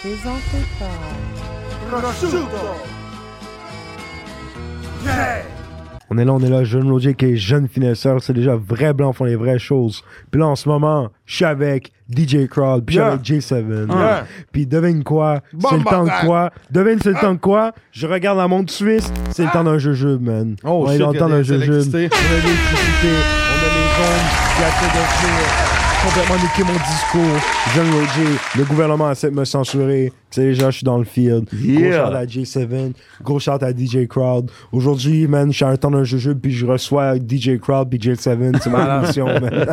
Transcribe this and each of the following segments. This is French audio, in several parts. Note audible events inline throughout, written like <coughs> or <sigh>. présenté par On est là, on est là, jeune logique et jeune finesseur, c'est déjà vrai blanc font les vraies choses. Puis là, en ce moment, je suis avec DJ Crowd, puis je suis Yeah. avec J7. Yeah. Puis devine quoi, Bon c'est le temps bordel. Ah. de quoi, devine c'est le temps de quoi, je regarde la montre suisse, c'est le temps d'un jujube, man. Oh, on est shit, dans y le a temps d'un des- c'est jujube. On a l'électricité, l'électricité. on a les ondes qui essaient de venir complètement niquer mon discours. Jeune Roger, le gouvernement essaie de me censurer. C'est déjà, je suis dans le field. Gros Yeah. shout à J7, gros shout à DJ Crowd. Aujourd'hui, man, je suis à un temps d'un jujube, puis je reçois DJ Crowd, puis J7. C'est ma mission, man.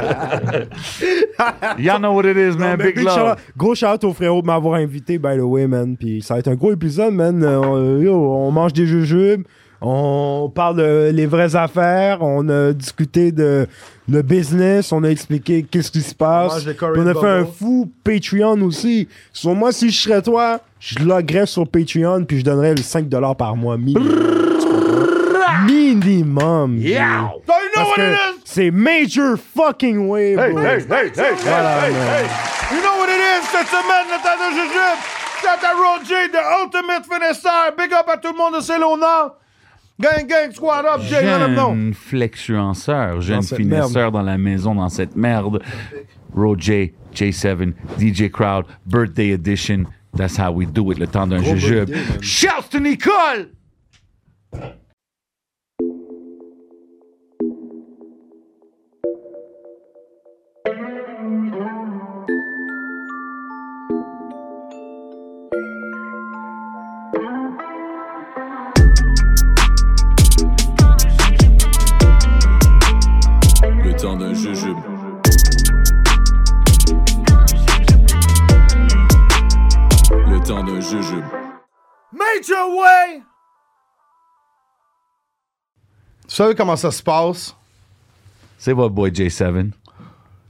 Y'all know what it is, man. Non, mais Big, big love. shout-out- gros shout au frérot de m'avoir invité, by the way, man. Puis ça va être un gros épisode, man. Euh, yo, on mange des jujubes, on parle de les vraies affaires, on a discuté de le business, on a expliqué qu'est-ce qui se On passe. mange des Puis Korean On, a fait un bubbles. fou Patreon aussi. Sur moi, si je serais toi, je loguerais sur Patreon puis je donnerais le 5$ par mois minimum. Tu comprends? Minimum. G. Parce que c'est major fucking wave. Hey, bro. hey, hey, hey, Voilà, hey, man. hey, hey. You know what it is cette semaine, le temps de jujube. Shout à Roger, the ultimate finisseur. Big up à tout le monde de Saint-Léonard. Gang, gang, squad up, Jay, let 'em know. Jeune flexuenceur, jeune cette finesseur dans la maison, dans cette merde. Roger, J7, DJ Crowd, Birthday Edition. That's how we do it, le temps d'un jujube. Shouts to Nicole! Le temps d'un jujube. Le temps d'un jujube. Major Way! Tu savez comment ça se passe? C'est votre boy J7.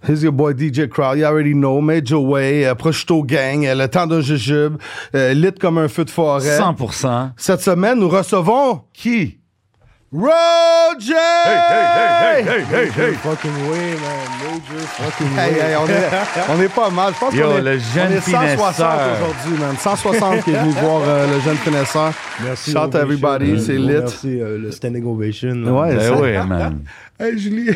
Here's your boy DJ Crowd, you already know, Major Way, euh, Prosciutto Gang, euh, le temps d'un jujube, euh, lit comme un feu de forêt. 100%. Cette semaine, nous recevons Qui? Roger! Hey, hey, hey, hey, hey, hey. Fucking way, man. Major fucking way. Hey, hey, on, est, on est pas mal. Je pense Yo, qu'on est, le jeune on est 160 finesseur. aujourd'hui, man. 160 qui est venu voir euh, le jeune finesseur. Merci. Shout ovation, everybody, man. c'est Gros lit. Merci, euh, le standing ovation. man. Ouais, Eh ça- ouais, man. Hey, <laughs> Julie.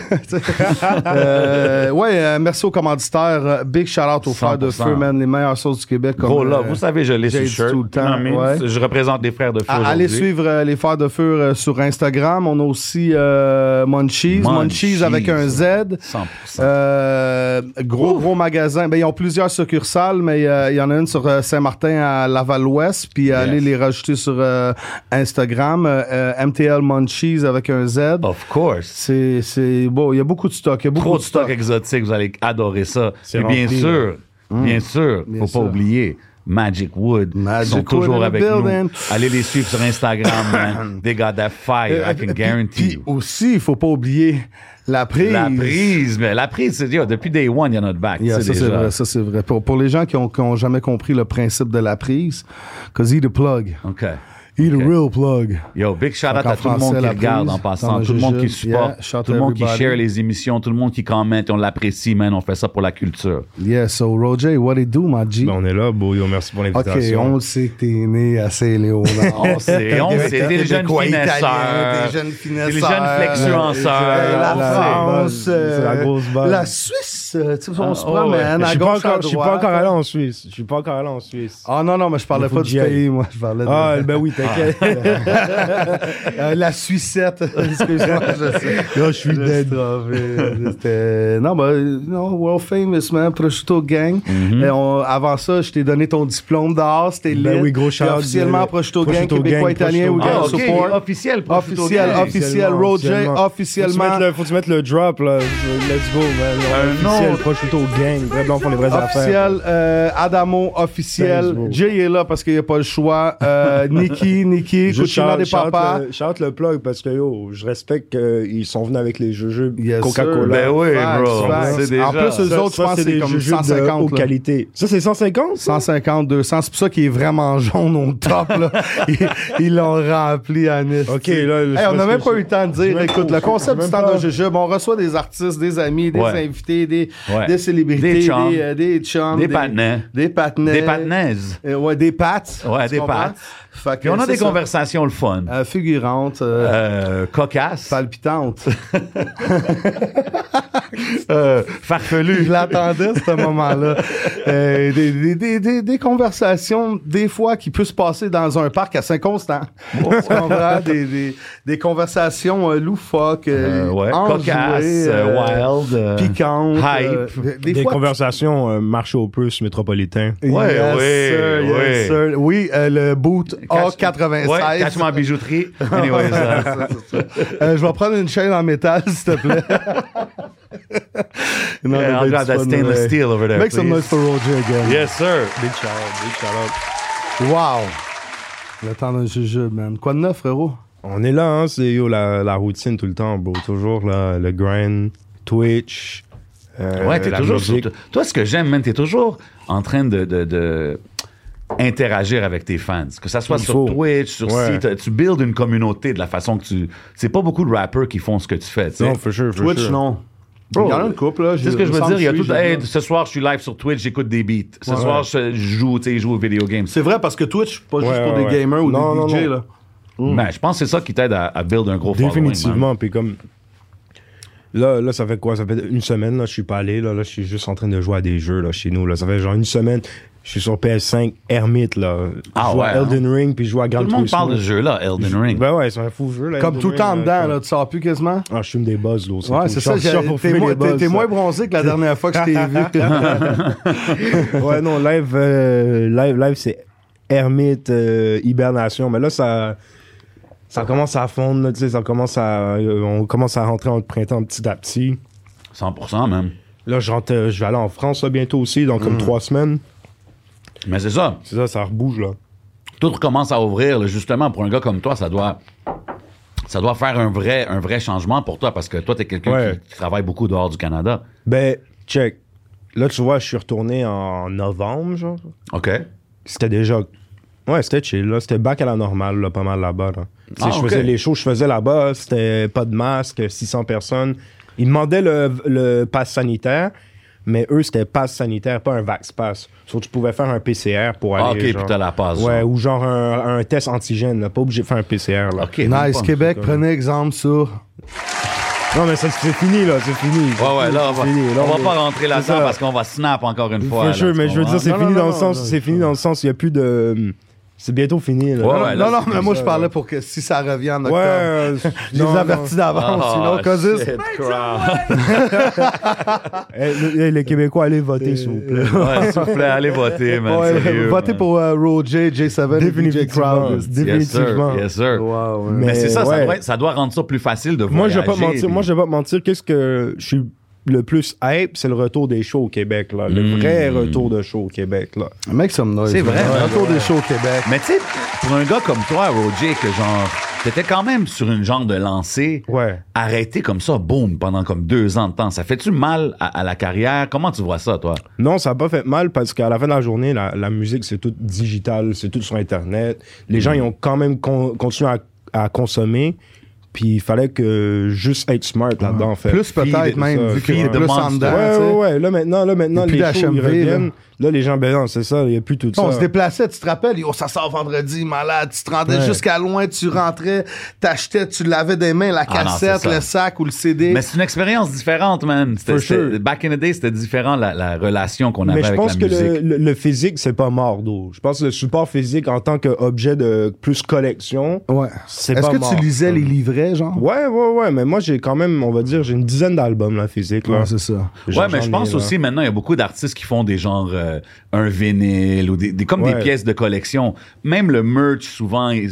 Euh, ouais, euh, merci aux commanditaires. Euh, Big shout-out aux frères de 100%. Feu, man. Les meilleurs sauces du Québec. comme, Gros love. euh, Vous savez, je l'ai sur j'ai le dit shirt. tout le temps, Non, mais ouais. Je représente les frères de feu À- Allez aujourd'hui. suivre euh, les Fers de Feu euh, sur Instagram. On a aussi euh, Munchies. Munchies. Munchies. avec un Z. 100%. Euh, gros, gros magasin. Ben, ils ont plusieurs succursales, mais euh, il y en a une sur euh, Saint-Martin à Laval-Ouest. Puis allez les rajouter sur euh, Instagram. Euh, euh, MTL Munchies avec un Z. Of course. C'est, c'est beau. Il y a beaucoup de stock. Il y a beaucoup Oh. Trop de de stock exotique, vous allez adorer ça. C'est Puis bien rempli, sûr, bien sûr, faut Hmm. Bien pas sûr. oublier Magic Wood. Magic ils sont Wood in toujours the avec building. nous. Allez les suivre sur <coughs> Instagram, man. They got that fire, I can Puis- guarantee puis you. aussi, il faut pas oublier la prise. La prise, mais la prise, c'est yo, depuis day one, il y en a de back. Yeah, tu sais, ça, c'est déjà. vrai. Ça, c'est vrai. Pour, pour les gens qui ont, qui ont jamais compris le principe de la prise, cause he the plug. OK. He the Ok. real plug. Yo, big shout out Donc, en à tout le monde français, qui la regarde prise, en dans passant, le tout le monde qui jujube, supporte, yeah, shout tout le monde qui everybody. share les émissions, tout le monde qui commente, on l'apprécie, man, on fait ça pour la culture. Yeah, so Roger, what it do, my G? Ben, on est là, beau. Yo, merci pour OK, l'invitation. on le sait que t'es né à Saint-Léonard. <laughs> On sait, <laughs> on Québécois, sait, des jeunes Québécois, Italiens, finesseurs, des jeunes des finesseurs, jeunes Euh, flexuenceurs, la on la- sait. France, balle. euh, C'est la grosse balle. la Suisse, euh, tu sais, on se Ah, oh, promène ouais. à Je suis pas gauche, à encore, je suis pas droite. encore allé en Suisse. Je suis pas encore allé en Suisse. Ah non, non, mais je parlais Il faut pas que du j'y aille. pays, moi, je parlais de Ah, ben oui, t'inquiète. Euh, la Suissette. <laughs> Excuse-moi, je sais. Là, je suis Laisse dead. tomber. C'était- Non, ben, non, world famous, man, Prosciutto Gang. Et on- avant ça, je t'ai donné ton diplôme d'art, c'était Mhm. Ben lit. oui, gros Puis shout-out. Officiellement, Prosciutto Gang, Prosciutto Québécois, Gang, Italien, we Prosciutto got Ah, Gang. ok, support. officiel, profito <laughs> <laughs> Officiel, gay. officiel, Roger, Faut-tu officiellement. Euh, mettre le- Faut-tu mettre le drop, là? Let's go, man. Un Officiel, autre. prosciutto gang. Vrai blanc font les vraies affaires. Officiel, euh, Adamo, officiel. Thanks, bro. <laughs> Jay est là parce qu'il n'y a pas le choix. Euh, Nikki Nicky, Nicky, Je Cucina chante, des chante Papas. le, chante euh, le plug parce que yo, je respecte qu'ils sont venus avec les jujubes Yes, sir. Coca-Cola. Ben oui, Facts, bro. facts. C'est déjà. En plus, eux Ça, autres, je ça, pense que c'est comme jujubes de 150. haute là. qualité. Ça, c'est 150? ça? 150, 200. C'est pour ça qu'il est vraiment jaune au top. <laughs> Là. Ils- Ils l'ont rempli, Anis. OK, là, je Hey, on pense n'a même que pas je- eu le temps de je dire. même Écoute, pas- le concept je du même temps pas- d'un jujube, on reçoit des artistes, des amis, des Ouais. invités, des, Ouais. des célébrités, Des des, chums. euh, des chums, Des patenets. Des patenets. Des patenaises. Euh, ouais, des pattes. Ouais, tu des comprends? pattes. Fait que Puis on a c'est des ça. conversations le fun. Euh, figurantes, euh, Euh, cocasses. <laughs> palpitantes. Euh, Je farfelues. l'attendais, <laughs> ce moment-là. Euh, des, des- des- des- des conversations, des fois, qui peuvent se passer dans un parc à Saint-Constant. Oh, Tu comprends? Des, des- des conversations euh, loufoques, euh, Euh, ouais. enjouées, Cocasses, euh, euh, wild. euh, piquantes. euh, hype. des Des, fois, conversations euh, marché aux puces métropolitain. Yes, Ouais, sir, ouais, yes, ouais. sir. Oui, euh, le boot cache- A96. Ouais, cache-moi en bijouterie. Anyways, <laughs> euh, Euh, je vais prendre une chaîne en métal, <laughs> s'il te <laughs> plaît. non, Yeah, I'll mais ben, grab that's that fun, stainless ouais. steel over there, Make some please. noise for Roger again. yes, sir. Big shout out, big shout out. Wow! Le temps d'un jujube, man. Quoi de neuf, frérot? On est là, hein, c'est yo, la, la routine tout le temps, bro. Toujours là, le grind, Twitch. euh, Ouais, t'es la toujours. sur- musique. Toi, ce que j'aime, man, t'es toujours en train de. de- de interagir avec tes fans, que ça soit Il sur faut. Twitch, sur Ouais. site, tu builds une communauté de la façon que tu. C'est pas beaucoup de rappers qui font ce que tu fais. tu sais. Non, for sure, for Twitch, sure. non. Il y en a une couple, là. C'est ce que je veux dire. Il y a tout. Hey, ce soir, je suis live sur Twitch, j'écoute des beats. Ce soir, je je joue, tu sais, je joue aux video games. C'est vrai, parce que Twitch, pas juste Ouais, pour ouais, des ouais. gamers ou Non, non, des DJ, non. là. Ben, je pense que c'est ça qui t'aide à, à build un gros following, man. Définitivement, puis comme. Là, là, ça fait quoi? Ça fait une semaine, là, je suis pas allé, là, là, je suis juste en train de jouer à des jeux, là, chez nous, là. Ça fait genre une semaine, je suis sur PS5, Hermite, là. Ah je joue à ouais, Elden Ring, puis je joue à Grand Tout le monde parle de ce jeu-là, Elden Ring. Ben ouais, c'est un fou jeu, là. Comme Elden tout le temps en euh, Ring, dedans, là. Tu sors plus quasiment. Ah, je fume des buzz, là. Ouais, c'est ça. Je suis j'ai- en- pour T'es fumer moins, des buzz, t'es- t'es ça. moins bronzé que la dernière fois que je t'ai vu. <laughs> ouais, non, live, euh, live, live, c'est ermite, euh, hibernation. Mais là, ça, ça commence à fondre, là, tu sais, ça commence à, euh, on commence à rentrer en printemps petit à petit. 100% même. Là, je rentre, euh, je vais aller en France, là, bientôt aussi, dans Mm. comme trois semaines. Mais c'est ça. C'est ça, ça rebouge, là. Tout commence à ouvrir. là, justement, pour un gars comme toi, ça doit. Ça doit faire un vrai, un vrai changement pour toi parce que toi, t'es quelqu'un Ouais. qui, qui travaille beaucoup dehors du Canada. Ben, check. Là, tu vois, je suis retourné en novembre, genre. OK. C'était déjà. Ouais, c'était chill, là. C'était back à la normale, là, pas mal là-bas, là. Tu sais, Ah, je ok. faisais les shows, que je faisais là-bas, c'était pas de masque, 600 personnes. Ils demandaient le, le pass sanitaire, mais eux, c'était pass sanitaire, pas un vax pass. Sauf que tu pouvais faire un PCR pour aller. Ah, ok, puis genre- t'as la passe, Ouais, genre. ou genre un, un test antigène, là. Pas obligé de faire un PCR, là. OK. même nice, pas. Québec, prenez exemple sur. Non, mais ça, c'est fini, là, c'est fini. C'est Ouais, ouais, fini, là, on va, c'est fini, là, on va est- pas rentrer c'est là-dedans ça. parce qu'on va snap encore une fois. For là, sure, tu mais je veux comprends? dire, c'est Non, fini non, dans non, le sens, non, c'est fini dans le sens, il y a plus de. C'est bientôt fini, là. Ouais, Non, Ah ouais, là, non, non, c'est mais comme moi, ça, je parlais pour que si ça revient en Ouais, octobre, euh, <laughs> je les non, non. avertis d'avance. Ah, sinon, Cosis, shit, crowd. Eh, le- eh, les Québécois, allez voter, s'il vous plaît. Euh, Ouais, s'il vous plaît, allez voter, man. Ouais, sérieux, votez man. Ah, pour euh, Roger, J7, DJ Définitivement. Crowd. Yes, sir. Définitivement. Yes, sir. Wow, ouais. Mais, c'est ça, ça, ouais. doit, être- ça doit rendre ça plus facile de Moi, voyager. je vais pas mentir. puis- Moi, je vais pas mentir. Qu'est-ce que je suis le plus hype, c'est le retour des shows au Québec, là. Hmm. Le vrai retour de show au Québec, là. Make some noise. C'est vrai, man. ouais, Retour des shows au Québec. Mais tu sais, pour un gars comme toi, Roger, que genre, t'étais quand même sur une genre de lancée. Ouais. Arrêté comme ça, boum, pendant comme deux ans de temps. Ça fait-tu mal à, à la carrière? Comment tu vois ça, toi? Non, ça n'a pas fait mal parce qu'à la fin de la journée, la, la musique, c'est tout digital, c'est tout sur Internet. Les Hmm. gens, ils ont quand même con- continué à, à consommer. Puis il fallait que juste être smart là-dedans, en fait. Plus peut-être Feed, même, ça, vu qu'il feed est the plus en monster. dedans. Ouais, tu sais. ouais, ouais. Là, maintenant, là, maintenant Y a plus les shows, ils d'HMV, là. reviennent. Là. les gens, ben non, c'est ça, il n'y a plus tout ça. On se déplaçait, tu te rappelles, oh, ça sort vendredi, malade. Tu te rendais Ouais. jusqu'à loin, tu rentrais, t'achetais, tu l'avais des mains, la Ah non, c'est cassette, ça. le sac ou le CD. Mais c'est une expérience différente, man. C'était- For c'était- sure. Back in the day, c'était différent la, la relation qu'on avait Mais je avec pense la que musique. le, le- le physique, c'est pas mort, d'eau. Je pense que le support physique en tant qu'objet de plus collection, ouais. c'est Est-ce pas que mort. tu lisais les livrets, genre? Ouais, ouais, ouais. Mais moi, j'ai quand même, on va dire, j'ai une dizaine d'albums, là, physique, là. Ouais, c'est ça. Genre, ouais, mais j'en je ai, pense là. aussi maintenant, il y a beaucoup d'artistes qui font des genres euh, un vinyle ou des, des- comme des Ouais. pièces de collection. Même le merch, souvent, ils, ils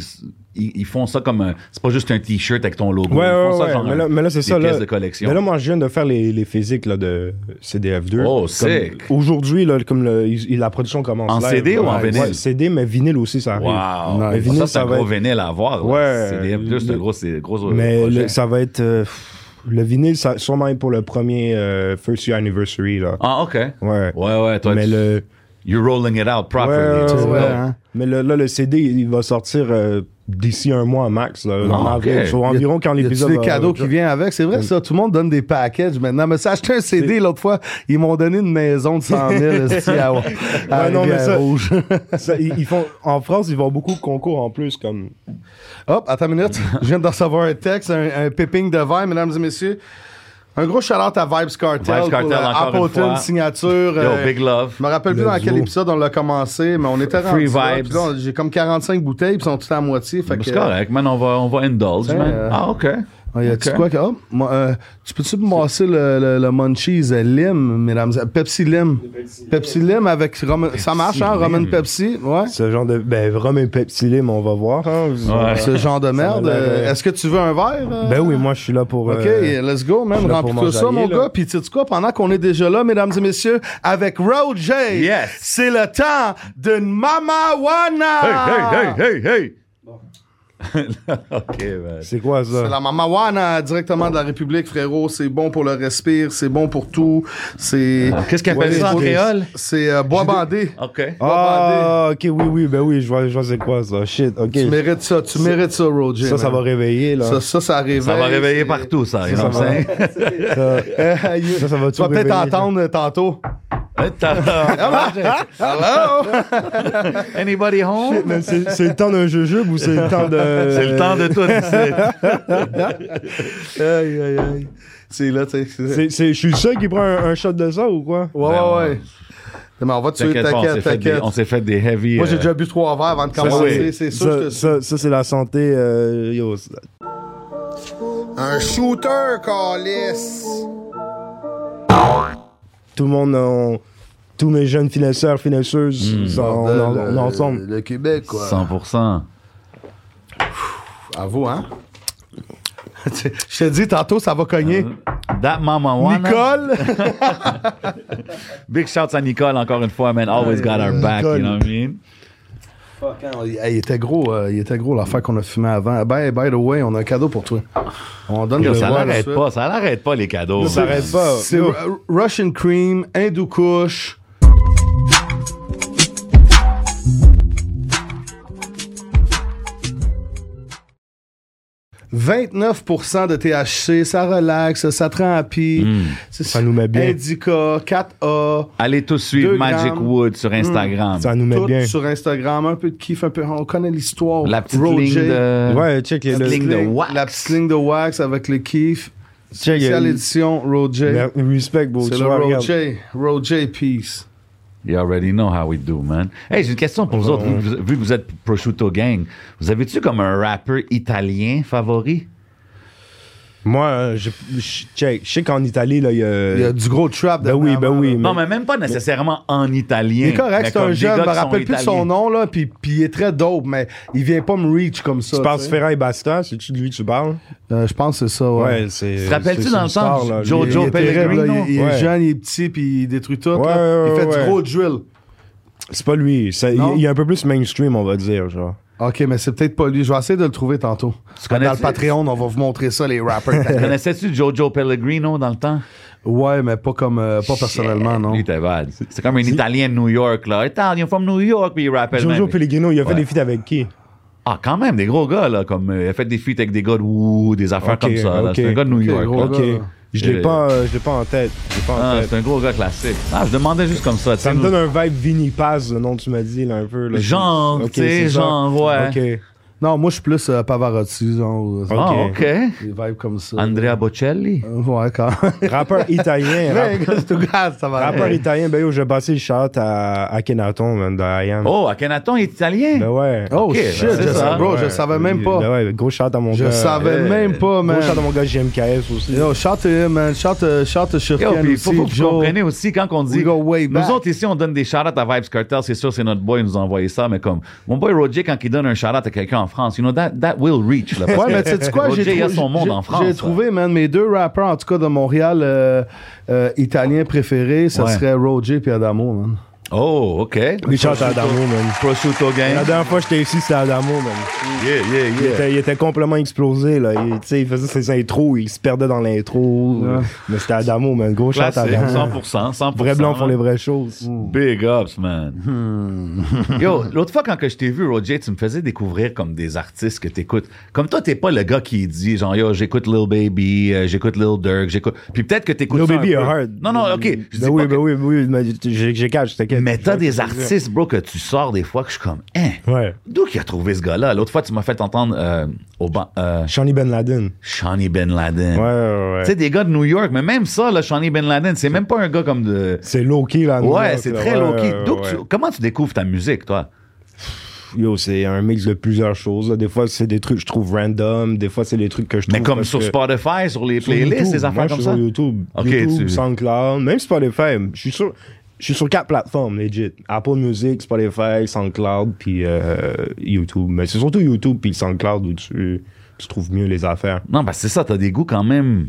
ils, ils font ça comme un. C'est pas juste un t-shirt avec ton logo. Ouais, ils ouais, font ouais. genre Mais là, un- mais là, c'est des ça. pièces Là. de collection. Mais là, moi, je viens de faire les, les physiques là, de CDF2. Oh, Comme- sick. Aujourd'hui, là, comme le- il- la production commence. En live, CD là. ou en Ouais, vinyle? ouais, CD, mais vinyle aussi, ça arrive. Wow. Mais vinyle, ça, ça, c'est un va gros être- vinyle à avoir. Ouais. CDF2, c'est un Le- gros, c'est un gros Mais projet. le- ça va être. euh, le vinyle, ça, sûrement pour le premier euh, First Year Anniversary. Là. Ah, OK. Ouais. Ouais, ouais. Toi, mais tu- le. You're rolling it out Ouais, properly. ouais, tu sais. ouais. hein. Mais le- là, le CD, il va sortir euh, d'ici un mois max. Là, en Ah, avril. ok. Soit environ quand Il y a l'épisode. des va- cadeaux qui viennent avec. C'est vrai, ça. Tout le monde donne des packages maintenant. Mais ça, acheté un CD l'autre fois. Ils m'ont donné une maison de <laughs> 100 000 ici à, à Ouais, non, mais ça- Rouge. <laughs> Ça, ils, ils font, en France, ils vont beaucoup de concours en plus. comme Hop, attends une <laughs> minute. Je viens de recevoir un texte, un, un piping de verre, mesdames et messieurs. Un gros shout-out à Vibes Cartel. Vibes Cartel, pour la encore une Appleton fois. signature. Yo, euh, big love. Je me rappelle plus dans Let's quel go. épisode on l'a commencé, mais on était Free rendu là, vibes. puis là, on- J'ai comme 45 bouteilles, puis ils sont toutes à moitié. Fait que, C'est correct, man. On va, on va indulge, Tiens, man. euh, Ah, OK. Ah, y a-tu Ok. quoi que. oh, moi, euh, tu peux-tu me passer le, le, le Munchies euh, Lime, mesdames. euh, Pepsi Lime. Pepsi Lime avec. Roman- ça marche, hein, Lime. Roman Pepsi? Ouais. ce genre de. Ben, Rome et Pepsi Lime, on va voir. Ah, hein. Ouais. Ce genre de merde. l'air, euh, euh, Est-ce que tu veux un verre? euh? Ben oui, moi, je suis là pour. OK, euh, let's go, je man. suis là Remplis pour tout ça, mon m'enjailler, là. gars. Puis, tu sais quoi, pendant qu'on est déjà là, mesdames et messieurs, avec Roger, Yes. c'est le temps d'une Mamawana. hey, hey, hey. <laughs> OK, ben. man. C'est quoi ça? C'est la mamawana directement de la République, frérot. C'est bon pour le respire, c'est bon pour tout. C'est. Qu'est-ce qu'elle Ouais, appelle ça en c'est- créole? C'est euh, bois bandé. OK. Ah, ok, oui, oui, ben oui, je vois, je vois c'est quoi ça. Shit, ok. Tu mérites ça, tu mérites ça, Roger. Ça, ça man. va réveiller, là. Ça, ça, ça réveille. Ça va réveiller ben, c'est- partout, ça. hein, you Ça, know ça what va- I'm saying? Ça- <laughs> tu Ça, ça va tout vas peut-être réveiller. entendre euh, tantôt. <laughs> Anybody home? Mais C'est c'est le temps d'un jujube ou c'est le temps de. C'est le temps de tout. ici. Aïe, aïe, aïe. C'est là, tu sais. c'est- C'est- c'est- Je suis le seul qui prend un, un shot de ça ou quoi? Ouais, ouais, ouais. Mais on va te tuer, Ben, T'inquiète pas, on s'est t'inquiète, fait des- t'inquiète. on s'est fait des heavy. Moi, j'ai euh, déjà bu trois verres avant de Ah oui. commencer. C'est sûr que Ça, je te- ça, ça, c'est la santé. euh, yo, c'est- Un shooter, Calis! tout le monde, on- tous mes jeunes finesseurs, finesseuses, Hmm. ça, Ah, on, on- euh, on est ensemble. Le Québec, quoi. 100%. À vous, hein? <laughs> Je te dis, tantôt, ça va cogner. That mama wanna. Nicole! <laughs> Big shouts à Nicole encore une fois, man. Always got our back, you know what I mean? Hey, il était gros, euh, il était gros l'affaire qu'on a fumé avant. Ben, by the way, on a un cadeau pour toi. On donne Yo, le ça voir n'arrête tout de pas, ça n'arrête pas les cadeaux. Ça man. arrête pas. suite. C'est Ru- Russian Cream, Hindou Kush. « 29% de THC, ça relaxe, ça te rend happy. C'est- Hmm. Ça nous met bien. Indica, 4A. Allez tous suivre Deux Magic grammes. Wood sur Instagram. Ça nous met tout bien. sur Instagram, un peu de kiff, un peu. On connaît l'histoire. La petite Road ligne J, de... Ouais, check les. La le- ligne de wax. La petite ligne de wax avec le kiff. check, Spéciale euh, édition Road J. mer- Respect, bro. C'est tu le vois, Road regarde. J. Road J, peace. You already know how we do, man. Hey, j'ai une question pour vous autres. Vu que vous- Vu que vous êtes Prosciutto Gang, vous avez-tu comme un rappeur italien favori? Moi, euh, je, je- check. Je sais qu'en Italie, là, il y a. Il y a du gros trap Ben oui, ben oui. Non, mais même pas nécessairement en italien. Il est correct, mais c'est comme un des jeune, gars je me qui sont rappelle plus de italiens. son nom, là, puis puis il est très dope, mais il vient pas me reach comme ça. Tu parles sais. Ferrari Basta, c'est tu de lui que tu parles? Euh, je pense que c'est ça, ouais. c'est. Te rappelles-tu c'est- dans c'est le une temps star, Ah, du- là. Joe- Lui, Il Joe est Pellegrino? terrible, là, il, il Ouais. est jeune, il est petit, puis il détruit tout. Ouais, là. il ouais, fait ouais. du gros drill. C'est pas lui. ça- Non? Il il est un peu plus mainstream, on va dire, genre. Ok, mais c'est peut-être pas lui. Je vais essayer de le trouver tantôt. Tu Dans connais- le Patreon, on va vous montrer ça, les rappers. Connaissais-tu Jojo Pellegrino dans le temps? <laughs> ouais, mais pas comme. euh, pas personnellement, non. Lui, il était bad. C'est comme un Italien de New York, là. Italien from New York, puis il rappelle Jojo même. Pellegrino, il a fait Ouais. des feats avec qui? Ah, quand même, des gros gars, là. Comme, euh, il a fait des feats avec des gars de Woo, des affaires Ok, comme ça. là. ok. C'est un gars de New Ok, York. gros là. Ok. gars. Je l'ai Euh, pas, euh, je l'ai pas en tête. Je l'ai pas en Ah, tête. c'est un gros gars classique. Ah, je demandais juste comme ça. tu Ça sais, me nous- donne un vibe Vinny Paz, le nom que tu m'as dit, là, un peu. Là. Genre, Ok, tu sais, c'est ça. genre, ouais. Ok. Non, moi, je suis plus euh, Pavarotti, genre, ou- euh, Ah, Ok. OK. des vibes comme ça. Andrea Bocelli. Euh, Ouais, quand <laughs> Rappeur <laughs> italien. même. rap- Gars, c'est tout grave, ça va. rappeur italien, ben yo, j'ai passé le chat à, à Kenaton, man, de I Am. Oh, Akhenaton est italien. Ben ouais. Oh Ok, shit, ben, c'est je ça. savais, bro, je Ouais. savais même Ben pas. ouais, gros chat à mon Je gars. savais euh, même pas, man. Gros chat à mon gars JMKS aussi. Yo, shout to him, man. Shout, euh, shout to Shuriken Yo, puis faut, aussi, faut que vous Joe. compreniez aussi quand on dit. We go way back. Nous autres ici, on donne des shout à Vibes Cartel. C'est sûr, c'est notre boy, il nous a envoyé ça. Mais comme mon boy Roger, quand il donne un shout à quelqu'un en France. You know, that, that will reach. Là, parce Ouais, que mais tu sais <laughs> quoi, Roger, j'ai il y a trou- son monde j'ai- en France. J'ai là. trouvé, man, mes deux rappeurs, en tout cas de Montréal, euh, euh, italiens préférés, ça Ouais. serait Roger et Adamo, man. Oh, OK. Les chants à Adamo, man. Prosciutto La Gang. dernière fois que j'étais ici, c'était Adamo, man. Yeah, yeah, Il, yeah. était, il était complètement explosé, là. Il, tu sais, il faisait ses intros, il se perdait dans l'intro. Mais c'était Adamo, man. Gros chant à Classique, Adamo. 100%, 100%. Vrai blanc font les vraies choses. Mmh. Big ups, man. Hmm. <laughs> Yo, l'autre fois, quand que je t'ai vu, Roger, tu me faisais découvrir comme des artistes que t'écoutes. Comme toi, t'es pas le gars qui dit, genre, yo, j'écoute Lil Baby, euh, j'écoute Lil Durk, j'écoute. Puis peut-être que t'écoutes. No ça un Baby peu. a hard. Non, non, OK. Je dis Ben pas oui, que- ben oui, oui, mais j'ai j'ai catch, t'inquiète. Mais t'as des artistes, bro, que tu sors des fois que je suis comme, hein, Ouais. d'où qui a trouvé ce gars-là? L'autre fois, tu m'as fait entendre euh, au ban- euh, Shawnee Ben Laden. Shawnee Ben Laden. Ouais, ouais, Tu ouais. sais, des gars de New York, mais même ça, là, Shawnee Ben Laden, c'est même pas un gars comme de. C'est low-key, là. à New Ouais, York, c'est là. très Ouais, low-key. ouais, D'où ouais. que tu- Comment tu découvres ta musique, toi? Yo, c'est un mix de plusieurs choses. là. Des fois, c'est des trucs que je trouve random. Des fois, c'est des trucs que je trouve. Mais comme parce sur que- Spotify, sur les sur playlists, YouTube. les Moi, affaires je comme suis ça? Sur YouTube. Ok, YouTube, tu- SoundCloud, même Spotify. Je suis sur. Je suis sur quatre plateformes, legit. Apple Music, Spotify, SoundCloud, puis euh, YouTube. Mais c'est surtout YouTube puis le SoundCloud où tu, tu trouves mieux les affaires. Non, bah c'est ça, t'as des goûts quand même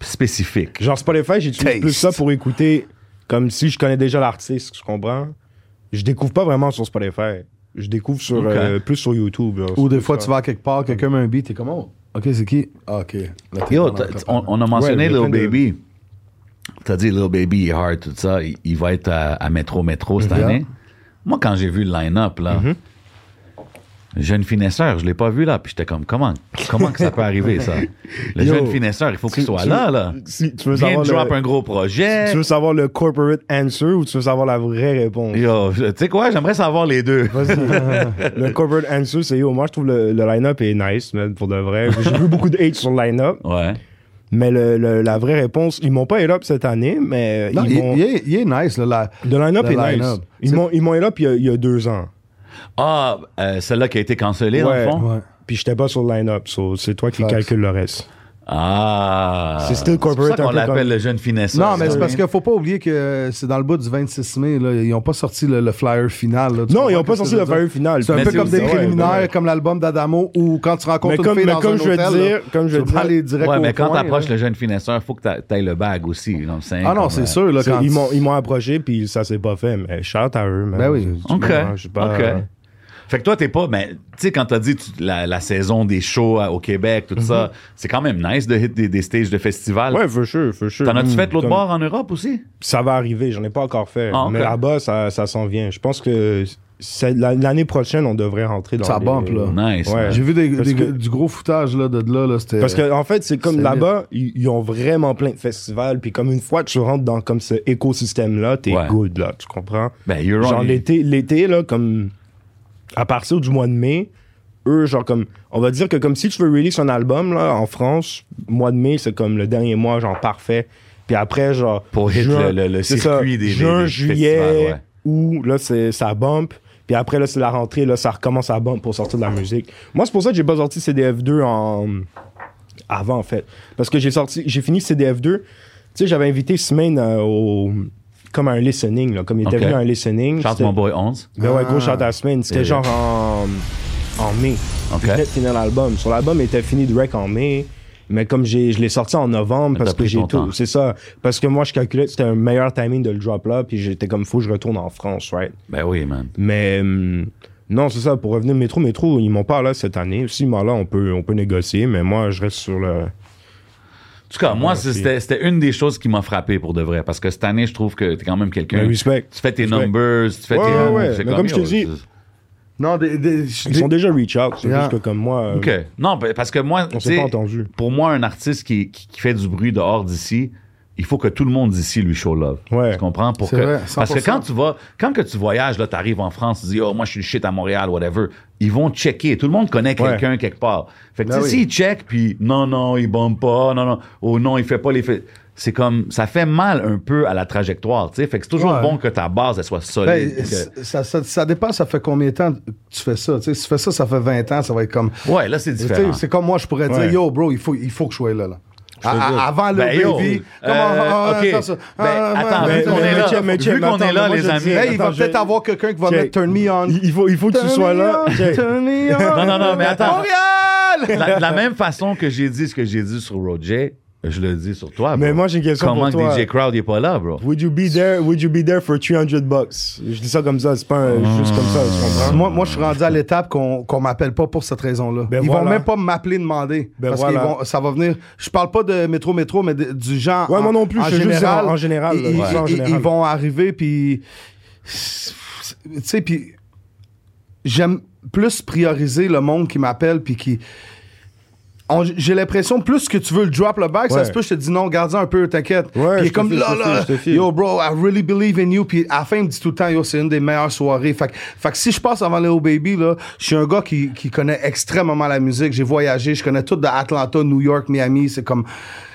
spécifiques. Genre Spotify, j'utilise Taste. plus ça pour écouter comme si je connais déjà l'artiste, tu comprends? Je découvre pas vraiment sur Spotify. Je découvre sur, Ok. euh, plus sur YouTube. là. Ou C'est des plus fois, ça. tu vas à quelque part, quelqu'un met un beat, t'es comme, oh, OK, c'est qui? Ah, OK. Là, t'es Yo, dans t'as- la on, on a mentionné Ouais, mais Lil plein de- Baby. T'as dit Lil Baby, il est hard, tout ça. Il, il va être à, à Métro Métro cette Mm-hmm. Yeah. année. Moi, quand j'ai vu le line-up, là, jeune finesseur, je l'ai pas vu là. Puis j'étais comme, comment, comment que ça peut arriver, <laughs> ça? Le Yo, jeune finesseur, il faut qu'il tu- soit tu- là, là. Si tu veux Viens savoir de drop le- un gros projet. Tu veux savoir le corporate answer ou tu veux savoir la vraie réponse? Yo, tu sais quoi, j'aimerais savoir les deux. Euh, le corporate answer, c'est yo. Moi, je trouve le, le line-up est nice, man, pour de vrai. J'ai vu beaucoup de hate sur le line-up, Ouais. mais le, le- la vraie réponse, ils m'ont pas hate up cette année, mais euh, Non, ils il, m'ont. il est, il est nice, là. La, Le line-up le est nice. line-up. Ils C'est- m'ont, ils m'ont hate up il y, a, il y a deux ans. Ah, euh, celle-là qui a été cancellée, dans le Ouais. fond? Ouais. Puis j'étais pas sur le line-up, so c'est toi qui Facts. calcule le reste. Ah. C'est still pour corporate, ça un qu'on peu l'appelle comme- le jeune finesseur. Non, mais c'est parce qu'il faut pas oublier que c'est dans le bout du 26 mai, là, ils ont pas sorti le, le flyer final. là. Tu Non, comprends ils ont ce que pas je sorti veux le dire? flyer final. C'est un Mais peu c'est comme des aussi- ouais, préliminaires, comme l'album d'Adamo, ou quand tu rencontres Mais une comme- fille mais dans comme un je veux hôtel, dire- là, comme je tu veux vas pas dire- aller direct Ouais, au mais quand point, t'approches là. le jeune finesseur, faut que t'a- t'ailles le bag aussi. you know what I'm saying? Ah non, Comme, euh, c'est sûr. Là, C'est- quand ils, tu- m'ont, ils m'ont approché, puis ça s'est pas fait. Mais shout à eux, man. Ben oui. Je- je- OK. je- je sais pas. euh. OK. Fait que toi, t'es pas. Mais tu sais, quand t'as dit tu- la, la saison des shows à- au Québec, tout ça, c'est quand même nice de hit des, des stages de festivals. Mhm. Ouais, for sure, for sure. T'en as-tu Mm. fait l'autre Comme- bord en Europe aussi? Ça va arriver, j'en ai pas encore fait. Ah, ok. Mais là-bas, ça, ça s'en vient. Je pense que c'est- la- l'année prochaine, on devrait rentrer dans Ça les- bump, là. Nice. Ouais. man. J'ai vu des- euh, Parce des- que- du gros foutage là, de de là. là c'était- Parce que en fait, c'est comme C'est là-bas, ils ils ont vraiment plein de festivals. Puis comme une fois que tu rentres dans comme ce écosystème-là, t'es Ouais. good, là. Tu comprends? Ben, you're genre on. l'été, l'été, là, comme... À partir du mois de mai, eux, genre comme... On va dire que comme si tu veux release un album, là, en France, mois de mai, c'est comme le dernier mois, genre parfait. Puis après, genre... Pour hit juin- le- le- le c'est circuit des- des- Juin, des festivals, ouais. juillet, où là, c'est, ça bump. Puis après, là, c'est la rentrée, là, ça recommence à bump pour sortir de la musique. Moi, c'est pour ça que j'ai pas sorti CDF2 en... Avant, en fait. Parce que j'ai sorti... J'ai fini CDF2. Tu sais, j'avais invité Semaine euh, au... Comme à un listening, là. Comme il était Ok. venu à un listening. Chante C'était- mon boy 11. Ben ouais, Ah. gros shout à Semaine. C'était Yeah. genre en... En mai. Ok. Je venais de finir l'album. Sur l'album, il était fini de rec en mai. Mais comme j'ai, je l'ai sorti en novembre Mais parce t'as que pris j'ai ton temps. tout. C'est ça. Parce que moi, je calculais que c'était un meilleur timing de le drop là. Puis j'étais comme, faut que je retourne en France, right? Ben oui, man. Mais hum, non, c'est ça. Pour revenir métro, métro, ils m'ont pas là cette année. Si moi là, on peut, on peut négocier, mais moi, je reste sur le. En tout cas, moi, Merci. c'était c'était une des choses qui m'a frappé pour de vrai. Parce que cette année, je trouve que t'es quand même quelqu'un. Mais respect. Tu fais tes Respect. numbers, tu fais Ouais, tes. ouais, ouais. c'est Mais comme je te yo, dis- c'est- Non, des- des- Ils des- sont déjà reach out. C'est Yeah. juste que comme moi, euh, OK. Non, ben, parce que moi, on tu s'est sais, pas entendu. pour moi, un artiste qui, qui, qui fait du bruit dehors d'ici, il faut que tout le monde d'ici lui show love. Ouais. Tu comprends? Pour C'est que, vrai, parce que 100%. quand tu vas, quand que tu voyages, là, t'arrives en France, tu dis, oh, moi, je suis le shit à Montréal, whatever. Ils vont checker. Tout le monde connaît quelqu'un quelque part. Fait que, tu Ben sais, oui. s'ils checkent, puis non, non, il bombe pas, non, non, oh non, il fait pas les faits. C'est comme, ça fait mal un peu à la trajectoire, tu sais. Fait que c'est toujours Ouais. bon que ta base, elle soit Ben, solide. que- c- ça, ça, ça dépend, ça fait combien de temps que tu fais ça. tu sais. Si tu fais ça, ça fait 20 ans, ça va être comme. Ouais, là, c'est Tu sais, différent. C'est comme moi, je pourrais Ouais. dire, yo, bro, il faut, il faut que je sois là. là. À- à- avant le Ben, yo, baby. ah, euh, Ah, ok. Ben, attends, mais- vu qu'on mais- est là, mais- mais- vu mais- qu'on est attends, là, mais moi, les je amis. dis- Hey, il va Attends, peut-être je- avoir quelqu'un qui va Ok. mettre Turn Me On. Il il faut, il faut que tu sois là. Turn me on, Ok. <laughs> turn me on. Non, non, non, mais attends. Montréal! La- de la même façon que j'ai dit ce que j'ai dit sur Roger, je le dis sur toi. Mais bro. moi, j'ai une question Comment pour toi. que DJ Crowd n'est pas là, bro? Would you be there? Would you be there for 300 bucks? Je dis ça comme ça, c'est pas un- juste comme ça, tu comprends? Euh, Moi, moi, je suis rendu à l'étape qu'on qu'on m'appelle pas pour cette raison-là. Ben ils vont voilà. même pas m'appeler demander. Ben parce voilà. qu'ils vont, ça va venir. Je parle pas de métro métro, mais de- du genre. Ouais, en- moi non plus, En je sais juste général, en- en général, ils, là, ils- ouais. en ils- général. ils vont arriver puis, tu sais, puis j'aime plus prioriser le monde qui m'appelle puis qui. on- J'ai l'impression, plus que tu veux le drop le back, ça Ouais. se peut, je te dis non, garde-en un peu, t'inquiète. Ouais, Puis il est je te comme file, là, je te là, file, je te file. yo, bro, I really believe in you. Puis à la fin, il me dit tout le temps, yo, c'est une des meilleures soirées. Fait, que- fait que si je passe avant Léo Baby, là, je suis un gars qui, qui connaît extrêmement la musique. J'ai voyagé, je connais tout de Atlanta, New York, Miami. C'est comme,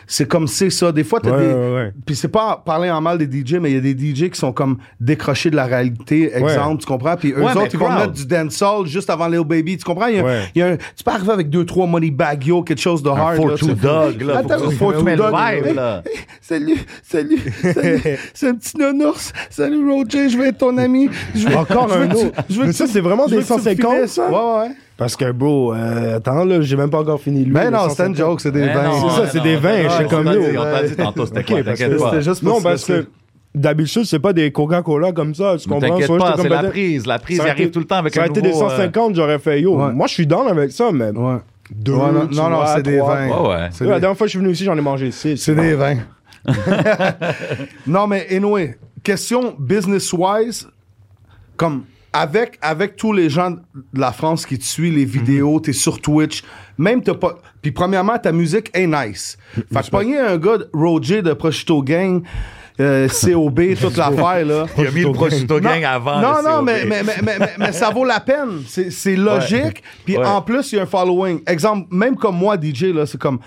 c'est comme c'est ça. Des fois, t'as Ouais, des. ouais, ouais. Puis c'est pas parler en mal des DJ, mais il y a des DJ qui sont comme décrochés de la réalité. Exemple, tu comprends? Puis eux Ouais, mais autres, ils vont crowd. mettre du dancehall juste avant Léo Baby. Tu comprends? Il y a- Ouais. il y a un- tu peux arriver avec deux, trois Money Bag Yo, quelque chose de hard. Four là, to tu- Dog, là. Attends, Faut que tu Four to mets le Dog. vibe, là. Hey, hey, Salut, salut, <laughs> salut. c'est un petit nounours. Salut, Roger, je vais être ton ami. Je <laughs> vais, Encore je veux un que tu- autre. je veux Mais que ça, tu- c'est vraiment je veux des que tu me 150, finisses. ça? Ouais, ouais. Parce que, bro, euh, attends, là, j'ai même pas encore fini. Ben non, c'était une joke, c'est des Ben non, vins. ça, ben c'est non, des ben vins, non, je suis on comme t'a nous. dit- On t'a dit tantôt, c'était quoi? Ok, parce T'inquiète que pas. c'était juste pour Non, se parce laisser. que d'habitude, c'est pas des Coca-Cola comme ça, tu Mais comprends? T'inquiète Soit j'étais pas, comme c'est la peut-être- prise. La prise, Ça il a arrive été- tout le temps avec Ça un a été nouveau... des euh, 150, j'aurais fait yo. Ouais. Moi, je suis down avec ça, mais Ouais. deux. Ouais, non, tu non, non, vois, c'est des trois. vins. Ouais, ouais. C'est Ouais, La des- dernière fois que je suis venu ici, j'en ai mangé six. C'est des vins. <laughs> non, mais anyway, question business-wise, comme avec, avec tous les gens de la France qui te suivent, les vidéos, t'es sur Twitch, même t'as pas. Puis premièrement, ta musique est <laughs> nice. Fait que pogner un gars, de Roger de Prosciutto Gang, euh, COB, <laughs> toute l'affaire, là. Il a mis le prosciutto gang avant. Non, le non, COB. mais, mais, mais, mais, mais- mais ça vaut la peine. C'est c'est logique. Puis Ouais. en plus, il y a un following. Exemple, même comme moi, DJ, là, c'est comme,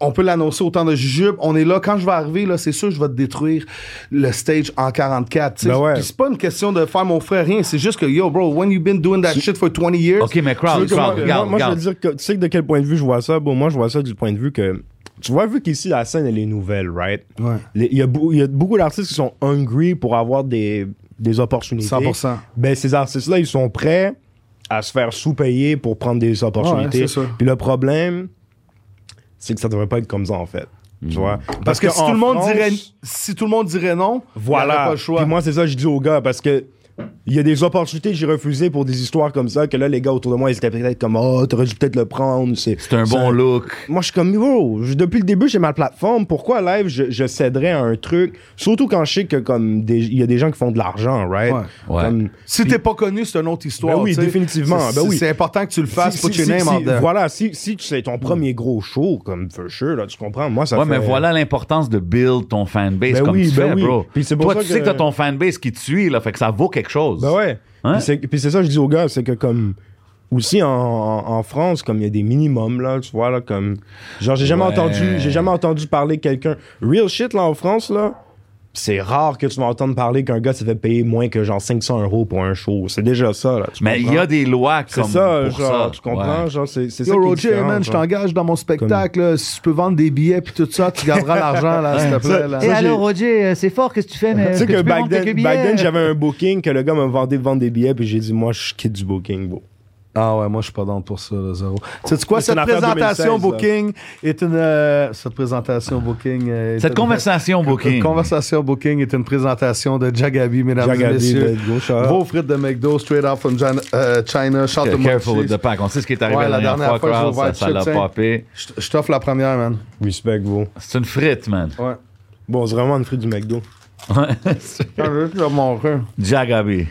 on peut l'annoncer autant de jujubes. On est là. Quand je vais arriver, là, c'est sûr, je vais te détruire le stage en 44. tu sais. Ben ouais. Puis c'est pas une question de faire mon frère rien. C'est juste que, yo, bro, when you been doing that shit for 20 years. OK, mais Tu veux crowd, que moi- crowd, regarde, moi, regarde. je veux dire, que, tu sais que de quel point de vue je vois ça? Bon, moi, je vois ça du point de vue que. Tu vois, vu qu'ici, la scène, elle est nouvelle, right? Ouais. Les- Il y, a bou- il y a beaucoup d'artistes qui sont hungry pour avoir des, des opportunités. 100%. Ben, ces artistes-là, ils sont prêts à se faire sous-payer pour prendre des opportunités. Ouais, c'est ça. Puis le problème, c'est que ça devrait pas être comme ça, en fait. Tu Mm. vois? Parce que, si en tout le monde France- dirait, si tout le monde dirait non, il y aurait voilà. pas le choix. Puis moi, c'est ça que je dis aux gars parce que il y a des opportunités que j'ai refusées pour des histoires comme ça que là, les gars autour de moi, ils étaient peut-être comme Oh, t'aurais dû peut-être le prendre. C'est C'est un bon look. Moi, je suis comme Bro, je- depuis le début, j'ai ma plateforme. Pourquoi live, je, je céderais à un truc Surtout quand je sais que comme des- il y a des gens qui font de l'argent, right Ouais. Ouais. Comme- si t'es pas connu, c'est une autre histoire. Ben oui, tu sais. définitivement, C'est- ben oui. C'est important que tu le fasses. si- put si- your si- name out si- there. Voilà, si, si tu sais ton premier gros show, comme for sure, là, tu comprends Moi, ça ouais, fait- mais voilà l'importance de build ton fanbase Ben comme oui, tu ben fais, oui. bro. Puis c'est pour Toi, ça tu sais que- que t'as ton fanbase qui te suit, là, fait que ça vaut quelque chose. Ben ouais. Hein? Puis c'est- Puis c'est ça que je dis aux gars, c'est que comme. Aussi en, en- en France, comme il y a des minimums, là, tu vois, là, comme. Genre, j'ai jamais Ouais. entendu, j'ai jamais entendu parler de quelqu'un. Real shit, là, en France, là, c'est rare que tu vas entendre parler qu'un gars se fait payer moins que genre 500 euros pour un show. C'est déjà ça, là. tu Mais il y comprends? a des lois comme C'est ça, pour genre, ça. tu comprends? Ouais. Genre, c'est c'est ça. Yo, qui est Roger, différent, man, je genre. t'engage dans mon spectacle. là. Si tu peux vendre des billets puis tout ça, tu garderas l'argent, là, <laughs> s'il te plaît. là. ça, j'ai- Roger, euh, c'est fort, qu'est-ce que tu fais, mais. Tu sais que back then, back then, j'avais un booking que le gars m'a vendé de vendre des billets, puis j'ai dit, moi, je quitte du booking, bro. Ah ouais, moi, je suis pas dans pour ça, là, zéro. Tu sais quoi, C'est cette une affaire présentation 2016, Booking est une... euh, cette présentation Booking... euh, est Cette une- conversation, Booking. Cette conversation Booking est une présentation de Jagabi, mesdames et Jagabi, messieurs. let's go, shout out. Vos frites de McDo, straight out from Jan- euh, China. Shout out to Okay, my Careful with cheese. the pack. On sait ce qui est arrivé Ouais, la, dernière fois, j'ai crowd, ouvert ça- ça le l'a chip, popé. Je je t'offre la première, man. Respect, bro. C'est une frite, man. Ouais. Bon, c'est vraiment une fruit du McDo. Ah, mon cœur. Jagabi.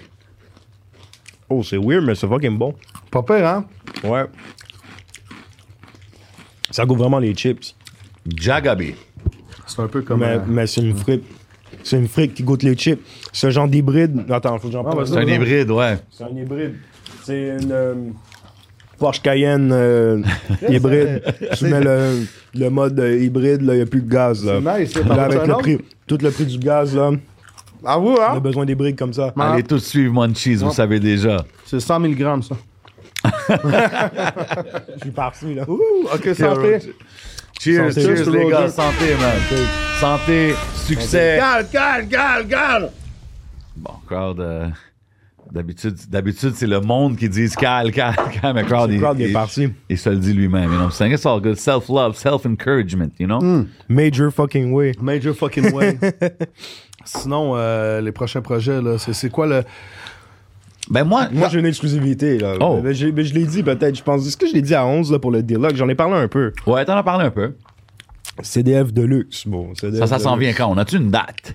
Oh, c'est weird, mais c'est fucking bon. Pas pire, hein? Ouais. Ça goûte vraiment les chips. Jagabi. C'est un peu comme... mais euh, mais c'est une frite. C'est une frite qui goûte les chips. Ce genre d'hybride. Attends, faut que j'en parle. vas-y. C'est un hybride, ouais. c'est un hybride. C'est une euh, Porsche Cayenne <laughs> euh, hybride. tu mets le, le mode euh, hybride, là, il n'y a plus de gaz. Là. C'est nice, ça. T'en Là, veux-tu avec un le autre? prix, tout le prix du gaz, là, Ah oui, on a hein? besoin d'hybrides comme ça. Ah. Allez tous suivre Munchies, vous savez déjà. C'est 100 000 grammes, ça. Je suis parti, là. Ouh, ok, Cheers, santé. Santé. cheers, Cheers, les Roger. gars. Santé, man. Santé, succès. Garde, garde, garde, garde! Bon, crowd. euh, D'habitude, d'habitude, c'est le monde qui dit calme, calme, calme, mais crowd, il, crowd est il- parti. il se le dit lui-même. You know? So It's all good. Self-love, self-encouragement, you know? Major fucking way. Major fucking way. Sinon, euh, les prochains projets, là, c'est, c'est quoi le. Ben moi, Moi, j'ai une exclusivité, là. Oh. Mais, j'ai- mais je l'ai dit, peut-être, je pense. Est-ce que je l'ai dit à 11, là, pour le Deluxe? J'en ai parlé un peu. ouais, t'en as parlé un peu. CDF Deluxe, bon. Ça, ça s'en vient quand? On a-tu une date?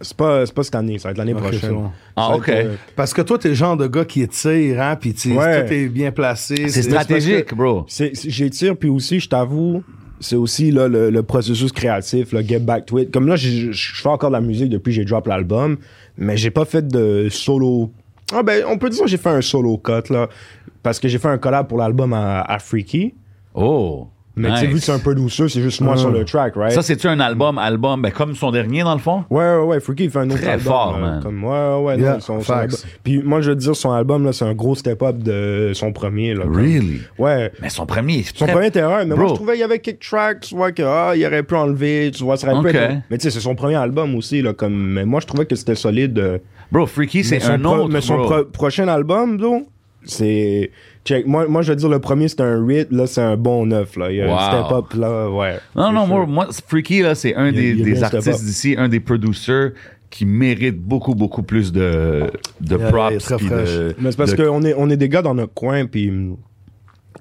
C'est pas, c'est pas cette année, ça va être l'année Ok, c'est prochaine. bon. Ah, Ça va OK. être, euh, Parce que toi, t'es le genre de gars qui étire, hein, pis tu Ouais. tout est bien placé. c'est stratégique, bro. C'est- c'est- J'étire, puis aussi, je t'avoue, c'est aussi là, le, le processus créatif, le get back to it. Comme là, j'ai- je je fais encore de la musique depuis que j'ai drop l'album, mais j'ai pas fait de solo. Ah ben, on peut dire que j'ai fait un solo cut, là, parce que j'ai fait un collab pour l'album à, à Freaky. Oh. Mais tu sais, nice. vu que c'est un peu douceux, c'est juste moi sur le track, right? Ça, c'est-tu un album, album, ben, comme son dernier, dans le fond? Ouais, ouais, ouais, Freaky, il fait un autre Très album. fort, euh, man. Comme, ouais, ouais, ouais, non, Yeah, son, son facts. album- Puis moi, je veux te dire, son album, là, c'est un gros step-up de son premier, là. comme- Really? Ouais. Mais son premier. Son premier était un, mais Bro. moi je trouvais qu'il y avait quelques tracks, tu vois, que, ah, il aurait pu enlever, tu vois, ça aurait Ok. pu être- Mais tu sais, c'est son premier album aussi, là, comme. Mais moi je trouvais que c'était solide. euh, Bro, Freaky, mais c'est son un pro- autre. Mais son bro. pro- prochain album, donc, c'est. Check, moi, moi je veux dire, le premier c'était un hit, là c'est un bon neuf, là. Il y a un Wow. step-up, là, ouais. Non, C'est non, sûr. moi, moi, Freaky, là, c'est un Il y a- des, il y a des bien ce artistes débat. d'ici, un des producers qui mérite beaucoup, beaucoup plus de, de il est props. très puis fraîche. de- Mais c'est parce de- qu'on est, on est des gars dans notre coin, puis. hum, Tu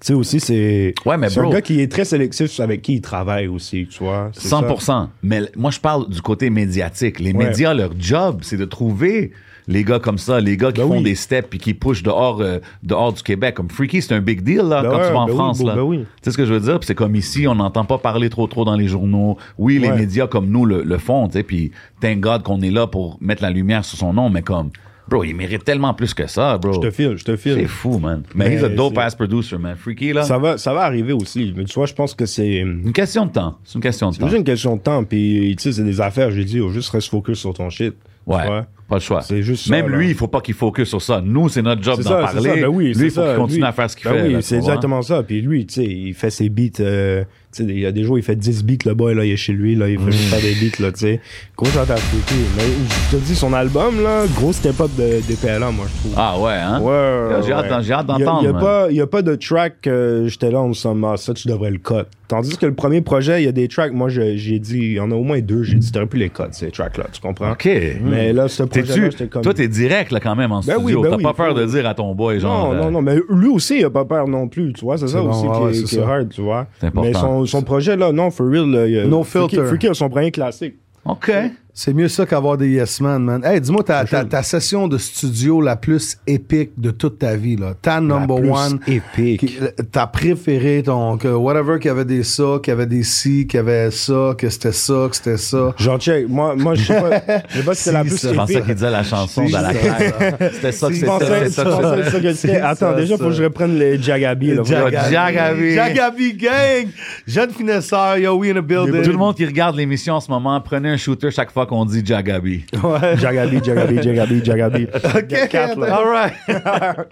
sais aussi, c'est. Ouais, mais c'est un bro- gars qui est très sélectif avec qui il travaille aussi, tu vois. c'est ça. 100%. Mais l- moi, je parle du côté médiatique. Les Ouais. médias, leur job, c'est de trouver les gars comme ça, les gars qui Ben font oui. des steps puis qui pushent dehors, euh, dehors du Québec. Comme Freaky, c'est un big deal, là, Ben quand ouais, tu vas en ben oui, France, bro, là. ben oui. Tu sais ce que je veux dire? Puis c'est comme ici, on n'entend pas parler trop, trop dans les journaux. Oui, les Ouais. médias comme nous le, le font, tu sais, puis thank God qu'on est là pour mettre la lumière sur son nom, mais comme, bro, il mérite tellement plus que ça, bro. Je te file, je te file. C'est fou, man. Mais, Mais he's a dope c'est- ass producer, man. Freaky, là. Ça va, ça va arriver aussi. Mais tu vois, je pense que c'est. hum, Une question de temps. C'est une question de C'est temps. juste une question de temps, puis tu sais, c'est des affaires, j'ai dit, oh, juste reste focus sur ton shit. Tu Ouais. vois? Pas le choix. C'est juste ça, Même là. lui, il faut pas qu'il focus sur ça. Nous, c'est notre job C'est d'en ça, c'est parler. ça, ben oui, lui, c'est il faut ça, qu'il continue lui. à faire ce qu'il Ben fait. là, oui, tu c'est vois. exactement ça. Puis lui, tu sais, il fait ses beats. euh, tu sais, il y a des jours, il fait 10 beats, le boy, là, il est chez lui, là, il Mm. fait juste faire des beats, là, tu sais. Gros, ça t'a foutu. Mais je te dis, son album, là, gros step-up de, des PLA, moi, je trouve. Ah ouais, hein? Ouais, J'ai hâte ouais. d'en- j'ai hâte Il y a- d'entendre. Il n'y a, man. pas- il y a pas de track, euh, j'étais là, on me semble, ah, ça, tu devrais le cut. Tandis que le premier projet, il y a des tracks, moi, je- j'ai dit, il y en a au moins deux, j'ai dit, t'aurais pu les cut, ces tracks-là, tu comprends? OK. Mais là, ce projet-là, T'es-tu- j'étais comme... Toi, t'es direct là, quand même en Ben oui, studio. ben T'as oui, pas peur faut- de dire à ton boy, genre. Non, euh, non, non, mais lui aussi, il a pas peur non plus, tu vois, c'est ça bon, aussi ouais, qui, ouais, est, c'est qui est ça. hard, tu vois. C'est important. Mais son, son projet, là, non, for real, là, il y a- No Freaky- filter. Freaky a son premier classique. OK. C'est mieux ça qu'avoir des yes man, man. Hey, dis-moi ta, ta, ta session de studio la plus épique de toute ta vie, là. Ta number plus one. épique. qui- ta préférée, ton. que whatever, qu'il y avait des ça, qu'il y avait des ci, qu'il y avait ça, que c'était ça, que c'était ça. Genre, check, moi, moi je sais pas, je sais pas si c'est la <laughs> Si, plus ça. Je pensais épique. qu'il disait la chanson C'est dans la ça. tête. C'était ça que Je pensais- c'était. c'était ça je que pensais c'était. que c'est ça que C'est Attends, ça, déjà, ça. faut que je reprenne les Jagabi. là. Jagabi. Jagabi. Jagabi gang. Jeune finesseur, yo, we in the building. Tout le monde qui regarde l'émission en ce moment, prenez un shooter chaque fois qu'on dit Jagabi. Ouais. Jagabi, Jagabi, Jagabi, Jagabi. <laughs> Ok, Quatre, là. <laughs> all <laughs> right.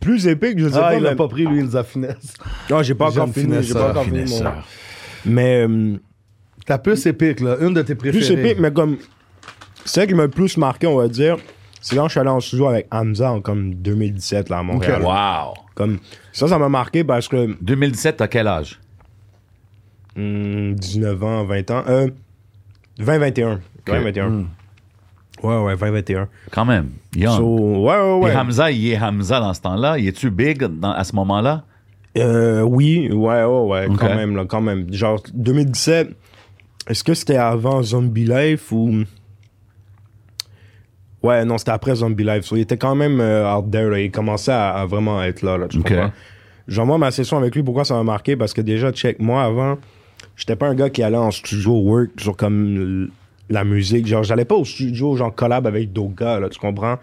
Plus épique, je sais Ah, pas. il l'a mais- pas pris, lui, il nous a finesse. Non, j'ai pas Jeune encore fini. J'ai finesseur, pas encore fini. mon- Finesseur. Mais euh, Ta plus épique, là. Une de tes préférées. plus épique, mais comme. C'est qui m'a le plus marqué, on va dire. C'est quand je suis allé en studio avec Hamza en comme 2017 là à Montréal. Wow. Comme, ça, ça m'a marqué parce que 2017, t'as quel âge? hmm, 19 ans, 20 ans. Euh, 20-21. 20-21. Ouais, ouais, 20-21. Quand même. Hmm. Young. So, ouais, ouais, Puis ouais. Hamza, il est Hamza dans ce temps-là. Il est-tu big dans- à ce moment-là? Euh, oui, ouais, ouais, ouais, Ok. quand même, là, quand même. Genre, 2017, est-ce que c'était avant Zombie Life ou. Ouais, non, c'était après Zombie Life. So, il était quand même euh, out there, là. Il commençait à, à vraiment être là, là, tu Ok. comprends? Genre, moi, ma session avec lui, pourquoi ça m'a marqué? Parce que déjà, check, moi, avant, j'étais pas un gars qui allait en studio work, genre comme l- la musique. Genre, j'allais pas au studio, genre collab avec d'autres gars, là, tu comprends?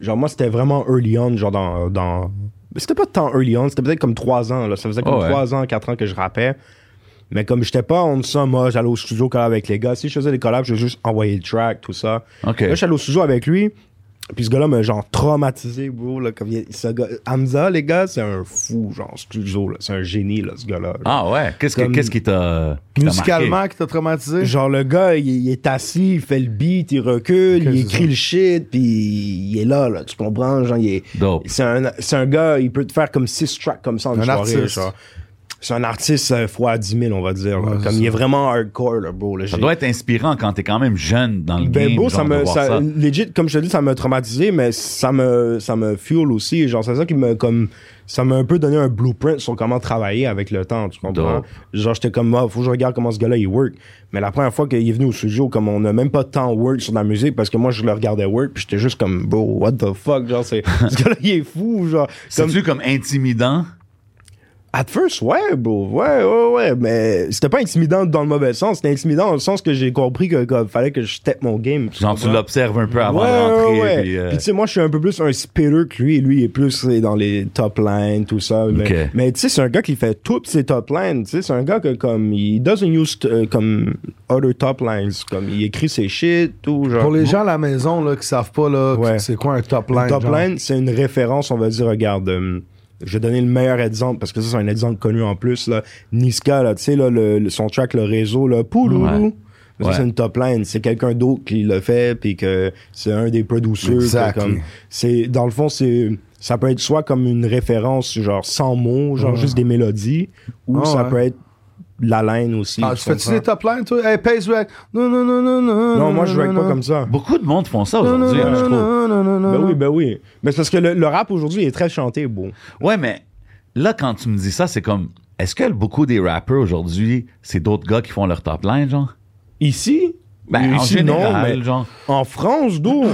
Genre, moi, c'était vraiment early on, genre dans. dans... Mais C'était pas tant early on, c'était peut-être comme trois ans, là. Ça faisait Oh, comme ouais. trois ans, quatre ans que je rappais. Mais comme j'étais pas on ça, moi, j'allais au studio collab avec les gars. Si je faisais des collabs, je juste envoyais le track, tout ça. OK. Là, je suis allé au studio avec lui. Puis ce gars-là m'a genre traumatisé, bro. Là, comme il- ce gars- Hamza, les gars, c'est un fou, genre, studio, là. C'est un génie, là, ce gars-là. Ah ouais? Qu'est-ce que- Comme- qu'est-ce qui t'a. qui t'a marqué? Musicalement, qui t'a traumatisé? Genre, le gars, il, il est assis, il fait le beat, il recule, il écrit le shit, puis il est là, là. Tu comprends? Genre, il est. Dope. C'est un, c'est un gars, il peut te faire comme six tracks comme ça en une Un soirée, artiste. genre. C'est un artiste euh, fois 10 000, on va dire. là. Ouais, comme c'est il est vraiment hardcore, là, bro. Là, Ça J'ai- doit être inspirant quand t'es quand même jeune dans le Ben game. beau, genre, ça de me, voir ça, ça. legit, comme je te dis, ça m'a traumatisé, mais ça me, ça me fuel aussi. Genre, c'est ça qui me, comme, ça m'a un peu donné un blueprint sur comment travailler avec le temps, tu comprends? Dope. Genre, j'étais comme, ah, faut que je regarde comment ce gars-là, il work. Mais la première fois qu'il est venu au studio, comme, on n'a même pas tant work sur la musique, parce que moi, je le regardais work, puis j'étais juste comme, bro, what the fuck, <laughs> genre, c'est, ce gars-là, il est fou, genre. Comme, C'est-tu comme intimidant? At first, ouais, bro. Ouais, ouais, ouais. Mais c'était pas intimidant dans le mauvais sens. C'était intimidant dans le sens que j'ai compris que, que fallait que je step mon game. Genre, tu comprends? l'observes un peu avant ouais, de rentrer. ouais, ouais. puis, euh, Puis, tu sais, moi, je suis un peu plus un spitter que lui. Lui, il est plus euh, dans les top lines, tout ça. Mais, Ok. mais tu sais, c'est un gars qui fait toutes ses top lines. Tu sais, c'est un gars que, comme, il doesn't use euh, comme other top lines. Comme, il écrit ses shit, tout. Genre. Pour les gens à la maison là, qui savent pas, là, Ouais. c'est quoi un top line? Le top genre? line, c'est une référence, on va dire, regarde. euh, je vais donner le meilleur exemple parce que ça, c'est un exemple connu en plus. Là. Niska, là, tu sais, là, le, le- son track, le réseau, là, Pouloulou. Ouais. Ça, Ouais. c'est une top line. C'est quelqu'un d'autre qui le fait, puis que c'est un des producers. Exactly. que comme- c'est Dans le fond, c'est ça peut être soit comme une référence, genre sans mots, genre juste des mélodies, ou Ah, ça ouais. peut être la line aussi. Ah, tu tu fais-tu comprends? des top lines, toi? Hey, Pace Rack. Non, non, non, non, non. Non, moi, je non, rec pas non. comme ça. Beaucoup de monde font ça Non, non, aujourd'hui, hein, non, je non, trouve. non, non, non, non, Ben non. oui, ben oui. Mais c'est parce que le, le rap aujourd'hui est très chanté, bon. Ouais, mais là, quand tu me dis ça, c'est comme. Est-ce que beaucoup des rappers aujourd'hui, c'est d'autres gars qui font leur top line, <laughs> genre? Ici, Ben, en ici, non, général, mais genre. en France, d'où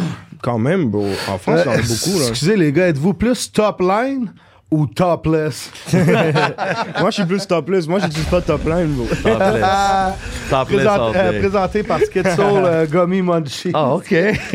quand même, bro. En France, il y en a Euh, <laughs> beaucoup, là. Excusez les gars, êtes-vous plus top line ou topless? Moi, je suis plus topless. Moi, j'utilise pas top line, bro. Topless. Topless Présent- all euh, day. présenté par Skid Soul euh, Gummy Munchie. Ah, OK. <laughs>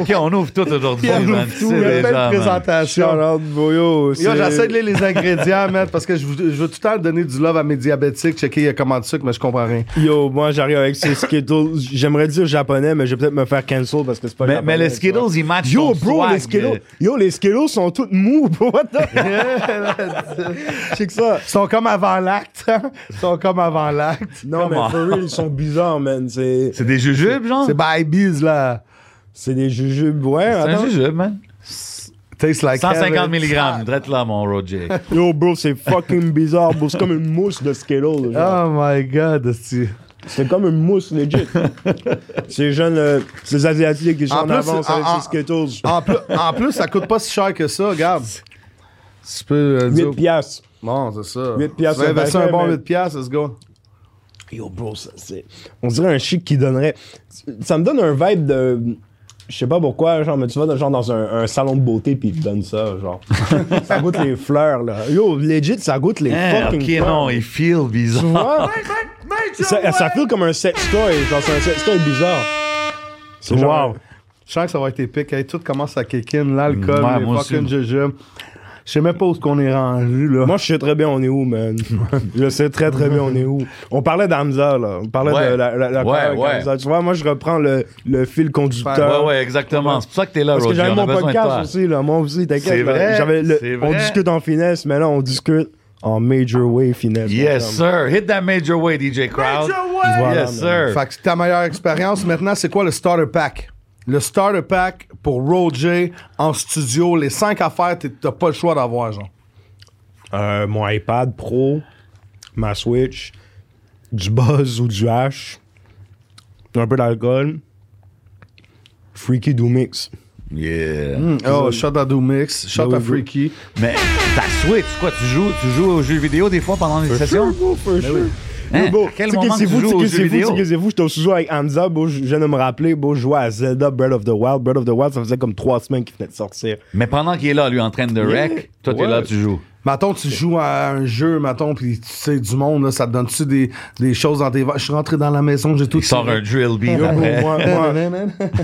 OK, on ouvre tout aujourd'hui, Il y a man. tout, euh, il y a plein de déjà, man. présentations. Shout-out, Ah, bro, yo, Yo, c'est- j'essaie de lire les ingrédients, <laughs> man, parce que je, vous- je veux tout le temps donner du love à mes diabétiques, checker euh, comment de sucre, mais je comprends rien. Yo, moi, j'arrive avec ces Skittles. J'aimerais dire japonais, mais je vais peut-être me faire cancel parce que c'est pas Mais, japonais. mais les tu Skittles, vois. ils matchent Yo, ton bro, swag, les Skittles. euh, Yo, les Skittles sont toutes mous, bro. What <laughs> the <laughs> Check ça. Ils sont comme avant l'acte. hein. Ils sont comme avant l'acte. Non, mais Comment? for real, ils sont bizarres, man. C'est C'est des jujubes, genre? C'est babies, là. c'est des jujubes. Ouais, C'est attends. un jujube, man. Tastes like 150 heaven. mg. Drette là, mon <laughs> Roger. Yo, bro, c'est fucking bizarre, bro. C'est comme une mousse de Skittles. genre. Oh my god, esti. C'est comme une mousse legit. ces jeunes, euh, ces Asiatiques qui sont En en, plus, avance en- avec en- ces Skittles. en, plus, en plus, ça coûte pas si cher que ça, regarde. <laughs> Tu peux euh, 8 dire. piastres. Bon, c'est ça. Huit piastres, Tu vas investir c'est un bien bon fait, 8 piastres, let's go. Yo, bro, ça, c'est... On dirait un chic qui donnerait... Ça me donne un vibe de... Je sais pas pourquoi, genre, mais tu vas dans- genre dans un, un salon de beauté puis ils te donnent ça, <laughs> genre. ça goûte les fleurs, là. Yo, legit, ça goûte les Eh, Hein, fucking OK, fleurs. non, il feel Tu bizarre. vois? ça, ça feel comme un sex toy. Genre, c'est un sex toy bizarre. C'est genre- Wow. Je sens que ça va être épique. Hey, tout commence à kick in, l'alcool, Ouais, les moi fucking aussi. jujubes. Je sais même pas où est-ce qu'on est rendu, là. Moi, je sais très bien on est où, man. je sais très, très bien on est où. On parlait d'Hamza, là. On parlait Ouais. de la, la, la Ouais, avec ouais. Hamza. Tu vois, moi, je reprends le, le fil conducteur. Ouais, ouais, exactement. C'est pour ça que t'es là, Parce que Roger. j'avais On a mon besoin de toi. podcast aussi, là. Moi aussi, C'est t'inquiète. là. vrai, J'avais le- c'est On vrai. discute en finesse, mais là, on discute en major way finesse. Yes, mon chum. sir. Hit that major way, DJ Crowd. Voilà, Yes, man. sir. Fait que c'est ta meilleure expérience. Maintenant, c'est quoi le starter pack? Le starter pack pour Roger en studio, les cinq affaires, t'es- t'as pas le choix d'avoir, genre. Euh, mon iPad Pro, ma Switch, du Buzz ou du H, un peu d'alcool, Freaky Do Mix. Yeah. Mm. Oh, shot à Do Mix, shot à Freaky. Mais ta Switch, quoi, tu joues, tu joues aux jeux vidéo des fois pendant les sessions? Sure, bro, Oh, for sure. Hein, Yo, bro, à quel tu sais moment que c'est tu fou, joues tu sais aux que jeux c'est fou, tu vidéo? sais que c'est fou. J'étais au studio avec Hamza, bro, je je viens de me rappeler, bro, je jouais à Zelda Breath of the Wild. Breath of the Wild, ça faisait comme trois semaines qu'il venait de sortir. Mais pendant qu'il est là, lui, en train de wreck, toi, t'es Ouais. là, tu joues. Mettons, tu joues à un jeu, mettons, puis tu sais, du monde, là, ça te donne-tu des, des choses dans tes... va- Je suis rentré dans la maison, j'ai tout... Il sort un drill <laughs> beat après. moi, moi,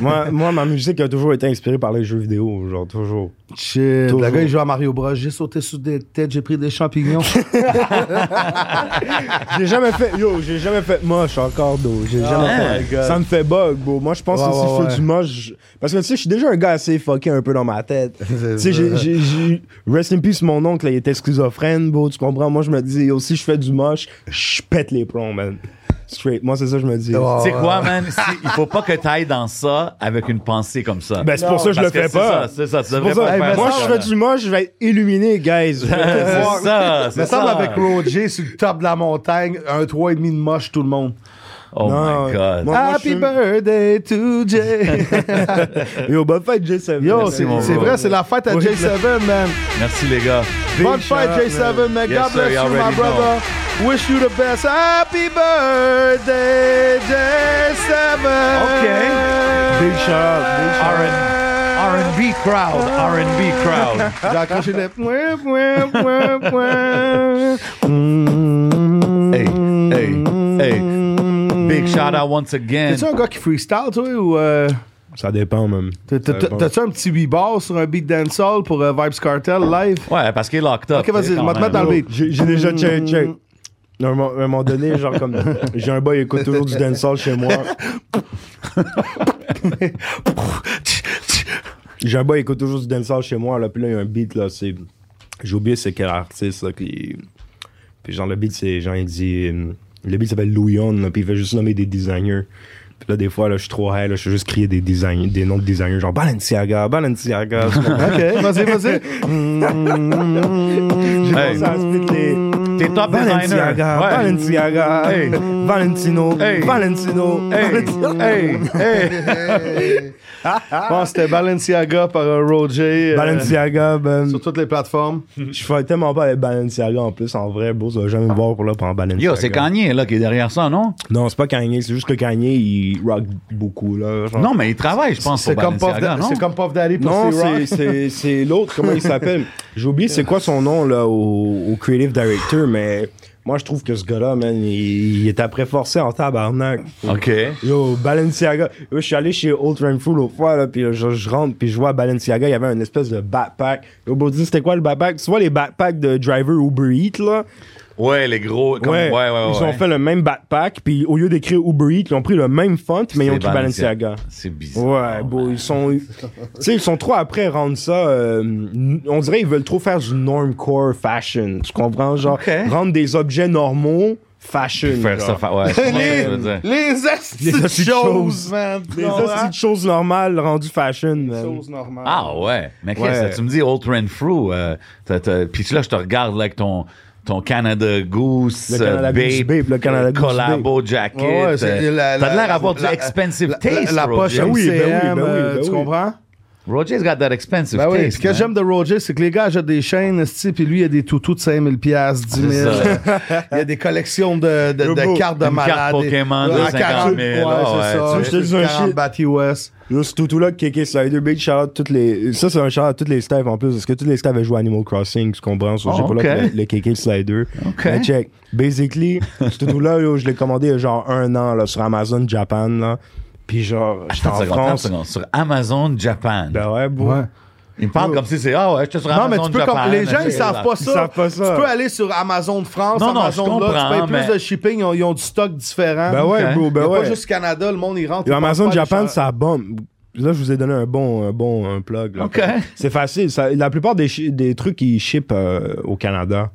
moi, moi, ma musique a toujours été inspirée par les jeux vidéo, genre, toujours. Shit, Toujours. le gars, il joue à Mario Bros. J'ai sauté sur des têtes, j'ai pris des <laughs> champignons. J'ai jamais fait, yo, j'ai jamais fait moche encore, d'eau. J'ai jamais my fait- Ça me fait bug, bro. Moi, je pense Ah, Ouais, que si ouais, je fais ouais. du moche, je- parce que tu sais, je suis déjà un gars assez fucké un peu dans ma <laughs> tête. tu sais, j'ai, j'ai, j'ai- rest in peace, mon oncle, là, il était schizophrène, bro. Tu comprends? Moi, je me dis, yo, si je fais du moche, je pète les plombs, man. Straight. Moi, c'est ça, que je me dis. Ouais. Tu sais quoi, man? Si- il faut pas que t'ailles dans ça avec une pensée comme ça. Ben, c'est pour ça que je le Parce fais c'est pas. ça, C'est ça, tu C'est pour devrais ça. pas Hey, faire mais moi, ça, je là. fais du moche, je vais être illuminé, <laughs> guys. Je vais être- C'est ça, Mais c'est semble ça. avec Roger sur le top de la montagne, un toit et demi de moche, tout le monde. Oh Non, my God. moi- je Happy suis- birthday <laughs> to Jay. Yo, bonne fête, J7. Yo, Merci, c'est mon c'est bro. vrai, c'est la fête à Oui, J7, man. Merci, les gars. Bonne shout fête, J7, man. Yes, God sir, bless you you, my already brother. Wish you the best. Happy birthday, J7. Big shout out, big shout out. R&B crowd, R&B crowd. J'ai accroché les... Mouin, mouin, mouin, mouin. hey, hey, hey. <laughs> Big shout out once again. T'es-tu un gars qui freestyle, toi, ou... euh, Ça dépend, même. t'as- t'as- Ça dépend. T'as-tu un petit b-bar sur un beat dancehall pour euh, Vibes Cartel <laughs> live? Ouais, parce qu'il est locked up. Ok, vas-y, quand je vais te même. mettre dans le beat. J'ai j'ai déjà check, check. À un mo- à un moment donné, genre comme <laughs> j'ai un boy, il écoute toujours du dancehall chez moi. J'ai un boy, il écoute toujours du dancehall chez moi. Là, puis là, il y a un beat là, c'est j'ai oublié c'est quel artiste là qui. Puis genre le beat, c'est genre il dit euh, le beat s'appelle Louyon là, puis il fait juste nommer des designers. Puis là, des fois, là, je suis trop high, là, je fais juste crier des design, des noms de designers, genre <laughs> Balenciaga, Balenciaga. tu comprends? OK, vas-y, vas-y. J'ai Hey. commencé à spit les- T'es top designer. Balenciaga, Ouais. Balenciaga, Hey. Valentino, Hey. Valentino, Valentino. Hey, hey, hey. <laughs> Je pense que c'était Balenciaga par euh, Roger. euh, Balenciaga, ben, Sur toutes les plateformes. je fais tellement pas avec Balenciaga en plus, en vrai, bro, ça va jamais me voir pour là pour en Balenciaga. Yo, c'est Kanye, là, qui est derrière ça, non? Non, c'est pas Kanye, c'est juste que Kanye, il rock beaucoup, là. genre. Non, mais il travaille, je pense, C'est pour comme, Puff Balenciaga, Da- non? c'est comme Puff Daddy pour Non, C-Rock. c'est- c'est <laughs> c'est l'autre, comment il s'appelle? J'ai oublié c'est quoi son nom, là, au, au creative director, mais moi, je trouve que ce gars-là, man, il, il est après forcé en tabarnak. OK. Yo, Balenciaga. Yo, je suis allé chez Old Renfrew l'autre fois, là, puis là, je, je rentre, puis je vois à Balenciaga, il y avait une espèce de backpack. Yo, bro, dis, c'était quoi le backpack? Tu vois les backpacks de driver Uber Eats, là? Ouais, les gros. Comme, ouais, ouais, ouais. Ils ont ouais. fait le même backpack, puis au lieu d'écrire Uber Eats, ils ont pris le même font, mais ils ont C'est écrit Balenciaga. C'est bizarre. Ouais, bon, ils sont. tu sais, ils sont trop après à rendre ça. euh, n- on dirait qu'ils veulent trop faire du normcore fashion. Tu comprends? Genre, Ok. rendre des objets normaux fashion. Faire genre. ça, fa- ouais. je <laughs> comprends ce que tu veux dire. Les Les astuces astuces choses, choses. man. hein? Des hein? petites choses normales rendues fashion, man. normales. Ah ouais. Mais qu'est-ce Ouais. que tu me dis, Old Renfrew? Euh, t'as- t'as- Puis là, je te regarde là, avec ton, ton Canada Goose, Le Canada euh, Goose Babe, le Canada Goose collabo jacket. Ouais, ouais, c'est- euh, T'as la- de l'air la- d'avoir du la- expensive La, taste, la- la poche Roger. ah oui, ben oui, MCM, ben oui, euh, ben tu oui. comprends? Roger's got that expensive Ben oui, taste. ce que man. j'aime de Roger, c'est que les gars achètent des chaînes, esti, puis lui, il y a des toutous de 5000 piastres, 10 000. C'est <laughs> il y a des collections de, de, Yo, de bro, cartes de une carte malade. Pokémon de Ouais, 50 000, 40, Ouais, ouais, c'est tu ça. veux que je te dise un 40 shit? Batty West. Yo, ce toutou-là, KK Slider, big shout toutes les. Ça, c'est un shout à toutes les staffs en plus, parce que toutes les staffs avaient joué à Animal Crossing, tu comprends? So, Oh, j'ai pas là ok. que le, le KK Slider. Ok. Mais check. Basically, ce toutou-là, yo, je l'ai commandé il y a genre un an, là, sur Amazon Japan, là. Puis genre, j'étais en Attends, attends, France. attends, sur Amazon Japan. Ben ouais, bon. Ils me parlent comme si c'est ah ouais, j'étais sur Non, Amazon mais tu peux Japan. comme, les gens, tu ils sais, savent là. pas ça. Ils savent pas ça. Tu peux aller sur Amazon de France, Non, non, Amazon je de là, tu payes comprends, plus mais- de shipping, ils ont, ils ont du stock différent. Ben ouais, Ok. bro, ben Il y a ouais. pas juste Canada, le monde, il rentre. Yo, il Amazon pense pas à Japan, les ça bombe. Là, je vous ai donné un bon, un bon un plug. Là. OK. C'est facile. ça- la plupart des, chi- des trucs, ils ship euh, au Canada.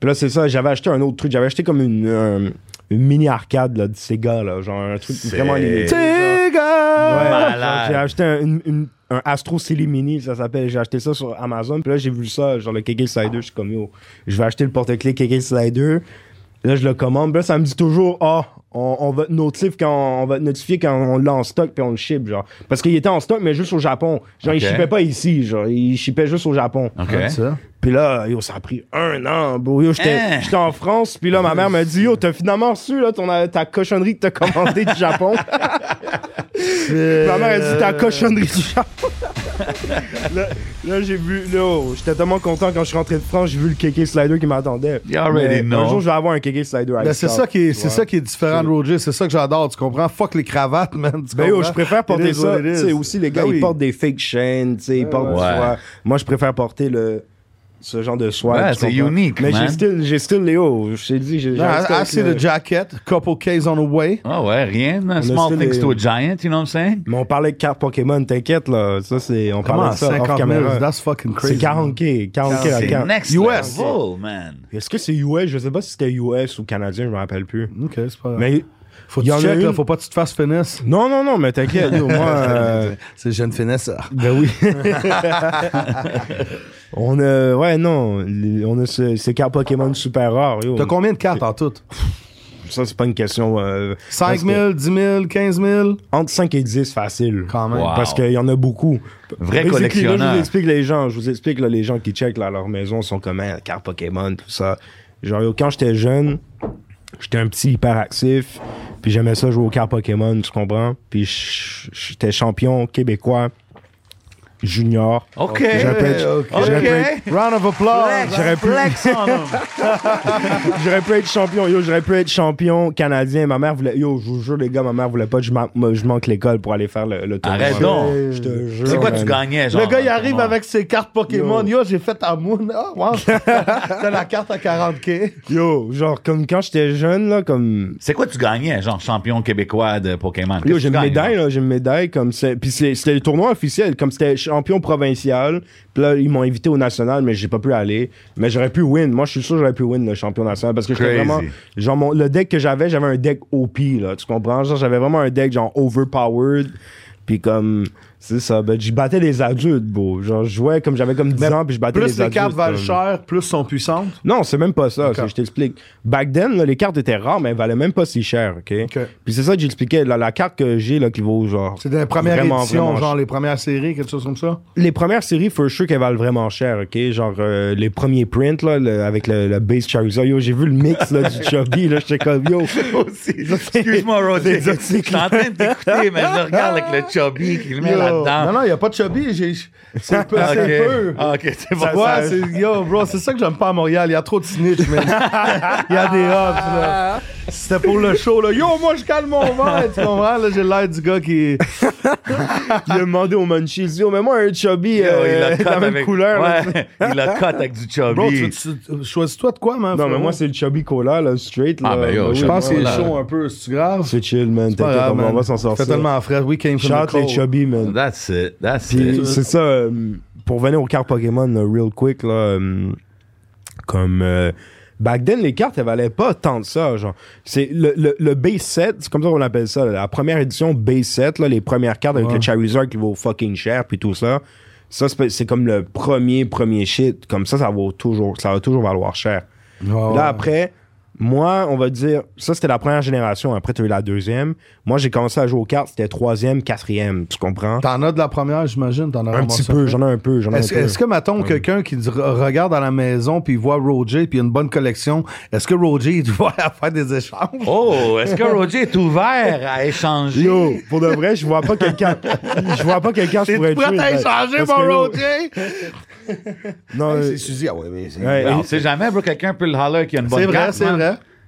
Puis là, c'est ça. J'avais acheté un autre truc. J'avais acheté comme une, euh, une mini arcade là, de Sega. Là, genre un truc C'est- vraiment limité. Tigre! Ouais, Malade. J'ai acheté un, une- une- un Astro Silly Mini, ça s'appelle. J'ai acheté ça sur Amazon. Puis là, j'ai vu ça, genre le KK Slider. Je suis comme, yo, je vais acheter le porte-clés KK Slider. Là, je le commande. Puis là, ça me dit toujours, ah, on, on va te notifier quand, on va te notifier quand on l'a en stock puis on le ship, genre. Parce qu'il était en stock, mais juste au Japon. Genre, il Ok. shippait pas ici, genre. Il shippait juste au Japon. OK. Puis là, yo, ça a pris un an, bro. Yo, j'étais Hein? j'étais en France, puis là, ma mère m'a dit, yo, t'as finalement reçu là, ton, ta cochonnerie que t'as Euh, <laughs> commandée du Japon. ma mère a dit, ta cochonnerie du Japon. Là, là, j'ai vu. Là, oh, j'étais tellement content quand je suis rentré de France, j'ai vu le KK Slider qui m'attendait. You already Mais know. Un jour, je vais avoir un KK Slider. Ben, c'est ça qui est, c'est ça qui est différent de Roger, c'est ça que j'adore, tu comprends? Fuck les cravates, man. tu Ben yo, comprends? je préfère It porter is ça. what it Tu is. sais, aussi, les gars, Ben ils oui. portent des fake chaînes, tu sais, ils portent du ouais. soie. Moi, je préfère porter le, ce genre de soie. Ouais, tu c'est comprends? unique, Mais j'ai man. still, j'ai still Léo. Je t'ai dit, j'ai j'ai Non, resté I, I avec see le- the jacket, couple K's on the way. Ah ouais, rien. man. Small style things est- to a giant, you know what I'm saying? Mais on parlait de cartes Pokémon, t'inquiète, là. Ça, c'est. On Comment parlait de ça. 50 off 000? caméra. That's fucking C'est crazy. 40K. 40K la C'est carte. next US. level, man. Est-ce que c'est US Je sais pas si c'était US ou canadien, je me rappelle plus. Ok, c'est pas grave. Mais. Faut que y tu en a check, là, une- faut pas que tu te fasses <laughs> finesse. Non, non, non, mais t'inquiète, yo, <laughs> moi. euh, C'est jeune finesseur. Ben oui. <laughs> on a, ouais, non, les- on a ce- ces cartes Pokémon super rares. yo. T'as combien de cartes en tout? Ça, c'est pas une question. euh, 5 000, 10 000, 15 000? Entre 5 et 10, facile. Quand même. Wow. Parce qu'il y en a beaucoup. Vrai Basically, là, collectionneur. je vous explique les gens. Je vous explique là, les gens qui checkent là, à leur maison sont comme hein, cartes Pokémon, tout ça. Genre, yo, quand j'étais jeune, j'étais un petit hyperactif. Puis j'aimais ça jouer aux cartes Pokémon, tu comprends? Puis j- j'étais champion québécois junior. OK. J'ai un peu- OK. j'ai un peu- Round of applause! J'aurais pu, j'aurais pu être champion, yo, j'aurais pu être champion canadien. Ma mère voulait, yo, je vous jure, les gars, ma mère voulait pas que je, man- me- je manque l'école pour aller faire le, le <laughs> tournoi. Arrête donc. Je te jure. C'est quoi tu man. gagnais, genre? Le gars, il dans le arrive tournoi? avec ses cartes Pokémon. Yo, Yo. j'ai fait ta moon. Ah, <laughs> wow. T'as la carte à 40K. Yo, genre, comme quand j'étais jeune, là, comme. C'est quoi tu gagnais, genre champion québécois de Pokémon? Qu'est-ce Yo, que j'ai tu une gagnes, médaille, genre? là, j'ai une médaille, comme c'est. Puis c'est- c'était le tournoi officiel, comme c'était champion provincial. Puis là, ils m'ont invité au national, mais j'ai pas pu aller. Mais j'aurais pu win. Moi, je suis sûr que j'aurais pu win le champion national parce que j'étais Crazy. vraiment. Genre, mon- le deck que j'avais, j'avais un deck OP, là. Tu comprends? Genre, j'avais vraiment un deck, genre, overpowered. Puis comme. C'est ça, ben, je battais les adultes, bro. Genre, je jouais comme j'avais comme 10 ans, puis je battais les Plus adultes. les cartes valent comme. cher, plus sont puissantes. Non, c'est même pas ça. c'est- Je t'explique. Back then, là, les cartes étaient rares, mais elles valaient même pas si cher. OK? OK. Puis c'est ça que j'expliquais. là, la carte que j'ai, là, qui vaut genre. C'est des premières vraiment, éditions, vraiment genre cher. les premières séries, quelque chose comme ça. Les premières séries, for sure, qu'elles valent vraiment cher. OK? Genre, euh, les premiers prints, là, le- avec le, le base Charizard. Yo, j'ai vu le mix, là, du Chubby, là. J'étais comme, yo. aussi. <laughs> Excuse-moi, Roger. Je suis en train de t'écouter, mais je le regarde avec le chubby qui le met Yo. là-dedans. Non, non, il n'y a pas de chubby. j'ai- <laughs> C'est peu. Ah, ok. c'est peu. Ah, ok, c'est bon. ouais, c'est, yo, bro, c'est ça que j'aime pas à Montréal. Il y a trop de snitch, man. Il y a des hops, là. C'était pour le show, là. Yo, moi, je calme mon ventre. Tu comprends? Là, j'ai l'air du gars qui. J'ai demandé au Munchies, yo, mets-moi un Chubby Yo, il euh, l'a cut la même avec... couleur. là, tu sais. Ouais, il l'a cut avec du chubby. Bro, tu, tu- tu- choisis-toi de quoi, man? Non, mais frérot? moi, c'est le Chubby Cola, là, straight. Là. Ah, ben, yo, oui. Je pense que c'est Voilà. chaud un peu. C'est grave. C'est chill, man. Pas T'inquiète, grave, on man. va s'en sortir. Fait tellement frais. We came from the Shout les cold. Chubby, man. That's it, that's Puis it. c'est ça, euh, pour venir aux cartes Pokémon, là, real quick, là, euh, comme euh, back then, les cartes, elles valaient pas tant de ça. Genre, c'est le, le, le base set, c'est comme ça qu'on appelle ça, là, la première édition base set, là, les premières cartes avec le Charizard qui vaut fucking cher, puis tout ça. Ça, c'est pas- c'est comme le premier, premier shit. Comme ça, ça, vaut toujours, ça va toujours valoir cher. Ouais, Là, après, moi, on va dire, ça, c'était la première génération. Après, tu as eu la deuxième. Moi, j'ai commencé à jouer aux cartes, c'était troisième, quatrième. Tu comprends? T'en as de la première, j'imagine. T'en as Un ramassé petit peu, j'en ai un peu. J'en ai un Est-ce peu. est-ce que, mettons, quelqu'un qui re- regarde à la maison puis voit Roger puis une bonne collection, est-ce que Roger, il doit <laughs> faire des échanges? Oh, est-ce que Roger est ouvert à échanger? Yo, pour de vrai, je vois pas <laughs> quelqu'un. Je vois pas quelqu'un qui pourrait être. prêt à tué, échanger, ben, parce mon que, yo, Roger? Non, euh, C'est Suzy, ah ouais, mais c'est. ouais, Ben, on sait jamais, bro, quelqu'un peut le holler qu'il y a une bonne C'est vrai, carte, c'est man. vrai.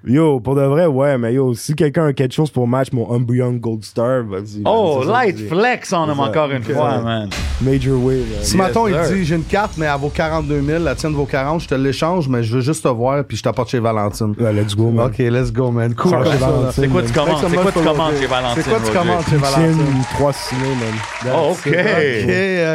yo, pour de vrai, ouais, mais yo, si quelqu'un a quelque chose pour match mon Umbreon Gold Star, vas-y. Oh, man, c'est ça que light je dis. flex on him encore une fois, man. Major Wave. man. Si, mettons, il sir. dit, j'ai une carte, mais elle vaut 42 000, la tienne vaut 40, je te l'échange, mais je veux juste te voir puis je t'apporte chez Valentine. Ouais, let's go, man. OK, let's go, man. Cool. Ça, comme chez ça, là. Valentine. C'est quoi tu commandes? Thanks so C'est quoi much tu for commandes Roger. chez Valentine? C'est quoi tu Roger? commandes chez Poutine, Valentine? trois ciné, man. Oh, OK.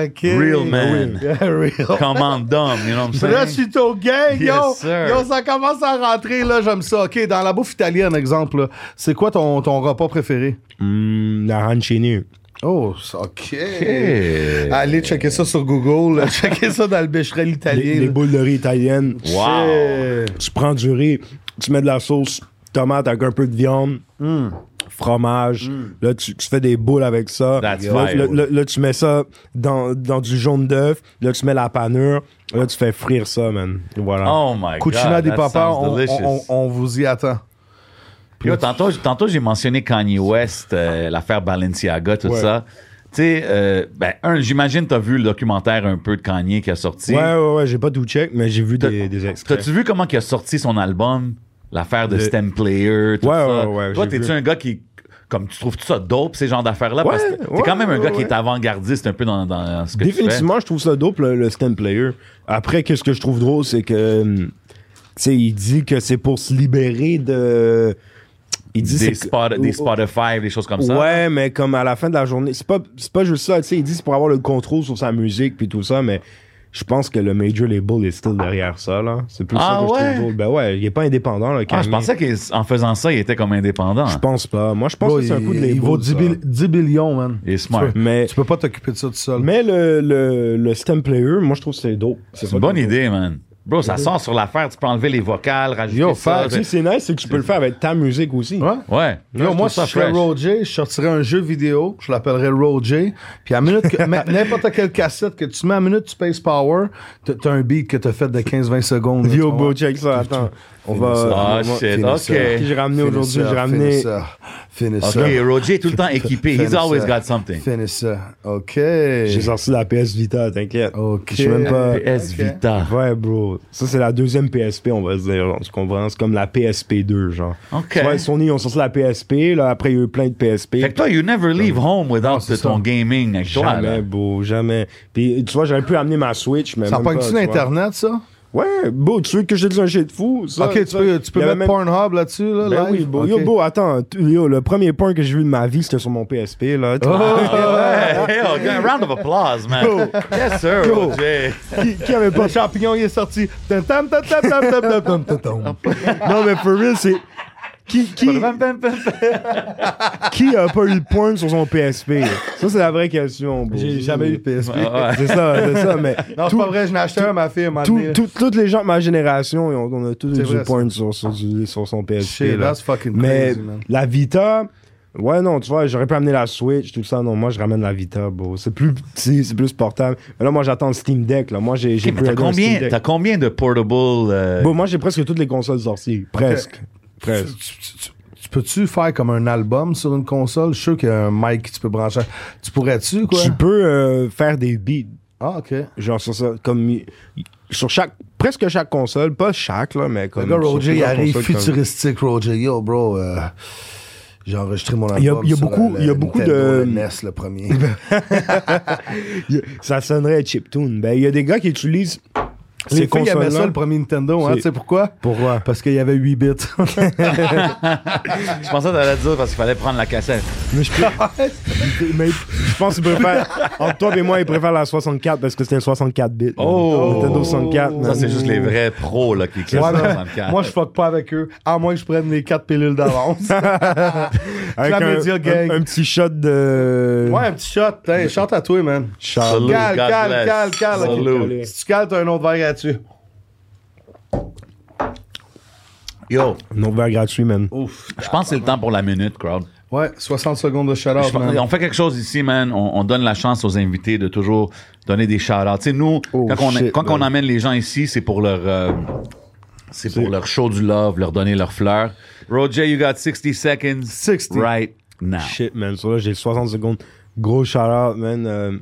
OK, OK. Real man. Yeah, <laughs> real. Commande d'homme, you know what I'm Puis Là, saying? je suis au gang, Yes, yo. sir. Yo, ça commence à rentrer, là, j'aime ça. OK, dans la bouffe italienne, exemple, là, c'est quoi ton, ton repas préféré? Oh. Hum, la ranchini. Oh, ça- OK. Eh. Allez, checker ça sur Google, là. <laughs> checker ça dans le bécherel Les, italien. les là. boules de riz italiennes. Wow. euh, Tu prends du riz, tu mets de la sauce tomate avec un peu de viande, Hmm. fromage. Là, tu, tu fais des boules avec ça. That's là, fire. là- là- là, tu mets ça dans, dans du jaune d'œuf. Là, tu mets la panure. Là, tu fais frire ça, man. Et Voilà. Oh my Cucina god. di that Papa, sounds on, delicious. on- on- on vous y attend. Yo, tantôt, tantôt, j'ai mentionné Kanye West, euh, l'affaire Balenciaga, tout ça. Tu sais, euh, ben, un, j'imagine t'as vu le documentaire un peu de Kanye qui a sorti. Ouais, ouais, ouais, j'ai pas tout check, mais j'ai vu T'as- des, des extraits. T'as-tu vu comment il a sorti son album? L'affaire de Le- Stem Player, tout Ouais, ça. ouais, ouais, Toi, j'ai t'es-tu vu. un gars qui. Comme tu trouves tout ça dope, ces genres d'affaires-là? Ouais, parce que t'es ouais, quand même un ouais, gars qui ouais. est avant-gardiste un peu dans, dans ce que Définitivement, je trouve ça dope, le, le stand player. Après, qu'est-ce que je trouve drôle, c'est que. hum, Tu sais, il dit que c'est pour se libérer de. Il tu fais. Des, c'est que- Oh, Spot- des Spotify, des choses comme ça. Ouais, mais comme à la fin de la journée, c'est pas, c'est pas juste ça, tu sais, il dit c'est pour avoir le contrôle sur sa musique puis tout ça, mais je pense que le major label est still derrière ça, là. C'est plus Ah ça que je ouais? trouve drôle. Ben ouais, il est pas indépendant, là, Ah, je Kanye. pensais qu'en faisant ça, il était comme indépendant. Je pense pas. Moi, je pense que c'est un coup de il, label. il vaut 10, ça. bill- 10 billions, man. Il est smart. Mais, Tu peux pas t'occuper de ça tout seul. mais le, le, le stem player, moi, je trouve que c'est dope. C'est une bonne idée, man. Bro, ça sort sur l'affaire, tu peux enlever les vocales, rajouter ça. Yo, fuck, Tu sais, Mhm. c'est nice, c'est que tu peux le faire avec ta musique aussi. Ouais. Ouais. Yo, moi, si ça je serais Roger, je sortirais un jeu vidéo, je l'appellerais Roger, puis à minute que- <laughs> mais n'importe quelle cassette que tu mets, à minute tu passes power, t'as t'as un beat que t'as fait de 15-20 secondes. là, tu Yo, comprends? bro, check ça, attends. On va. Ah, on va- shit, Finis ok. ça. Qui j'ai ramené Finis aujourd'hui, ça, j'ai ramené. Finis ça. Finis Ok, ça. Roger est tout le temps équipé. He's Finis always ça. got something. Finis ça. OK. J'ai sorti la PS Vita, t'inquiète. Ok. Eh, Je suis même pas. PS Vita. Ouais, bro. Ça, c'est la deuxième PSP, on va se dire. genre, tu comprends? C'est comme la PSP2, genre. Ok. Tu vois, Sony, ils ont sorti la PSP. Là, après, il y a eu plein de PSP. Fait que toi, you never leave home Ah, without ton gaming avec toi. jamais, là. bro. Jamais. Puis, tu vois, j'aurais pu amener ma Switch, mais. Ça même pas, pogne-tu tu vois. l'Internet, ça? Ouais, bro. Tu veux que je te dise un shit de fou? Ça, OK, tu ça, peux, tu peux il y avait mettre Pornhub là-dessus, là, Ben live? oui, bro. OK. Yo, bro, attends. tu- Yo, le premier point que j'ai vu de ma vie, c'était sur mon PSP, là. Tu vois? Ah, ouais. Hey, yo, round of applause, Oh! man. Yes, sir, Roger. qui, qui avait pas Le champignon, il est sorti. Tam, tam, tam, tam, tam, tam, tam, tam, <laughs> tam, tam. Non, mais for real, c'est. Qui, qui, qui a pas eu de point sur son PSP? Ça, c'est la vraie question, bro. J'ai jamais eu de PSP. Ah, ouais. C'est ça, c'est ça, mais. <laughs> Non, c'est tout- pas vrai, je n'ai acheté un à ma fille. m'a tout- amené. tout- toutes les gens de ma génération, ils ont- on, a tous eu C'est du vrai, point sur, sur, du- sur son PSP. Shit, là. that's fucking Mais crazy, man. la Vita, ouais, non, tu vois, j'aurais pu amener la Switch, tout ça. Non, moi, je ramène la Vita, bro. C'est plus petit, c'est plus portable. Mais là, moi, j'attends le Steam Deck, là. Moi, j'ai j'ai Ok, mais T'as upgradé un Steam combien, Deck. t'as combien de portable. euh, Bon, moi, j'ai presque toutes les consoles sorties. Presque. Presque. Tu- tu- tu- Tu peux-tu faire comme un album sur une console? Je suis sûr qu'il y a un mic que tu peux brancher. Tu pourrais-tu, quoi? Tu peux euh, faire des beats. Ah, OK. Le Genre sur ça, comme y- y- sur chaque, presque chaque console, pas chaque là, mais comme. gars sur Roger, il plusieurs arrive consoles, comme- futuristique, Roger. Yo, bro, euh, j'ai enregistré mon album Il y a- il y a sur beaucoup- le- il y a le beaucoup Nintendo, de- le NES, le <laughs> premier. Y- <laughs> Ça sonnerait chiptune. Ben il y a des gars qui utilisent Les ces filles aimaient consoles ça, là. le premier Nintendo, hein? C'est- Tu sais pourquoi? Pourquoi? Parce qu'il y <laughs> avait 8 bits. Je pensais que t'allais dire parce qu'il fallait prendre la cassette. Mais <laughs> je, peux- mais je pense qu'ils préfèrent. Entre toi et moi, ils préfèrent la 64 parce que c'était le 64 bits. Oh! Nintendo 64. Ça, man. c'est juste les vrais pros là, qui Ouais, cliquent sur mais 64. moi, je fuck pas avec eux, à moins que je prenne les 4 <laughs> pilules d'avance. Avec la un, Media un- Gang. un petit shot de. ouais, un petit shot. Hey, chante à toi, man. Salute, Charles. Cal, God cal, bless. cal, cal. ok. Salute. Si tu cales, t'as un autre verre là-dessus. Yo, Un autre verre ben, gratuit, man. je pense que c'est le temps pour la minute, crowd. Ouais, 60 secondes de Je shout-out, pense- man. on fait quelque chose ici, man. On, on donne la chance aux invités de toujours donner des shout-outs. Tu sais, nous, Oh, quand, on, shit, quand man. on amène les gens ici, c'est pour leur... euh, c'est pour leur show du love, leur donner leur fleur. Roger, you got 60 seconds 60. right now. Shit, man. Ça, là, j'ai 60 secondes. Gros shout out, man. Euh,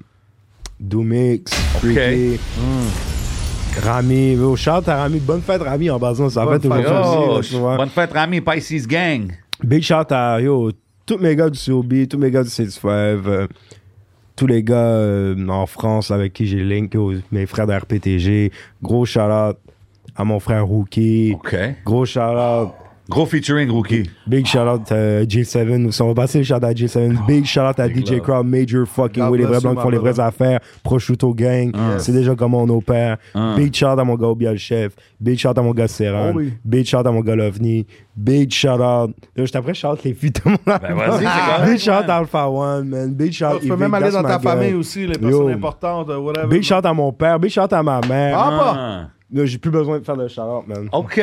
Doomix, Freaky, Hmm. Rami. Yo, shout out à Rami. Bonne fête, Rami, en basant. Ça Bonne fait aujourd'hui. fête. Yo, là, tu vois. Oh, bonne fête, Rami, Pisces Gang. Big shout out à yo, tous mes gars du COB, tous mes gars du 65, euh, tous les gars euh, en France avec qui j'ai link, yo, mes frères de RPTG. Gros shout out à mon frère Rookie. OK. Gros shout out. Gros featuring, Rookie. Big shout out à J7. aussi. On va passer le shout out à J7. Big shout out à DJ love. Crowd, Major fucking Ah, God Way, les bless vrais you, blancs qui my font les vraies brother. Ah, affaires. Prosciutto Gang, c'est déjà comment on opère. Big shout out à mon gars Obia le chef. Big shout out à mon gars Serran. Oh oui. Big shout out à mon gars Lovni. Big shout out. Là, je t'apprête, shout out les filles de mon Ben, album. vas-y, c'est correct, Big shout out man. Alpha One, man. Big shout out Tu peux Yvick, même aller that's dans my ta guy. famille aussi, les personnes Yo. importantes, euh, whatever. Big shout out à mon père. Big shout out à ma mère. Ah, Oh. bah. Ah. Là, J'ai plus besoin de faire de shout out, man. OK.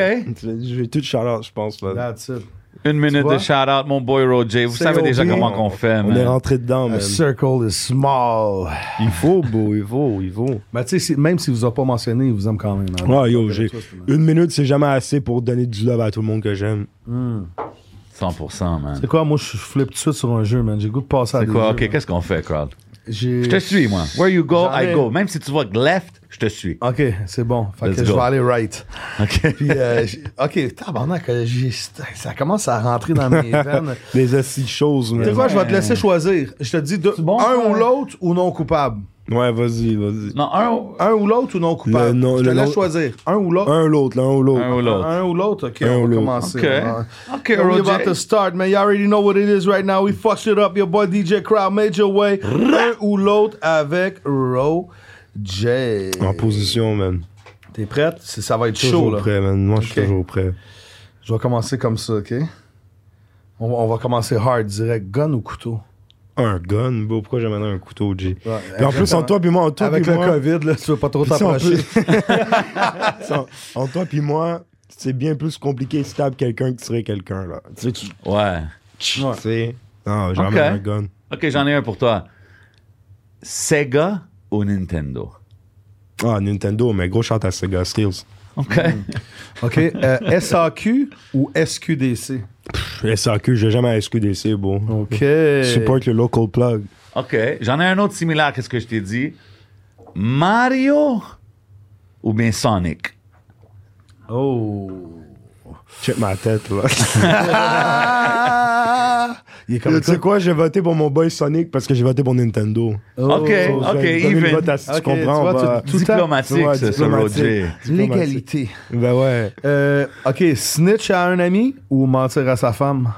J'ai tout shout out, je pense, man. That's it. Une minute vois? de shout-out, mon boy Roger. Vous C'est savez déjà OB. comment qu'on fait, On est man. rentré dedans, The man. circle is small. Euh, Il faut, beau, il faut, il faut. Mais tu sais, si- même s'il vous a pas mentionné, il vous aime quand même. hein. Ouais, yo, j'ai toi, c'est mal. une minute, c'est jamais assez pour donner du love à tout le monde que j'aime. 100%, man. C'est quoi, moi, je je flippe tout de suite sur un jeu, man. J'ai le goût de passer à C'est des quoi? jeux, OK, man. qu'est-ce qu'on fait, crowd? J'ai- Je te suis, moi. Where you go, Jamais. I go. Même si tu vas left, je te suis. Ok, c'est bon. Fait Let's que je go. vais aller right. <laughs> OK. Puis, euh, j'ai- ok, tabarnak, euh, j'ai- ça commence à rentrer <laughs> dans mes veines. Des assises choses, Tu mais. sais quoi, je vais te laisser choisir. Je te dis deux, bon, un ça? ou l'autre ou non coupable. Ouais, vas-y, vas-y. Non, un, Un ou l'autre ou non Le coupable. non- je te le laisse non- choisir. Un ou l'autre. Un ou l'autre, l'un ou l'autre. un ou l'autre. Un ou l'autre, ok, Un on ou va l'autre. commencer. OK. OK, We're Roger. about to start, man. You already know what it is right now. We fucked shit up. Your boy DJ Crowd made your way. Un ou l'autre avec Roger. En position, man. T'es prête? C'est- Ça va être chaud, Toujours là. prêt, man. Moi, je suis Ok. toujours prêt. Je vais commencer comme ça, ok? On, on va commencer hard, direct. Gun ou couteau? Un gun, bro. Pourquoi j'amènerais un couteau, G? Ouais, Puis en plus, exactement. en toi, puis moi, en toi, Ben, Avec puis le moi. COVID, là, tu veux pas trop Puis ça, en t'approcher. <laughs> plus- en, en toi puis moi, c'est bien plus compliqué si tapes quelqu'un que tirer quelqu'un, là. Tu sais, tu Ouais. tu sais. Non, j'emmène Ok. un gun. OK, j'en ai un pour toi. Sega ou Nintendo? Ah, Nintendo, mais gros chante à Sega Skills. OK. OK. euh, SAQ ou SQDC? SAQ, j'ai jamais à SQDC, bon. OK. Support le local plug. <laughs> OK. J'en ai un autre similaire à ce que je t'ai dit. Mario ou bien Sonic? Oh. Check ma tête, <laughs> là. Ah! Il est comme tu sais quoi, j'ai voté pour mon boy Sonic parce que j'ai voté pour Nintendo. Oh. OK, OK, j'ai donné le even. vote à- si Ok, tu comprends, bah. tu vois, on va- tu- Tout le temps. diplomatique, Ouais, ça, ce diplomatique. Roger. Diplomatique. L'égalité. Ben ouais. Euh, OK, snitch à un ami ou mentir à sa femme?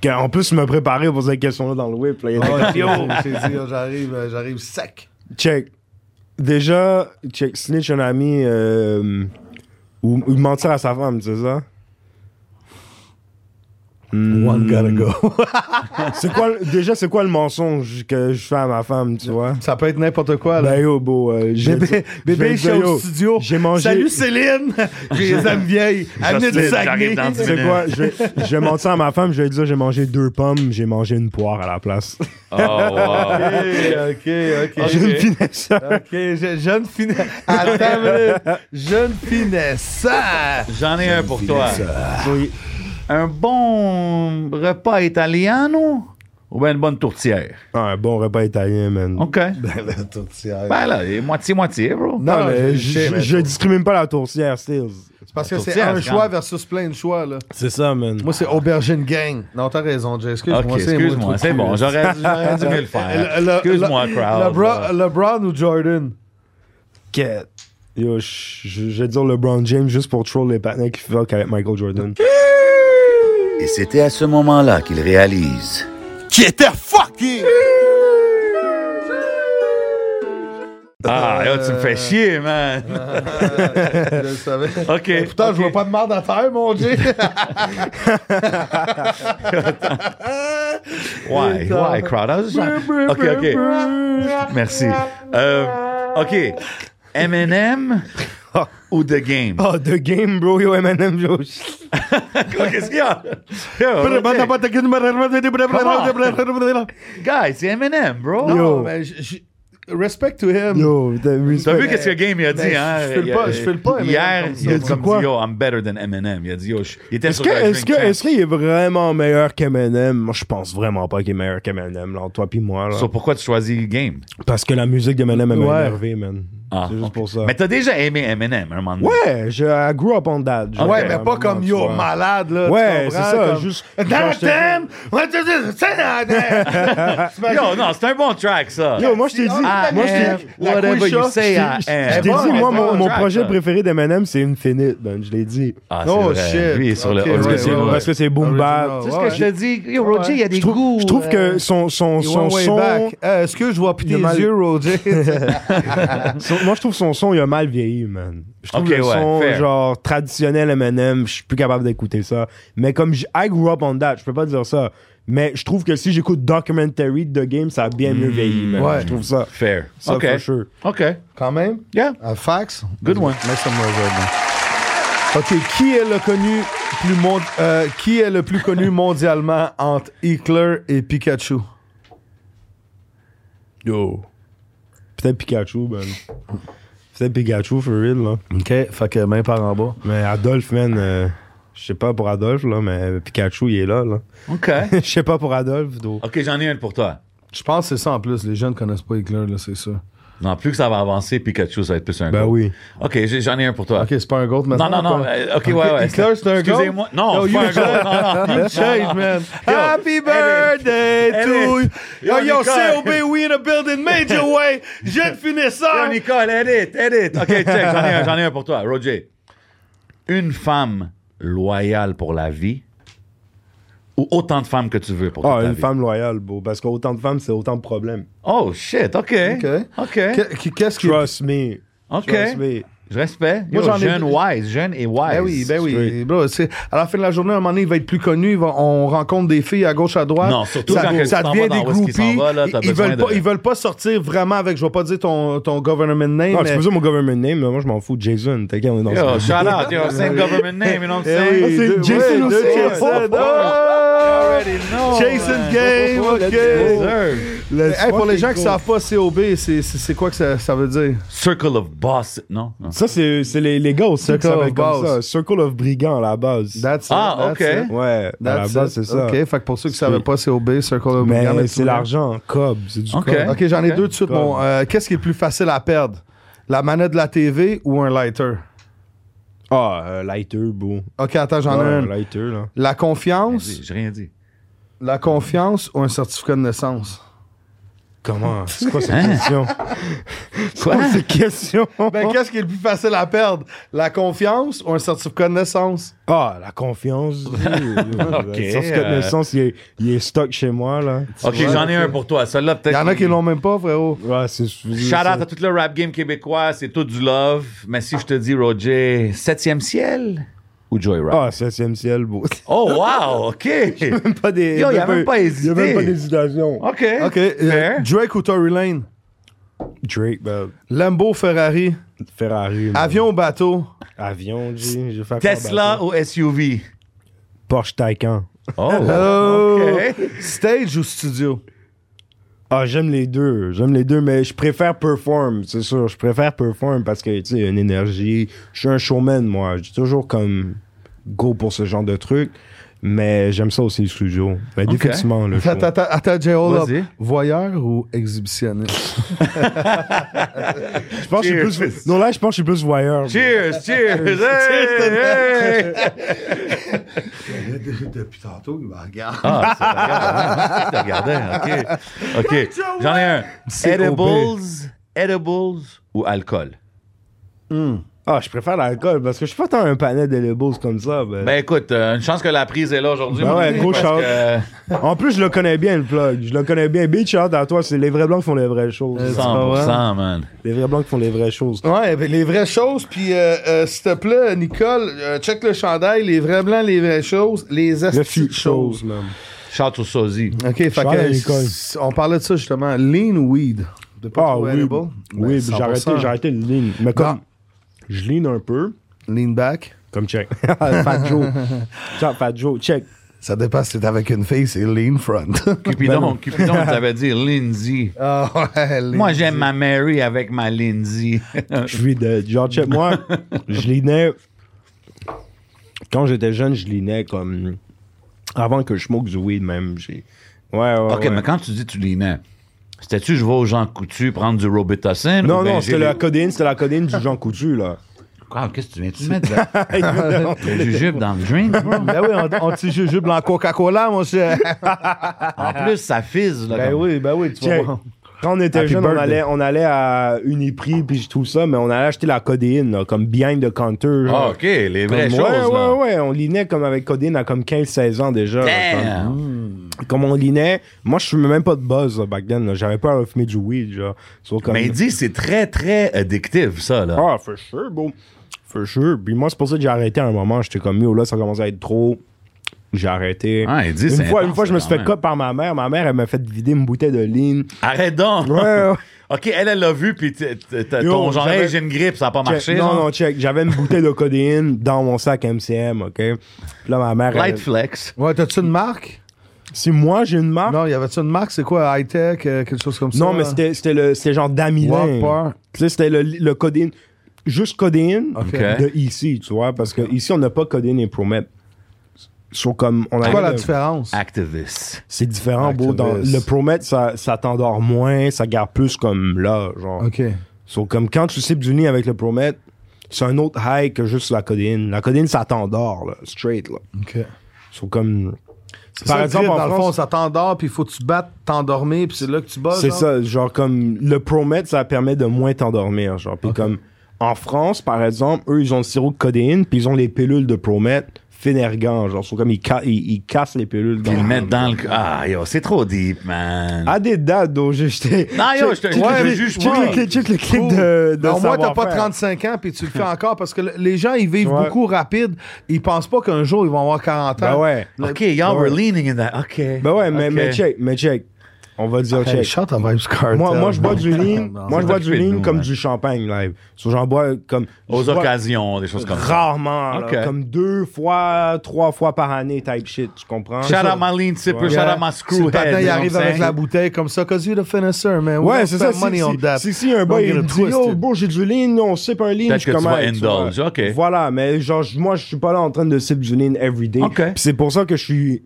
Quand- En plus, je me préparais pour cette question-là dans le whip. Là, Il y a des- yo, j'ai dit, oh, j'arrive, euh, j'arrive sec. Check. Déjà, check, snitch un ami euh, ou, ou mentir à sa femme, c'est ça? Hmm. One gotta go. <laughs> C'est quoi, le- déjà, c'est quoi le mensonge que je fais à ma femme, tu vois? Ça peut être n'importe quoi, là. Ben yo, beau, j'ai Bébé, <laughs> bébé, je suis au studio. J'ai mangé. Salut Céline! <laughs> J'ai les amis vieilles. Amenez du Jocelyne, j'arrive Saguenay. dans Tu sais quoi? Je vais, je vais mentir à ma femme, je vais lui dire j'ai mangé deux pommes, j'ai mangé une poire à la place. Oh, wow. OK, <laughs> OK, J'ai une finesse. OK, je- jeune finesse. Attends, une minute. jeune finesse. Ah! J'en ai un pour toi. Oui. Un bon repas italiano ou bien une bonne tourtière? Un bon repas italien, man. OK. Ben là, il est moitié-moitié, bro. Ben. Non, Non, mais je- je- je- je je discrimine pas la tourtière, Stills. C'est parce que c'est Tourtière, un c'est choix grave. versus plein de choix, là. C'est ça, man. Moi, c'est Aubergine Gang. Non, t'as raison, Jay. Excuse-moi. OK, c'est moi, excuse-moi, c'est trop bon. curieux. J'aurais j'aurais dû me le <laughs> Euh, Le- faire. le- Excuse-moi, le- crowd. Lebron, LeBron <laughs> ou Jordan? Quête. Yo, je je- je vais dire LeBron James juste pour troll les patins qui fuck avec Michael Jordan. euh, Et c'était à ce moment-là qu'il réalise. Qui était fucké! Ah, là, tu me Euh. fais chier, man. Je le savais. OK. Putain, je vois pas de merde à faire, <laughs> mon Dieu. Ah, Why? Why, crowd? I was just trying- OK, OK. Merci. Euh, OK. <laughs> M&M ou The Game? <laughs> Oh, The Game, bro. Yo, M&M, yo. Qu'est-ce qu'il y a? Yo, OK. Guys, c'est M&M, bro. Non, mais je- je- Respect to him. Yo, t'as T'as vu respect. qu'est-ce que Game il a Ben, dit, je- hein? je fais le Il a- pas- je fais le pas, Eminem, Hier, comme ça. il a dit, C'est comme quoi? dit, yo, I'm better than Eminem. Il a dit, yo, je- il était Est-ce sur que, le est-ce que, drink champ. est-ce qu'il est vraiment meilleur qu'Eminem? Moi, je pense vraiment pas qu'il est meilleur qu'Eminem, là, entre toi pis moi, là. So, pourquoi tu choisis Game? Parce que la musique d'Eminem elle m'a Ouais. énervé, man. Ah, C'est juste ok. pour ça. Mais t'as déjà aimé Eminem, un moment donné. Ouais, je, I grew up on that. genre, Ouais, à mais un pas moment, comme tu yo, vois. malade, là. tu Ouais, c'est comprends, ça, comme- juste- genre, Damn, j'étais- damn, what is this? C'est la <laughs> damn. Yo, non, c'est un bon track, ça. Yo, moi, je t'ai dit, ah, I moi, je t'ai am dit. whatever you say, I am. Je t'ai dit, moi, mon, mon projet préféré d'Eminem, c'est Infinite, man. Je l'ai dit. Ah, Oh, oh, shit. shit. Lui, il est sur Ok, le ouais, Parce que c'est- ouais, Parce que c'est boom bap. C'est ce que je te dis. Yo, Roger, il y a des Je trouve, goûts. euh, je trouve que son, son, You son went way son, back. Euh, Est-ce que je vois plus tes Il a mal- yeux, <laughs> Roger? son- Moi, je trouve son son, il a mal vieilli, man. Je trouve Ok, le ouais, son, fair. genre, traditionnel Eminem, je suis plus capable d'écouter ça. Mais comme j- I grew up on that, je peux pas dire ça. Mais je trouve que si j'écoute Documentary de The Game, ça a bien mieux vieilli, man. ouais. Je trouve ça. Fair. Ça, Hmm. OK. for sure. OK. Quand même. Yeah. À fax. Good one. Make some noise right now. OK, qui est le connu plus mon- euh, qui est le plus connu mondialement entre Hitler et Pikachu? Yo. Peut-être Pikachu, man. Peut-être Pikachu, for real, là. OK, fait que main par en bas. Mais Adolphe, man, euh, je sais pas pour Adolphe, là, <laughs> mais Pikachu, il est là, là. OK. Je sais pas pour Adolphe, donc. OK, j'en ai une pour toi. Je pense que c'est ça en plus. Les jeunes connaissent pas Hitler, là, c'est ça. Non, plus que ça va avancer, Pikachu, ça va être plus un Ben goat. oui. OK, j'ai- j'en ai un pour toi. Ok, c'est pas un goat maintenant. Non, non, non. quoi. euh, OK, ouais, ouais. Hitler, c'est un goat? Excusez-moi. Non, c'est Yo, pas you un goat. Non, non, non, You change, non. man. Yo, Happy elle est- birthday to you. Yo, Yo, yo, Nicole. COB, we in a building, major way. <laughs> Je ne finis ça. <laughs> Yo, Nicole, edit, edit. OK, check, j'en ai un, j'en ai un pour toi, Roger. Une femme loyale pour la vie ou autant de femmes que tu veux pour Ah, toute ta une vie? femme loyale, beau. Parce qu'autant de femmes, c'est autant de problèmes. Oh, shit, OK. OK. OK. Que- Qu'est-ce qui. Trust me. Trust me. Je respecte. Yo, Moi, j'en ai- jeune wise, jeune et wise. Ben oui, ben oui. Bro, c'est- à la fin de la journée, à un moment donné, il va être plus connu. il va- on rencontre des filles à gauche, à droite. Non, surtout ça, quand que ça tu t'en vas devient des dans où est-ce qu'il s'en groupies. va, là, t'as ils, besoin veulent de- pas, ils veulent pas sortir vraiment avec, je vais pas dire ton, ton government name. Non, mais- c'est pas ça mon government name, mais moi, je m'en fous. Jason, t'inquiète, on est dans Yo, ça. shout out. Yo, same government name, you know what I'm Ben Eh saying? oui, c'est deux- Jason ouais, aussi. deux Jason. Oh, Oh, already know, Jason man. Game, Oh, let's ok. go. Deserve. Hey, pour les gens qui go. savent pas COB, c'est- c'est c'est quoi que ça, ça veut dire? Circle of boss. Non? non. Ça, c'est c'est les, les gars aussi qui Circle s'appellent of comme ça. Boss. Circle of Brigands, à la base. That's it, Ah, that's ok. it. Ouais, à la That's base, it. c'est ça. OK, fait que pour ceux qui ne savaient pas, c'est OB, Circle of Montgomery, Mais tout c'est le monde. l'argent, cob, c'est du Ok. cob. OK, j'en ai Ok. deux de suite. Cob. Bon, euh, Qu'est-ce qui est le plus facile à perdre? La manette de la TV ou un lighter? Ah, euh, lighter, beau. OK, attends, j'en ai Ouais, un. lighter, là. J'ai La rien confiance, dit, J'ai rien dit. la confiance ou un certificat de naissance? Comment? C'est quoi Hein? cette <laughs> question? C'est quoi cette question? Oh. Ben, qu'est-ce qui est le plus facile à perdre? La confiance ou un certificat de naissance? Ah, la confiance. ok. Sans ce euh. Ben, connaissance, il est, il est stock chez moi, là. Ok, j'en ai un pour toi. Celle-là, Il peut-être. y en a qui l'ont même pas, frérot. Ouais, c'est... Shout out à tout le rap game québécois, c'est tout du love. Mais si je te dis Roger, 7e ciel ou Joyride? Ah, septième ciel, beau. <laughs> Oh, wow, <laughs> ok. pas des... Yo, il a même même pas hésité. Il a même pas d'hésitation. Ok. OK, euh, Fair. Drake ou Tory Lane? Drake, ben, Lambo, Ferrari? Ferrari. man. Avion ou bateau? Avion, j'ai j'ai fait ah, Tesla ou SUV? Porsche Taycan. Oh, Euh, ok. Stage ou studio? Ah, j'aime les deux. J'aime les deux, mais je préfère perform, c'est sûr. Je préfère perform parce que, tu sais, il y a une énergie. Je suis un showman, moi. J'ai toujours comme go pour ce genre de truc. Mais j'aime ça aussi, le studio. Mais définitivement, le show. Attends, attends, attends, Jay, hold up. Vas-y. Voyeur ou exhibitionniste? Je pense que je suis Cheers. plus... Non, là, je pense que je suis plus <laughs> voyeur. Cheers, cheers. hey, hey. Depuis tantôt, il me regarde. Ah, ça regarde, hein. Ça regarde, hein. OK. OK. J'en ai un. Edibles, edibles ou alcool? Ah, je préfère l'alcool parce que je suis pas tant un panel de labels comme ça. ben. Ben écoute, euh, une chance que la prise est là aujourd'hui. Ben mon ouais, ami, gros parce shout. que- En plus, je le connais bien, le plug. Je le connais bien. Big shout à toi. C'est les vrais blancs qui font les vraies choses. 100%, man. Les vrais blancs qui font les vraies choses. Ouais, ben, les vraies choses, puis euh, euh, s'il te plaît, Nicole, euh, check le chandail, les vrais blancs, les vraies choses, les Le astuces few choses, choses. même. Shout au sosie. OK, fait Chandail à que, Nicole. s- on parlait de ça justement. Lean ou weed? De Ah trop oui, edible? oui Ben, j'ai arrêté, 100%. j'ai arrêté de lean. Mais comme Non. je lean un peu, Lean back. comme check. <laughs> Fat Joe. Check, Fat Joe, check. Ça dépasse si t'es avec une fille, c'est lean front. <laughs> Ben Cupidon, <laughs> Cupidon, ça veut dire Lindsay. ah ouais, lean. Moi, j'aime ma Mary avec ma Lindsay. <laughs> Je suis de genre check. <laughs> Moi, je leanais. Quand j'étais jeune, je leanais comme. Avant que je smoke du weed même. J'ai... Ouais, ouais. OK, ouais. mais quand tu dis tu linais, c'était-tu je vais aux gens coutus prendre du Robitussin? Non, ou ben non, j'ai c'était les- la codéine, c'était la codéine du Jean Coutu, <laughs> là. Ah, Qu'est-ce que tu viens-tu de mettre? de Ah, la- de la jujube dans le drink, bro? <laughs> Ben oui, on, on t'y jujube en Coca-Cola, mon cher. En plus, ça fizz, là. ben comme- oui, ben oui, tu vas Check. voir. Quand on était Happy jeune, on birthday. allait, on allait à Uniprix, puis tout ça, mais on allait acheter la codéine, là, comme Behind the Counter. Ah, genre. OK, les vraies ben Comme, choses, ouais, là. ouais, ouais. On linait comme avec Codine à comme 15-16 ans déjà. là, Damn. Comme, comme on linait. Moi, je fumais même pas de buzz là, back then. là. J'avais peur de fumer du weed. Genre. Sauf comme- Mais il dit c'est très, très addictif, ça, là. Ah, for sure, bro. For sure. Puis moi, c'est pour ça que j'ai arrêté à un moment. J'étais comme, yo, là, ça commence à être trop. J'ai arrêté. Ah, il dit, une, c'est fois, une intense, fois, je me suis quand fait même. cop par ma mère. Ma mère, elle m'a fait vider une bouteille de ligne. Arrête donc! Ouais, ouais. <laughs> OK, elle, elle l'a vu, puis t- t- t- Yo, ton genre, j'avais- hey, j'ai une grippe, ça n'a pas marché. Check. Non, genre. non, check. J'avais une bouteille de codéine dans mon sac MCM, OK? Puis là, ma mère. elle- Light flex. Ouais, t'as-tu une marque? Si moi, j'ai une marque. Non, il y avait-tu une marque? C'est quoi, high-tech, euh, quelque chose comme ça? Non, mais c'était, c'était le c'était genre d'amylin. Whopper. Tu sais, c'était le, le codéine. Juste codéine OK. de ici, tu vois, parce que ici, on n'a pas codéine et prometh. sont comme. On C'est arrive quoi la de- différence? Ah. Activist. C'est différent, beau. Dans, Activist. le promet, ça, ça t'endort moins, ça garde plus comme là, genre. OK. So, comme quand tu cibles du nid avec le promet, c'est un autre high que juste la codéine. La codéine, ça t'endort, là, straight, là. OK. So, comme. C'est Par ça, le exemple, trip, en dans le France- fond, ça t'endort, puis il faut que tu battes, t'endormir, puis c'est là que tu bosses. hein. C'est genre? ça, genre comme le Promet, ça permet de moins t'endormir, genre. Puis comme en France, par exemple, eux, ils ont le sirop de codéine, puis ils ont les pilules de Promet Fénergan, genre. Sont comme ils, ca- ils, ils cassent les pilules. Puis dans- le mettre dans le. Ah, yo, c'est trop deep, man. À des dates, donc j'ai jeté. Non, yo, check- je te- check ouais, le- je juge check pas. le clip- check le clip Cool. de. de Au moins, t'as pas Savoir-Faire. 35 ans, puis tu <laughs> le fais encore, parce que le- les gens, ils vivent Ouais. beaucoup rapide. Ils pensent pas qu'un jour, ils vont avoir 40 Ben ans. ouais. OK, y'all were leaning in that. OK. Ben ouais, mais, OK. mais check, mais check. On va dire Hey, check. shout out Vibes Cartel. Moi, moi, je bois du lean, moi, Non, je c'est bois occupé du de lean nous, comme hein. du champagne live. So, j'en bois comme. Aux je bois- occasions, des choses comme ça. Rarement, là, Ok. comme deux fois, trois fois par année type shit, tu comprends? Shout out my lean tipper, shout out my C'est le patin, screwhead. il arrive avec la bouteille comme ça, cause you're the finisher, man. We Ouais, don't c'est ça. spend Si, money si, on that. si, si un boy Don't get il me it dit, oh, twisted. bon, j'ai du lean, on sip un lean, Peut-être je que tu commence. vas indulge, vois. ok. Voilà, mais genre, je- moi, je suis pas là en train de sip du lean everyday. Ok. Puis c'est pour ça que je suis.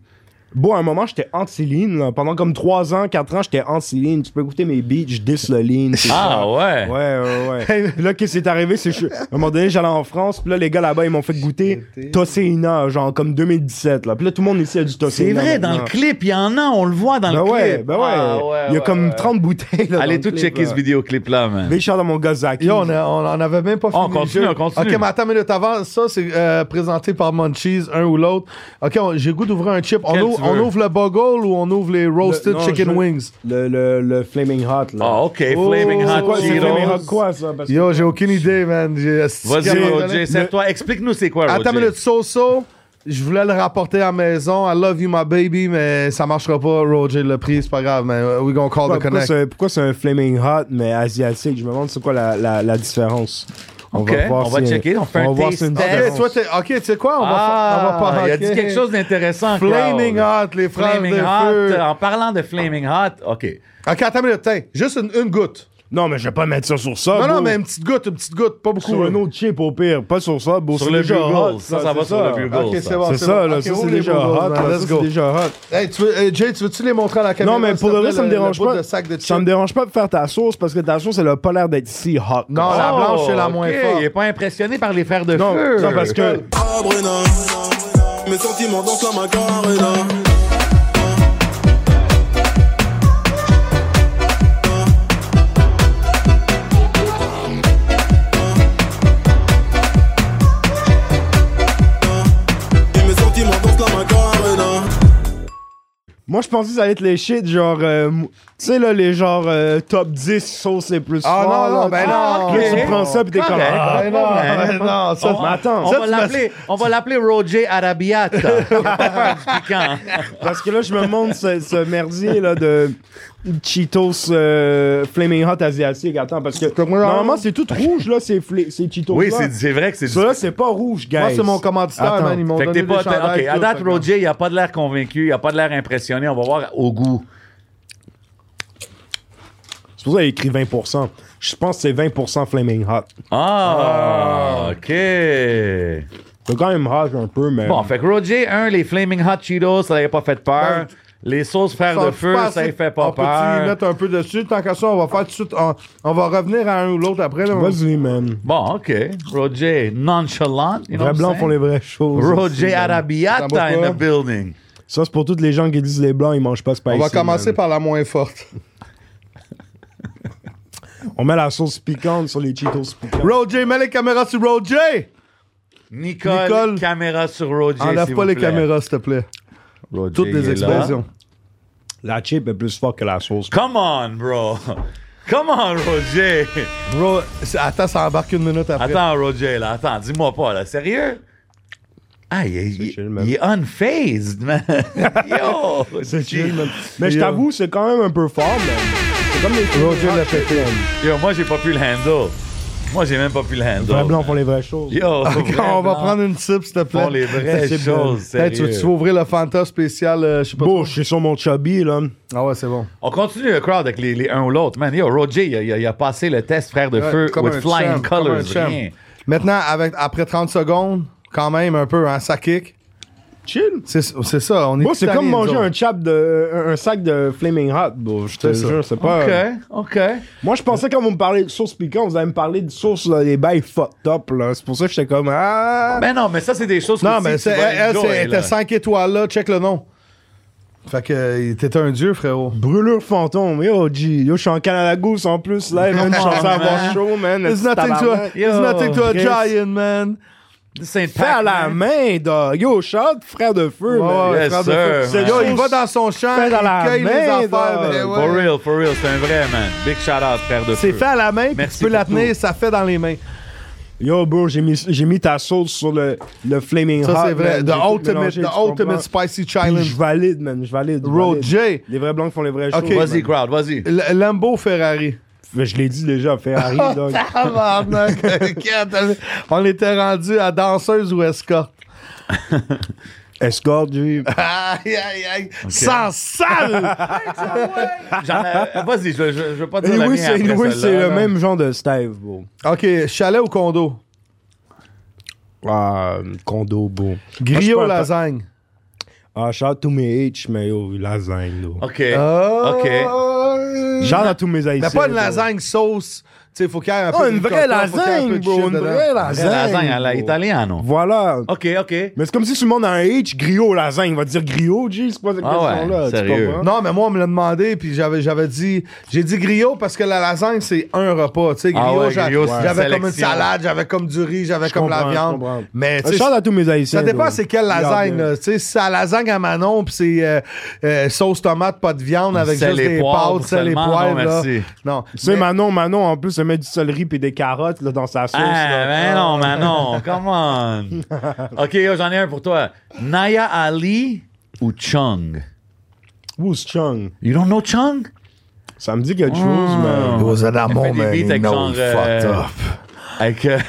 Bon, à un moment, j'étais anti-lean. là. Pendant comme 3 ans, 4 ans, j'étais anti-lean. Tu peux écouter mes beats, je diss le lean. c'est ça. Ah ouais. Ouais, ouais, ouais. Puis là, qu'est-ce qui est arrivé? C'est que je- à un moment donné, j'allais en France, puis là, les gars là-bas, ils m'ont fait goûter Tosseina, genre comme 2017. Là. Puis là, tout le monde ici a du C'est Tosseina. vrai, dans le maintenant. clip, il y en a, on le voit dans Ben le ouais, clip. ben ouais. Ah, ouais, Il y a ouais, comme ouais. 30 bouteilles. Là, Allez tout checker euh. ce vidéoclip-là, man. Big shout out à mon gars Zach. Yo, on, a- on en avait même pas fini. Ah, On continue, le on jeu. continue. Ok, mais attends une minute avant. Ça, c'est euh, présenté par Munchies, un ou l'autre. Ok, on- j'ai le goût d'ouvrir un chip. On, Quel ouvre, tu on veux? ouvre le Bogle ou on ouvre les Roasted Le- non, Chicken je- Wings? Le, le, le Flaming Hot, là. Ah, OK, Flaming C'est Hot quoi, c'est Flaming Hot Cheetos. quoi, ça? Parce que- Yo, j'ai aucune idée, man. J'ai- Vas-y, Le- Roger, serre-toi. Explique-nous c'est quoi, Roger. Attends une minute, so-so. Je voulais le rapporter à la maison. I love you, my baby, mais ça marchera pas, Roger. Le prix, c'est pas grave, man. We gonna call Pourquoi, the pourquoi connect. c'est, pourquoi c'est un Flaming Hot, mais asiatique? Je me demande c'est quoi la, la, la différence. On Ok, on va checker, on fait un voir taste s'il y a une test. Ok, différence. Eh, toi, t'es- ok, tu sais quoi? On va, fa- on va Ah, pas il a dit ok. quelque chose d'intéressant. Flaming Claude. Hot, les frères Flaming de Hot. feu. En parlant de Flaming Hot, OK. Ok, attends une minute, tiens, juste une, une goutte. Non, mais je vais pas mettre ça sur ça. non, non, bro. mais une petite goutte, une petite goutte, pas beaucoup. Sur un autre chip, au pire. Pas sur ça, beau. Sur c'est le déjà Bugle, hot, ça, ça va c'est sur le Bugle. Ok, c'est bon. C'est ça, bon. là, Ok, ça ouvre c'est les déjà Bulldogs, hot, man, là, ça Let's c'est go. déjà hot. Hey, tu veux, euh, Jay, tu veux-tu les montrer à la caméra? Non, mais s'il pour te le plaît, vrai, ça me dérange bout pas. de sac de Ça me chips? dérange pas de faire ta sauce parce que ta sauce, elle a pas l'air d'être si hot. Non, la blanche, c'est la Oh, moins OK, forte. Il est pas impressionné par les frères de Non, feu. non, parce que. Ah, Brenna, mes sentiments dansent la macarena. Et mes sentiments dansent la macarena. Moi, je pensais que ça allait être les shit, genre. euh, mou- tu sais, là, les genre euh, top 10 sauces les plus Ah, fortes, non, non, là, ben tu- non. Là, ok. tu prends ça, pis t'es comme. Correct. ah, Ben non, ben non, ça, On- mais attends, on ça, va tu l'appeler- on va l'appeler Roger <laughs> Arabiata. Il va faire du piquant. Parce que là, je me montre ce, ce merdier là, de Cheetos euh, Flaming Hot asiatique. Attends, parce que normalement, c'est tout rouge, là, ces, fla- ces Cheetos. Oui, là. c'est c'est vrai que c'est du Ça, là, c'est pas rouge, guys. Moi, c'est mon commanditaire, Attends. man. Ils m'ont Fait que donné t'es des pas. chandails. OK, à tout, date, fait que- Roger, il a pas de l'air convaincu, il a pas de l'air impressionné. On va voir au goût. C'est pour ça qu'il a écrit 20%. Je pense que c'est 20% Flaming Hot. Ah, OK. C'est quand même rage un peu, mais. Bon, fait que Roger, un, les Flaming Hot Cheetos, ça n'avait pas fait peur. Ben, les sauces frères de Sont-tu feu, ça assez- ne fait pas on peut-tu y peur. mettre un peu dessus? Tant qu'à ça, on va faire tout de suite. On, on va revenir à un ou l'autre après. là. Vas-y, man. Bon, OK. Roger, nonchalant. You know Les what I'm blancs saying? font les vraies choses. Roger Ça va Arabiata in pas? the building. Ça, c'est pour toutes les gens qui disent les blancs, ils mangent pas spicy. On va commencer man. par la moins forte. On met la sauce piquante sur les Cheetos piquants. Roger, mets les caméras sur Roger! Nicole, Nicole, caméra sur Roger. Enlève s'il pas vous les plaît. caméras, s'il te plaît. Roger, Toutes il est les là. explosions. La chip est plus forte que la sauce. Come on, bro. <laughs> Come on, Roger. Bro, c'est- attends, ça embarque une minute après. Attends, Roger, là. Attends, dis-moi pas, là. Sérieux? Ah, il est, il, chill, man. il est unfazed, man. <laughs> Yo! C'est chill, man. Mais je Yo. t'avoue, c'est quand même un peu fort, mais c'est comme les Ah, Roger l'a pété. Yo, moi, j'ai pas pu le handle. Moi, j'ai même pas pu le handle. Les blancs font les vraies choses. <laughs> Yo, Ok, on va prendre une sip, s'il te plaît. Font les vraies C'est choses, bon. Hey, tu veux-tu sérieux. ouvrir le Fanta spécial, euh, je sais pas Bon, je suis sur mon chubby, là. trop. Ah ouais, c'est bon. On continue le crowd avec les, les un ou l'autre, man. Yo, Roger, il a, il a- il a passé le test, frère de Ouais, feu, comme with un flying champ, comme un colors. champ. Rien. Maintenant, avec, après 30 secondes, quand même un peu, hein, ça kick. Chill. C'est c'est ça, on est Bon, c'est tannés, comme nous manger autres. un chap de. un un sac de Flaming Hot, bro. Je te C'est ça. jure, c'est pas. OK, OK. Moi, je pensais quand vous me parlez de sauce piquante, vous allez me parler de sauce, là, les bails fucked up, là. C'est pour ça que j'étais comme. Ah! Mais non, mais ça, c'est des choses Non, qu'aussi mais tu c'est- vas elle, elle, enjoy, c'est- elle là. était 5 étoiles là, check le nom. Fait que euh, t'étais un dieu, frérot. Brûlure fantôme. Yo, G. Yo, je suis en Canada Goose en plus, là. man, je suis censé avoir chaud, man. Oh, It's nothing to a, Tabarnak. Yo, it's nothing to a Chris. giant, man. This ain't Fais à la Pac-Man. main, dog. Yo, shout, frère de Oh, feu, man. ouais, Yes, frère de sir, feu. man. Yo, il va dans son champ, Fait il dans la cueille les main, affaires. dog. ben ouais. For real, for real, c'est un vrai, man. Big shout-out, frère de C'est feu. fait à la main, puis Merci tu peux la pour tenir, ça fait dans les mains. Yo, bro, j'ai mis, j'ai mis ta sauce sur le, le Flaming Hot. Ça, c'est vrai. man. The J'ai tout ultimate, mélangé, the tu ultimate comprends? spicy Puis challenge. Je valide, man. Je valide. je Road valide. J. Les vrais blancs font les vrais choses. Ok. Vas-y, crowd, <laughs> vas-y. L- Lambo <laughs> Ferrari. Mais Je l'ai dit déjà, Ferrari, Oh, dog. <laughs> Tabarnak. On était rendu à danseuse ou escorte. Escorte, G. Aïe, aïe, aïe. Sans salle! J'en ai- euh, Vas-y, je, je, je veux pas dire Eh Et la oui, mienne c'est après oui, celle-là, c'est là. le même genre de Steve, bro. <laughs> OK, chalet ou condo? Ah, condo, bro. Griot Moi, je suis pas lasagne. un- Ah, shout out to mes H, mais yo, lasagne, bro. OK, OK. Oh. Shout out à tous mes haïtiens. Mais pas une bro. lasagne sauce. Tu sais, faut qu'il y ait un peu Oh, de une ricotta, vraie faut qu'il y ait un peu lasagne, de bro. shit Une dedans. vraie C'est lasagne. la lasagne à la bro. italiano. Voilà. OK, OK. Mais c'est comme si tout le monde a un H griot lasagne. Il va dire griot, G, c'est pas cette Ah ouais, question-là. tu sérieux. comprends? Non, mais moi, on me l'a demandé, puis j'avais, j'avais dit. J'ai dit griot parce que la lasagne, c'est un repas. Tu sais, griot, Ah ouais, j'a- griot, c'est une j'avais comme une sélection. salade, j'avais comme du riz, j'avais comme la comprends, je viande. comprends. Euh, Mais tu sais, Shout out à tous mes haïtiens. ça dépend bro. c'est quelle lasagne. Regarde, euh, là. Tu sais, si c'est la lasagne à Manon, puis c'est euh, euh, sauce tomate, pas de viande, avec sel juste et des poivre pâtes, sel et seulement, poivres. non, là. merci. Non. Tu sais, Manon, Manon, en plus, elle met du celery et des carottes là, dans sa sauce. Ah, là. mais non, mais non, come <laughs> on. OK, yo, j'en ai un pour toi. Naya Ali ou Chung? Ah. Who's Chung? You don't know Chung? Ça me dit quelque chose, Hmm. mais. Aux Adamons, des man, beats he avec knows genre, euh, fucked up. Avec... <laughs> euh,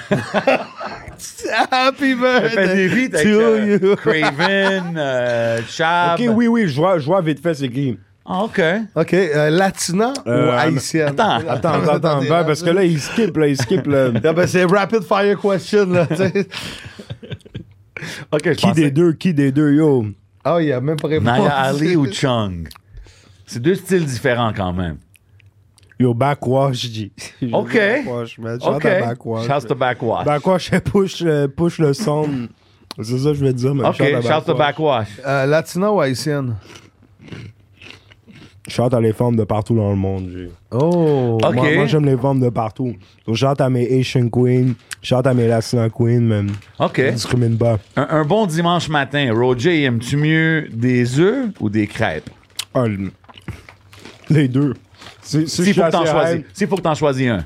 Happy birthday! fait des beats avec to euh, you. Craven, euh, Chab. Ok, oui, oui, je vois, je vois vite fait c'est qui. Ah, OK. OK, euh, latina Euh, ou haïtienne? attends, Attends, attends, attends, ben, parce que là, il skip, là, il skip, <laughs> là. Ah ben, c'est rapid fire question, là. tu sais. <laughs> OK, je qui pensais- des deux, qui des deux, yo? Ah, il a même pas répondu. Naya Ali ou Chung? C'est deux styles différents quand même. Yo, backwash, je dis. Ok. Backwash, man. Shout out OK. à backwash. Shout to backwash. Backwash, elle push, euh, push le son. C'est ça que je vais te dire, man. OK, Shout out à shout to backwash. Euh, latina ou haïtienne? Shout à les femmes de partout dans le monde, j'ai. Oh! OK. Moi, moi, j'aime les femmes de partout. Donc, shout à mes Asian Queen, shout à mes Latina Queen, man. OK. Je <laughs> discrimine pas. Un, un bon dimanche matin, Roger, aimes-tu mieux des œufs ou des crêpes? Ah, le- les deux. Si, si je S'il suis faut que t'en assez choisis. S'il faut que t'en choisis un. high-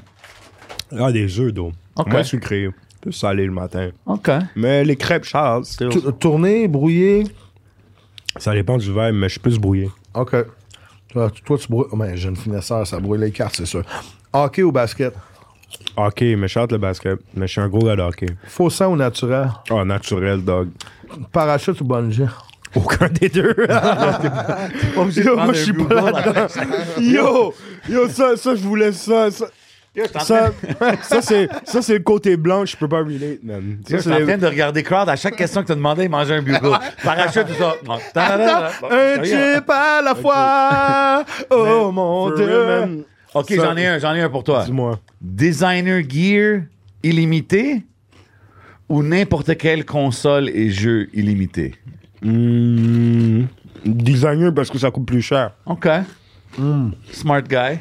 Ah, des œufs, d'eau. Ok. Moi, sucré. Plus salé le matin. OK. Mais les crêpes, Charles, T- Tourné, brouillé? ça dépend du verbe, mais je suis plus brouillé. OK. Toi, tu- toi, tu brouilles. Oh, ben, jeune finesseur, ça brouille les cartes, c'est sûr. Hockey ou basket? Hockey, mais chante le basket. Mais je suis un gros gars de hockey. Faux sang ou naturel? Ah, naturel, dog. Parachute ou bungee? <laughs> Aucun des deux. yo, moi, je suis pas là-dedans. <laughs> yo, yo, ça, ça, je vous laisse ça. Ça, ça, <laughs> ça, c'est, ça, c'est le côté blanc, je peux pas relate, man. <laughs> Je Ça, suis en c'est train de regarder Crowd à chaque question que t'as demandé, il mangeait un <laughs> bugle. Parachute, tout ça. <laughs> Bon, Un chip à la <laughs> fois! Oh mon For dieu! real, man. OK, j'en ai un, j'en ai un pour toi. Dis-moi. Designer gear illimité ou n'importe quelle console et jeu illimité? Hmm, designer parce que ça coûte plus cher. OK. Hmm. Smart guy.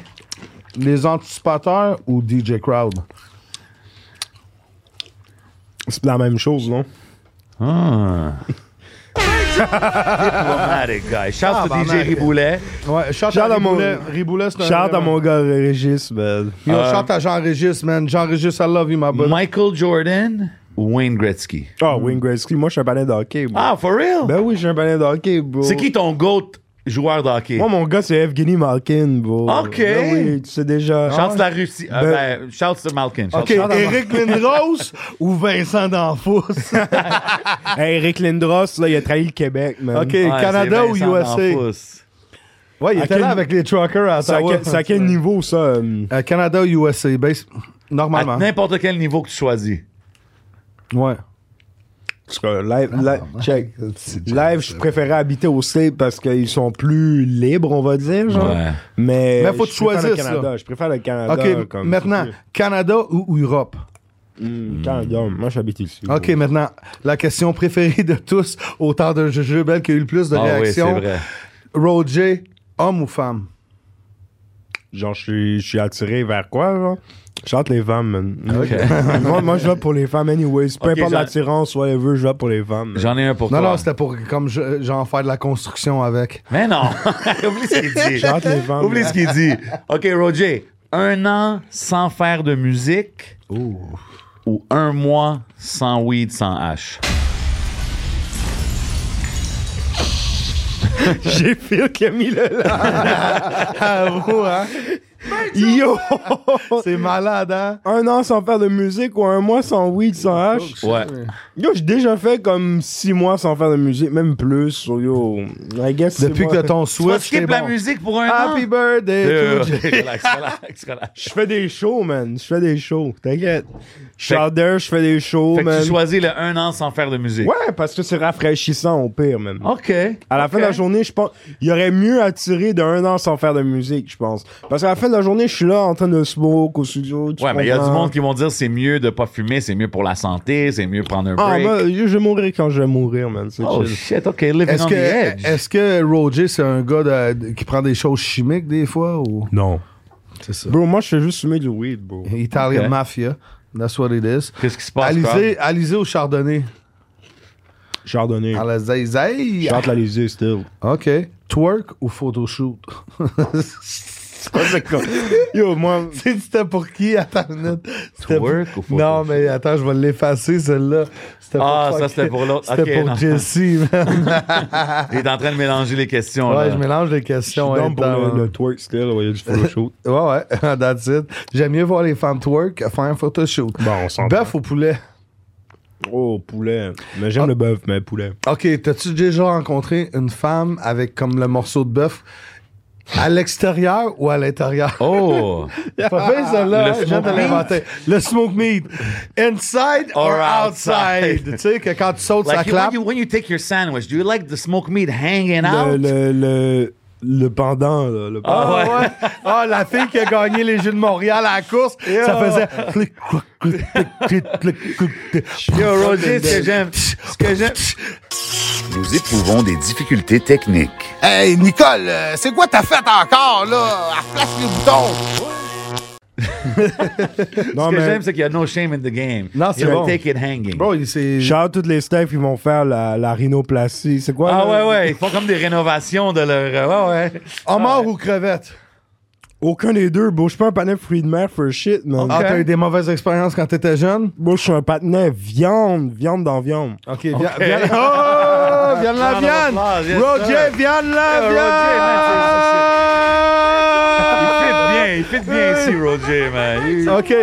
Les anticipateurs ou DJ Crowd? C'est la même chose, non? Ah. <laughs> Diplomatic guy. Shout to DJ Riboulet. Ouais, chante Shout à à mon- Riboulet. Riboulet, c'est un- Shout à mon gars Régis, man. Yo, chante à Jean-Régis, man. Jean-Régis, I love you, my brother. Michael Jordan ou Wayne Gretzky? Ah, Wayne Gretzky, moi, je suis un panin de hockey, bro. Ah, for real? Ben oui, je suis un panin de hockey, bro. C'est qui ton GOAT joueur de hockey? Moi, mon gars, c'est Evgeny Malkin, bro. Ok. Ben oui, tu sais déjà. Shout to la Russie. Euh, Ben- ben, shout to Malkin. Shout OK, to- Eric Lindros <laughs> ou Vincent D'Anfous? Ah, Hey, Eric Lindros, là, il a trahi le Québec, man. OK, Ouais, Canada c'est ou Vincent USA? Danfousse. Ouais, il À était quel- là avec les truckers à C'est à, Ottawa. quel, c'est à quel niveau, ça? euh, Euh, Canada ou USA, base, À normalement. n'importe quel niveau que tu choisis. Ouais. Parce que live, live, check. C'est déjà Live, je préférais habiter au States parce qu'ils sont plus libres, on va dire, genre. Ouais. Mais. Mais faut je te préfère le choisir, Canada. ça. Je préfère le Canada. OK, comme- maintenant, Canada ou ou Europe? Hmm, Canada. Moi, j'habite ici. OK, maintenant, la question préférée de tous, autant de Juju Bell qui a eu le plus de Ah oui, c'est réactions. vrai. Roger, homme ou femme? Genre, je suis- je suis attiré vers quoi, genre? Chante les femmes, man. <laughs> moi, moi, je vais pour les femmes, anyways. Peu Ok, importe j'en- l'attirance, whatever, je vais pour les femmes. man. J'en ai un pour Non, toi. non, c'était pour comme je- genre faire de la construction avec. Mais non! <laughs> Oublie ce qu'il dit. Chante les femmes. Oublie ce qu'il dit. OK, Roger, un an sans faire de musique ou un mois sans weed, sans hache? J'ai Phil qui a mis le Bravo, hein? Yo! C'est malade, hein? un an sans faire de musique ou un mois sans weed, sans hache. Ouais. Yo, j'ai déjà fait comme six mois sans faire de musique, même plus. So, yo, I guess c'est Depuis moi. que t'as ton Tu vas switch, t'es skip la bon. musique pour un an? Happy birthday Euh, to Jay. relax, relax, <laughs> relax. Je fais des shows, man. Je fais des shows. T'inquiète. Je suis out there, je fais des shows, Fait que man. tu choisis le un an sans faire de musique. Ouais, parce que c'est rafraîchissant au pire, man. OK. À la fin de la Ok. journée, je pense, il y aurait mieux à tirer d'un an sans faire de musique, je pense. Parce qu'à la fin de la journée, je suis là en train de smoke au studio. tu Ouais, mais il y a du comprends? monde qui vont dire c'est mieux de pas fumer, c'est mieux pour la santé, c'est mieux prendre un Ah, break. ben, moi, je vais mourir quand je vais mourir, man. C'est oh chill. shit, OK, living Est-ce on the que, edge. est-ce que Roger, c'est un gars de- de- qui prend des choses chimiques des fois ou. Non. C'est ça. Bro, moi, je fais juste fumer du weed, bro. Italian Ok. Mafia. That's what it is. Qu'est-ce qui se passe? Alizé, Alizé au Chardonnay. Chardonnay. Ah, À la zay zay. Chante la Lisée, still. OK. Twerk ou photoshoot? <laughs> <laughs> Yo, moi, C'est- C'était pour qui? Attends une minute. C'était pour- Twerk ou photoshoot? Non, mais attends, je vais l'effacer, celle-là. C'était pour Ah, fuck- ça, c'était pour l'autre. C'était Ok, non. <laughs> pour Jesse, man. Carl? Il est en train de mélanger les questions. Ouais, là. je mélange les je suis questions. hein, down pour attends, le, hein. le twerk, still. Ouais, y a du photoshoot. Ouais, ouais, <laughs> that's it. J'aime mieux voir les femmes twerk que faire un photoshoot. Bon, on s'entend. Bœuf ou poulet? Oh, poulet. Mais j'aime Ah. le bœuf, mais poulet. OK, t'as-tu déjà rencontré une femme avec comme le morceau de bœuf à l'extérieur ou à l'intérieur? <laughs> Oh! Pas bien celle-là, Le hein, je viens de smoke meat. l'inventer. Le smoke meat. Inside or Or outside. outside? tu sais, que quand tu sautes, <laughs> ça Like you- clap. when, you, when you take your sandwich, do you like the smoked meat hanging Le, out? le, le, le pendant, là. Le pendant. Ah ouais. Ah, la fille qui a gagné les Jeux de Montréal à la course, ça faisait. clic, cloc, clic, clic, clic, clic, clic. Yo, Roger, ce que j'aime, ce que j'aime, Nous éprouvons des difficultés techniques. Ah, Hey, Nicole, euh, c'est quoi ta fête encore, là? Elle flash les boutons. ce Non, que mais. j'aime, c'est qu'il y a no shame in the game. Non, c'est You'll bon. take it hanging. Bro, il s'est. Shout out tous les staffs, ils vont faire la, la rhinoplastie. C'est quoi? ah là? ouais, ouais, ils font comme des rénovations de leur... euh, Ouais, ouais. Homard Ah ou crevette? Aucun des deux, bro. Je suis pas un patinet fruits de mer for shit, man. Ah, t'as eu des mauvaises expériences quand t'étais jeune? Bro, je suis un patinet viande, viande dans viande. Ok, viens. viens- Oh! Viens de la Round of applause, viande! yes, Roger, sir. viens de Ah, la Roger, Ah! man, c'est- c'est- c'est- Il fit bien, il fit bien ici, Roger, man. Il- viande! Ok,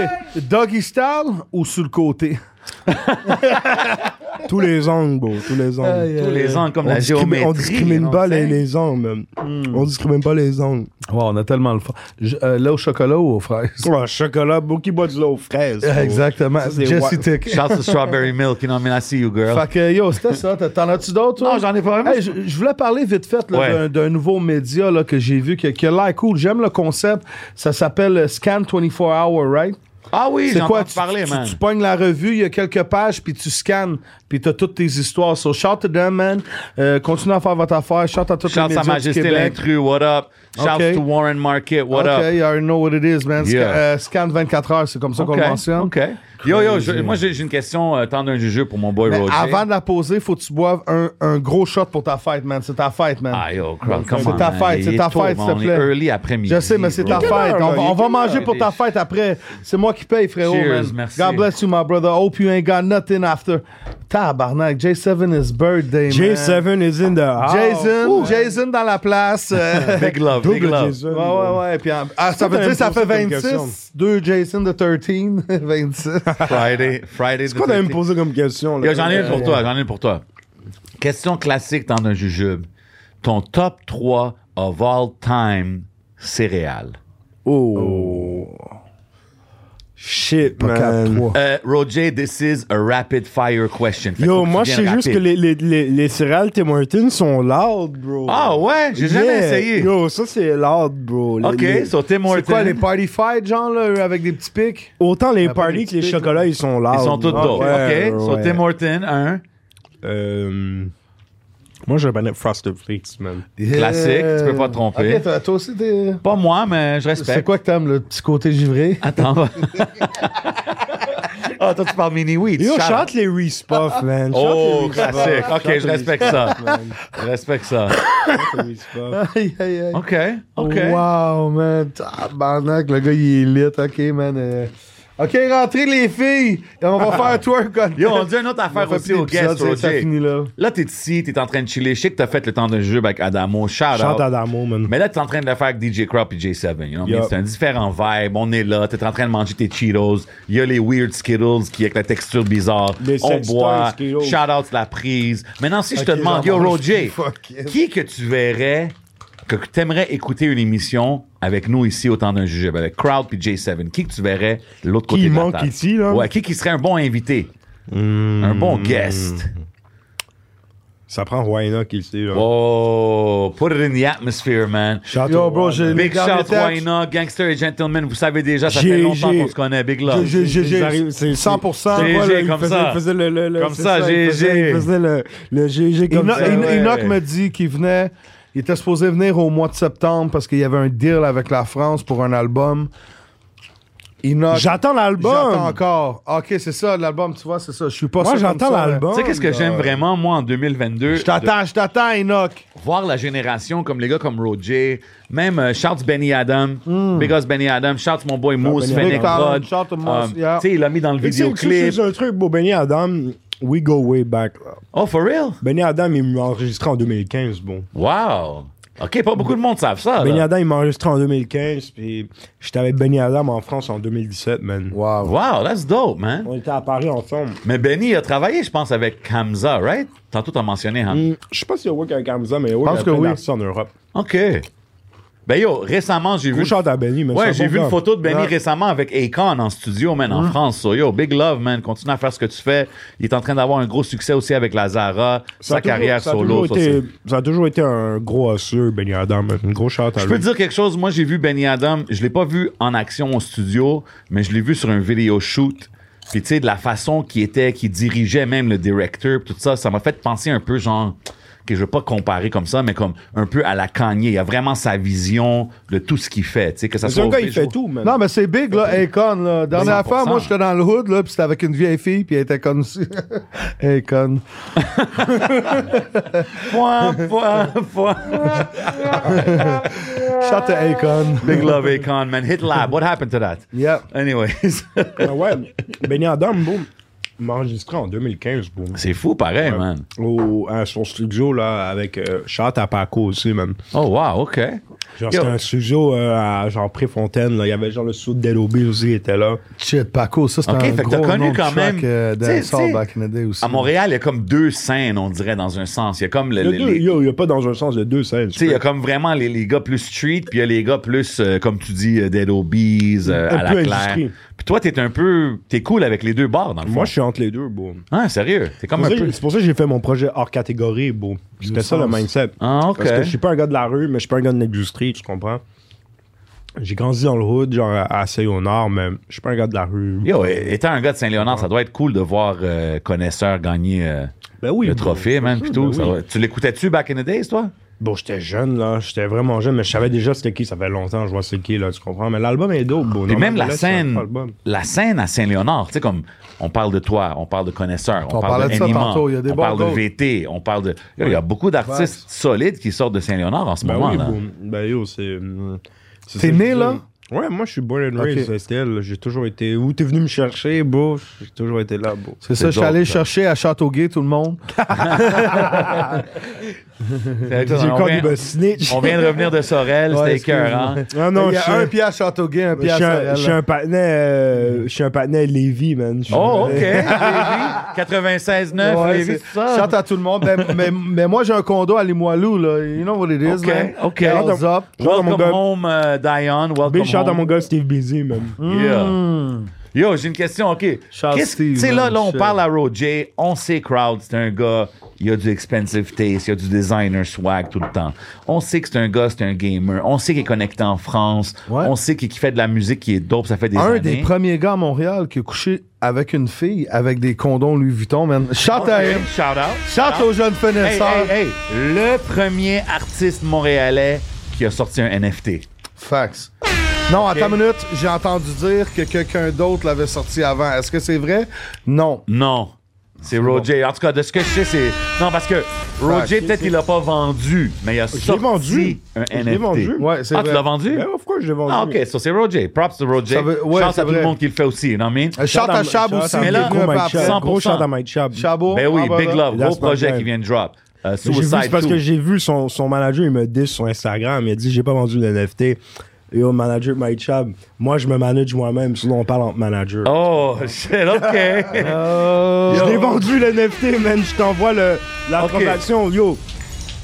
doggy style ou sur le côté? <laughs> Tous les angles, bro. Tous les angles. Tous Euh, les ans, comme on, la discrimine, géométrie. Hmm. on discrimine you know pas what I'm les, saying? les angles, man. On discrimine pas les angles. Ouais, on a tellement le fun. Je- euh, là au chocolat ou aux fraises? Oh, chocolat, beaucoup qui boit du lait aux fraises. bro. Exactement. Ça, c'est wa- Jesse Tick. Shout out to Strawberry Milk, you know, I mean, I see you, girl. Fait que yo, c'était ça. T'en- T'en as-tu d'autres? toi? Non, j'en ai pas vraiment. Hey, je, je voulais parler vite fait là, Ouais. d'un- d'un nouveau média là, que j'ai vu qui qui a l'air cool. J'aime le concept. Ça s'appelle euh, Scan 24 Hour, right? Ah oui, C'est j'en quoi? ai Tu, parler, tu- man. tu pognes la revue, il y a quelques pages, puis tu scannes, puis t'as toutes tes histoires. So, shout to them, man. Euh, continuez à faire votre affaire. Shout à toutes Shout les Sa médias du Majesté Québec. l'intrus, what up? Shout Ok. to Warren Market, what OK, up? I already know what it is, man. Sca- Yeah. euh, scan 24 heures, c'est comme ça OK, qu'on le mentionne. OK. Yo, yo, je- moi, j'ai j'ai une question, euh, tant d'un jeu pour mon boy Mais Roger. avant de la poser, faut que tu boives un, un gros shot pour ta fête, man. C'est ta fête, man. Ah, yo, crowd, come C'est on, ta man. fête, Il c'est est ta tôt, fête, man. s'il te On est plaît. early après-midi. Je sais, mais c'est ta bro. heure, fête. On là? va, Il est on va quelle manger heure? pour ta fête après. C'est moi qui paye, frérot. Cheers, man. merci. God bless you, my brother. Hope you ain't got nothing after. Tabarnak, J7 is birthday, man. J7 is in the house. Jason, Jason dans la place. Euh, Ah, <laughs> Big love, big Double love. Jason. ouais, ouais, ouais. Puis en- <laughs> ah, Pourquoi ça veut t'as dire que ça imposé fait comme question? 26. Deux Jason de <laughs> 13. <laughs> 26. Friday, Friday. the Pourquoi t'as me 13th. posé comme question? là? Yo, j'en ai une Euh, pour toi, j'en ai une pour toi. Question classique dans un jujube. Ton top 3 of all time céréales. Oh. Shit, Pas quatre, man. trois. Euh, Roger, this is a rapid fire question. Fait Yo, que moi, tu je viens sais juste rapide. que les, les, les, les céréales Tim Hortons sont loud, bro. Ah ouais, j'ai jamais Yeah. essayé. Yo, ça, c'est loud, bro. Les- OK, les- so Tim Hortons. C'est quoi, les party fights, genre, là, avec des petits pics? Autant les Ah, pas parties des que les petits, chocolats, ils sont loud. Ils sont tous Ah, d'autres. ouais, OK, so ouais. Tim Hortons, un. Euh, Moi, je banais Frosted Flakes, man. Classique, tu peux pas te tromper. Ok, toi- toi aussi, t'es... Pas moi, mais je respecte. C'est quoi que t'aimes, le petit côté givré? <laughs> Attends, va. <laughs> Ah, toi, tu parles mini-weed. Yo, chante les Reese Puffs, man. Shout Oh, les Reese Puffs. classique. OK, je respecte ça. Je respecte ça. Shout les Reese Puffs. Aïe, aïe, aïe. OK, OK. Wow, man. Tabarnak, le gars, il est lit. OK, man. euh. OK, rentrez, les filles. Et <laughs> on va faire twerk contest. Yo, on dit une autre affaire On fait aussi plus au d'épisodes, guest, c'est- Ça Roger. finit là. Là, t'es ici, t'es en train de chiller. Je sais que t'as fait le temps d'un jeu avec Adamo. Shout out. Chante Adamo, man. Mais là, t'es en train de le faire avec DJ Crop et J7. You know what I mean? Yup. C'est un différent vibe. On est là. T'es en train de manger tes Cheetos. Il y a les Weird Skittles qui, avec la texture bizarre. Les on sex toys boit. Skittles. Shout out la prise. Maintenant, si je te Ok, demande, yo, j'en mange. Roger, Fuck it. qui que tu verrais que t'aimerais écouter une émission avec nous ici au temps d'un juge avec Crowd puis J7 qui que tu verrais de l'autre côté Qui de la manque table? ici, là? ouais qui qui serait un bon invité un bon Hmm. guest Hmm. Ça prend Wynock ici, là. oh put it in the atmosphere man Shout Yo, out bro, Wynock. j'ai- Big Regarde shout, les textes. Wayna, Gangster et Gentleman. Vous savez déjà, ça fait G, longtemps G. qu'on se connaît. Big love. G, G, Ils arrivent, c'est- G, 100%. G, voilà, G, il comme faisait- ça. Il faisait le, le, le- Comme c'est ça, il GG. faisait- Il faisait le, le GG comme Eno- ça. Eno- ouais, Enoch ouais. me dit qu'il venait. Il était supposé venir au mois de septembre parce qu'il y avait un deal avec la France pour un album. J'attends Enoch. J'attends l'album. encore. Ok, c'est ça, l'album, tu vois, c'est ça. Je suis pas Moi, sûr comme j'attends ça, l'album. Tu sais, qu'est-ce que j'aime vraiment, moi, en 2022? Oh, Je t'attends, je t'attends, Enoch. voir la génération comme les gars comme Roger, même euh, shouts Benny Adam, Big Us Benny Adam, shouts mon boy Moose, Benny Fennec Hmm. Adam. Rod. Shout to Moose, euh, yeah. Tu sais, il l'a mis dans le Tu sais, tu sais, vidéoclip. C'est un truc, bon, Benny Adam, we go way back. là. Oh, for real? Benny Adam, il m'a enregistré en 2015, bon. Wow! OK, pas beaucoup de monde savent ça. là. Benny Adam, il m'a enregistré en 2015, puis j'étais avec Benny Adam en France en 2017, man. Wow. Wow, that's dope, man. On était à Paris ensemble. Mais Benny a travaillé, je pense, avec Hamza, right? Tantôt, t'as mentionné Hamza. Hmm, Je sais pas s'il y a work avec Hamza, mais il y a work Pense avec que plein oui. d'artistes en Europe. OK. Ben yo, récemment, j'ai vu... Gros shout à Benny, man. Ouais, c'est un j'ai bon vu gars. une photo de Benny Ouais. récemment avec Akon en studio, man, en France. So, yo, big love, man. Continue à faire ce que tu fais. Il est en train d'avoir un gros succès aussi avec Lazara, Ça sa a toujours- carrière ça a solo. toujours ça, été- c'est- Ça a toujours été un gros osseux, Benny Adam. Une grosse shout à Je peux lui. te dire quelque chose. Moi, j'ai vu Benny Adam. Je l'ai pas vu en action au studio, mais je l'ai vu sur un vidéo shoot. Puis tu sais, de la façon qu'il était, qu'il dirigeait même le directeur, tout ça, ça m'a fait penser un peu genre que je veux pas comparer comme ça, mais comme un peu à la Kanye. Il y a vraiment sa vision de tout ce qu'il fait. Tu sais, que ça C'est soit un au gars, il visual. fait tout, man. Non, mais c'est big, là, Akon, là. Dernière 100%. fois, moi, j'étais dans le hood, là, puis c'était avec une vieille fille, puis elle était comme ça. <laughs> Akon. Point, point, <laughs> point. Shout à Akon. Big love, Akon, man. Hit lab. What happened to that? Yeah. <laughs> Anyways. Ah ouais, Benny Adam, boum, m'a enregistré en 2015, boum. C'est fou, pareil, man. Au, à son studio, là, avec euh, Chat à Paco aussi, man. Oh, wow, OK. Genre, c'était Yo. un studio euh, à genre Préfontaine, là. Il y avait genre le sous de Delobé aussi, qui était là. Shit, Paco, ça, c'est Ok, un fait que gros t'as connu nom de quand track, même- euh, t'sais, dancehall t'sais, back in the day aussi. À Montréal, il y a comme deux scènes, on dirait, dans un sens. Il y a comme le, Il les- y a deux, les- yo, il y a pas dans un sens de deux scènes. Tu sais, il y a comme vraiment les, les gars plus street, puis il y a les gars plus, euh, comme tu dis, euh, Dead Obies, euh, Un à la peu claire. industrie. Puis toi, t'es un peu... T'es cool avec les deux bars, dans le fond. Moi, je suis entre les deux, boum. Hein, sérieux? T'es comme un C'est pour ça peu... que- c'est pour ça que j'ai fait mon projet hors catégorie, beau. C'était ça le sens. mindset. Ah, ok. Parce que je suis pas un gars de la rue, mais je suis pas un gars de l'industrie, tu comprends? J'ai grandi dans le hood, genre à- à Seille-au-Nord, mais je suis pas un gars de la rue. Yo, é- étant un gars de Saint-Léonard, ça doit être cool de voir euh, Connaisseur gagner euh, Ben oui, le bro. trophée, man, puis tout. Ben Ça oui. doit- Tu l'écoutais-tu back in the days, toi? Bon, j'étais jeune, là. J'étais vraiment jeune, mais je savais déjà c'était qui. Ça fait longtemps que je vois c'est qui, là. Tu comprends? Mais l'album est dope, bon. Puis même la scène, la scène à Saint-Léonard, tu sais, comme on parle de toi, on parle de connaisseurs, on, On parle parlait de de ça Anima, tantôt, il y a des on bons parle de d'autres. VT, on parle de. Il y a beaucoup d'artistes solides qui sortent de Saint-Léonard en ce Ben moment. oui, là. boom. Ben yo, c'est. hum, c'est T'es ça que né, je là? dis. Ouais, moi, je suis born and Ok. raised, STL. là. J'ai toujours été. Où t'es venu me chercher, bro? J'ai toujours été là, bro. C'est ça, je suis dope, allé ça. chercher à Châteauguay, tout le monde. C'est J'ai on, encore vient, des snitch. on vient de revenir de Sorel, Ouais, c'était excuse-moi. écœurant. Ah non, Il y je suis a un pied à Châteauguay, <laughs> un je pied à suis un- Sorel. je suis un patinet. euh, Je suis un patinet Lévis, man. Je suis- Oh, <laughs> OK. Lévis, 96-9, Ouais, Lévis, c'est- c'est ça. Chante à tout le monde. Ben, mais, mais moi, j'ai un condo à Limoilou, là. You know what it is, OK, man. OK. Hells up. Shout out à mon Welcome gars. home, euh, Dion. Welcome Big shout à home. mon gars Steve Busy, man. Yeah. Yo, j'ai une question, OK. Charles Qu'est-ce- Steve, Tu sais, là, man, là, on shit. parle à Roger, on sait Crowd, c'est un gars, il a du expensive taste, il a du designer swag tout le temps. On sait que c'est un gars, c'est un gamer. On sait qu'il est connecté en France. Ouais. On sait qu'il qu'il fait de la musique qui est dope, ça fait des un années. des premiers gars à Montréal qui a couché avec une fille avec des condoms Louis Vuitton, man. Shout à him. Shout out. Shout aux jeunes Hey, finesseurs. hey, hey, le premier artiste montréalais qui a sorti un NFT. Fax. Non, attends une minute. J'ai entendu dire que quelqu'un d'autre l'avait sorti avant. Est-ce que c'est vrai? Non. Non. C'est Roger. En tout cas, de ce que je sais, c'est. Non, parce que Roger, peut-être qu'il l'a pas vendu, mais il a l'ai sorti vendu. un Je l'ai NFT. vendu. Ouais, c'est Ah, vrai. tu l'as vendu? Ben, pourquoi je l'ai vendu? Ah, OK, ça c'est Roger. Props to Roger. Ça veut- ouais, Chance c'est à tout vrai. le monde qui le fait aussi, non mais? Ah, Euh, Shout à Chab aussi. Mais qui là, est venu gros un peu Mike après. Chab, gros 100%. shout à Mike Chab. Chabo. Ben oui, ah, Big ben, Love, That's gros my projet guy. qui vient de drop. Euh, Mais j'ai vu, Suicide c'est parce 2. que j'ai vu son, son manager, il me dit sur Instagram, il a dit j'ai pas vendu le NFT. Yo, manager Mike Chab, moi je me manage moi-même, sinon on parle entre managers. Oh, shit, <laughs> OK. Oh. <laughs> Je l'ai vendu le NFT, man, je t'envoie le, la Ok. transaction, yo.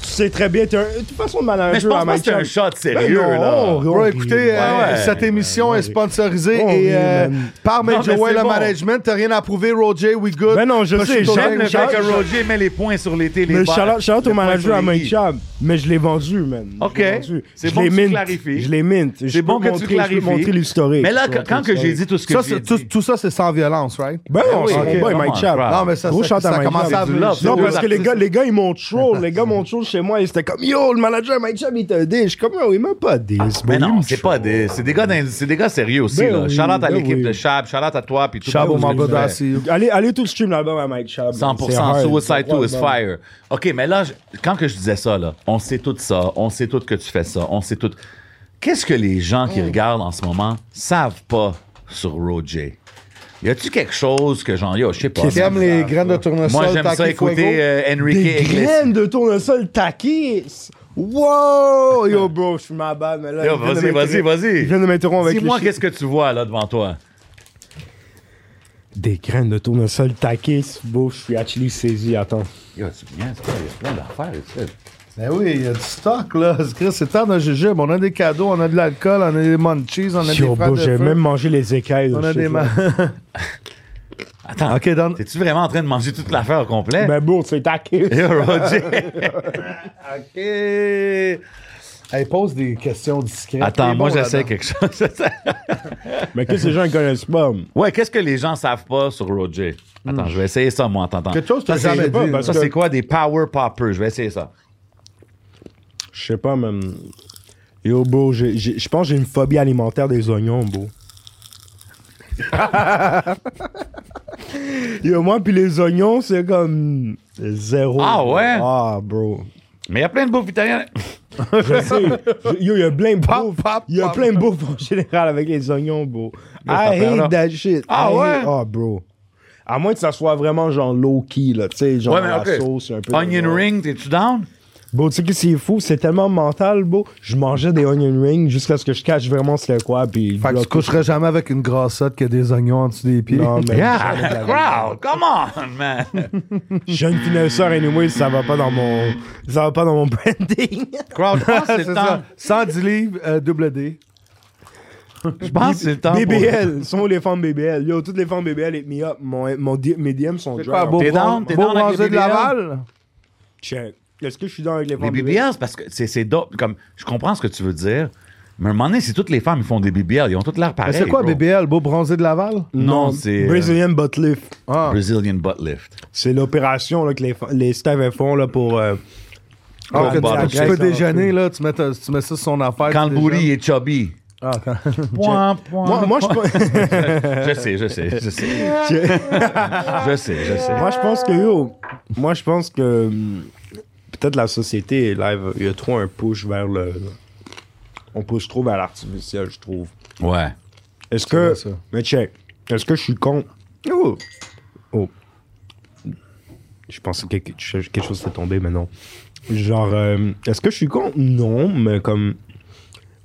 Tu sais très bien, t'es un. De toute façon, le manager Mais je pense pas à que Mike c'est un Chab. shot Ben sérieux, non, là. on- on Bro, rit. écoutez, euh, ouais. cette émission est sponsorisée On et rit, euh, Oh, man. par Non, mais Major Way, c'est le bon. management. T'as rien à prouver, Roger, we good. Ben non, je Moi, sais, suis J'aime j'aime totalement- le fait Shout- que Roger met les points sur les télé. Mais shout-out- shout-out au manager à Mike Chab, mais je l'ai vendu, man. Je Ok. l'ai vendu. C'est Je bon l'ai que tu mint. clarifies. Je l'ai mint. Je C'est peux bon que montrer- tu clarifies. Je peux montrer l'historique. Mais là, Je peux quand- quand montrer que j'ai l'historique. dit tout ce que Ça, j'ai c'est- tout, dit... tout ça, c'est sans violence, right? Ben Ben non, oui, c'est ok, pas come Mike on, Chab. crap. Non, mais ça, Ah. Gros ça, shout à ça Mike commence Chab. à C'est du love, c'est Non, deux parce que les artistes. gars, les gars, ils m'ont troll. Les gars m'ont troll chez moi. Ils étaient comme, yo, le manager Mike Chab, il te dit. Je suis comme, yo, il m'a pas dit. Ah, Mais non, c'est pas des... C'est des gars, dans- c'est des gars sérieux aussi, Ben là. oui, Shout out à ben l'équipe oui. de Chab, shout out à toi, puis tout Chab le au monde que Mamba tu fais. d'Assir. Allez, allez tout stream l'album à Mike Chab. 100% Suicide 2 is fire. OK, mais là, je- quand que je disais ça, là, on sait tout ça, on sait tout que tu fais ça, on sait tout. Qu'est-ce que les gens Oh. qui regardent en ce moment savent pas sur Roger? Y a-tu quelque chose que genre, yo, je sais pas. Qui aime les graines de tournesol, Moi, j'aime Taki ça écouter Fuego. euh, Enrique Des Iglesias. graines de tournesol taquis. Wow! Yo, bro, euh, je suis ma balle, mais là. Yo, il vient de vas-y, vas-y, m'interrompre- vas-y. Il vient de m'interrompre avec Dis-moi, les qu'est-ce que tu vois, là, devant toi? Des graines de tournesol taquis. Beau, je suis actually saisi. Attends. Yo, tu viens, c'est quoi? Y a plein d'affaires, tu sais. Ben oui, il y a du stock, là. C'est Chris, C'est temps d'un jujube. On a des cadeaux, on a de l'alcool, on a des munchies, on a des Yo, frères bro, de j'ai feu. même mangé les écailles. On je a sais des... pas. ma- <laughs> Attends, OK, donne... t'es-tu vraiment en train de manger toute l'affaire au complet? Ben, bro, c'est taquis. <laughs> Yo, Roger! OK. Elle pose des questions discrètes. Attends, T'es moi, bon j'essaie là-dedans. quelque chose. <laughs> Mais qu'est-ce que les gens ils connaissent pas? Ouais, qu'est-ce que les gens savent pas sur Roger? Attends, je vais essayer ça, moi, en t'entendant. Quelque chose que Ça, t'as c'est- jamais dit. parce Ça, que- c'est quoi des power poppers? Je vais essayer ça. Je sais pas, même. Yo, bro, j'ai- j'ai- je pense que j'ai une phobie alimentaire des oignons, bro. <laughs> Yo, moi, puis les oignons, c'est comme zéro. Ah bro. ouais? Ah, bro. Mais il y a plein de bouffes italiennes. Je sais. Je- Yo, il y a plein de Pop, bouffe. pop, Il y a pop. plein de bouffe en général avec les oignons, bro. t'as I peur, là. hate that shit. Ah I hate- ouais? Ah, bro. À moins que ça soit vraiment genre low-key, là. Tu sais, genre Ouais, mais la ok. sauce, un peu. de- Onion ring, t'es-tu down? Bro, tu sais que c'est fou, c'est tellement mental, bro. Je mangeais des onion rings jusqu'à ce que je cache vraiment c'était quoi, puis. Fait que tu coucherais jamais avec une grassotte qui a des oignons en dessous des pieds. Non, mais. Ah, crowd, come on, man. Jeune finesseur, anyway, ça va pas dans mon. Ça va pas dans mon branding. Crowd, je pense que Ah, <laughs> c'est <laughs> C'est le temps. ça. 110 livres, euh, double D. Je pense que c'est le <laughs> temps. pour- BBL, sont les femmes BBL. Yo, toutes les femmes BBL hit me up. Mon, mon di- mes DM sont dry. Beau T'es bron- down, t'es beau down avec les bronzé de BBL? Laval? Check. Est-ce que je suis dans avec les Les femmes BBL, c'est parce que c'est c'est dope. Comme, je comprends ce que tu veux dire, mais à un moment donné, si toutes les femmes ils font des BBL, ils ont toutes l'air Mais pareilles. c'est quoi bro. BBL? Beau bronzé de Laval? Non, c'est. euh, Brazilian butt lift. Ah. Brazilian butt lift. C'est l'opération là, que les, fa- les staffs font là, pour. euh, Ah, Cold que bottom tu- tu, shape. peux déjeuner, là, tu mets, ta- tu mets ça sur son affaire. Quand tu le booty déjeunes. est chubby. Ah, <laughs> quand- Point, point, Moi, moi, je point. <laughs> pense- Je sais, je sais, je sais. <laughs> Je sais, je sais. Moi, je pense que, yo, moi, je pense que hum, peut-être la société, là, il y a trop un push vers le. On pousse trop vers l'artificiel, je trouve. Ouais. Est-ce que. vrai, ça. Mais check. Est-ce que je suis con? Oh! Oh. Je pensais que quelque chose quelque chose était tombé, mais non. Genre, euh, est-ce que je suis con? Non, mais comme.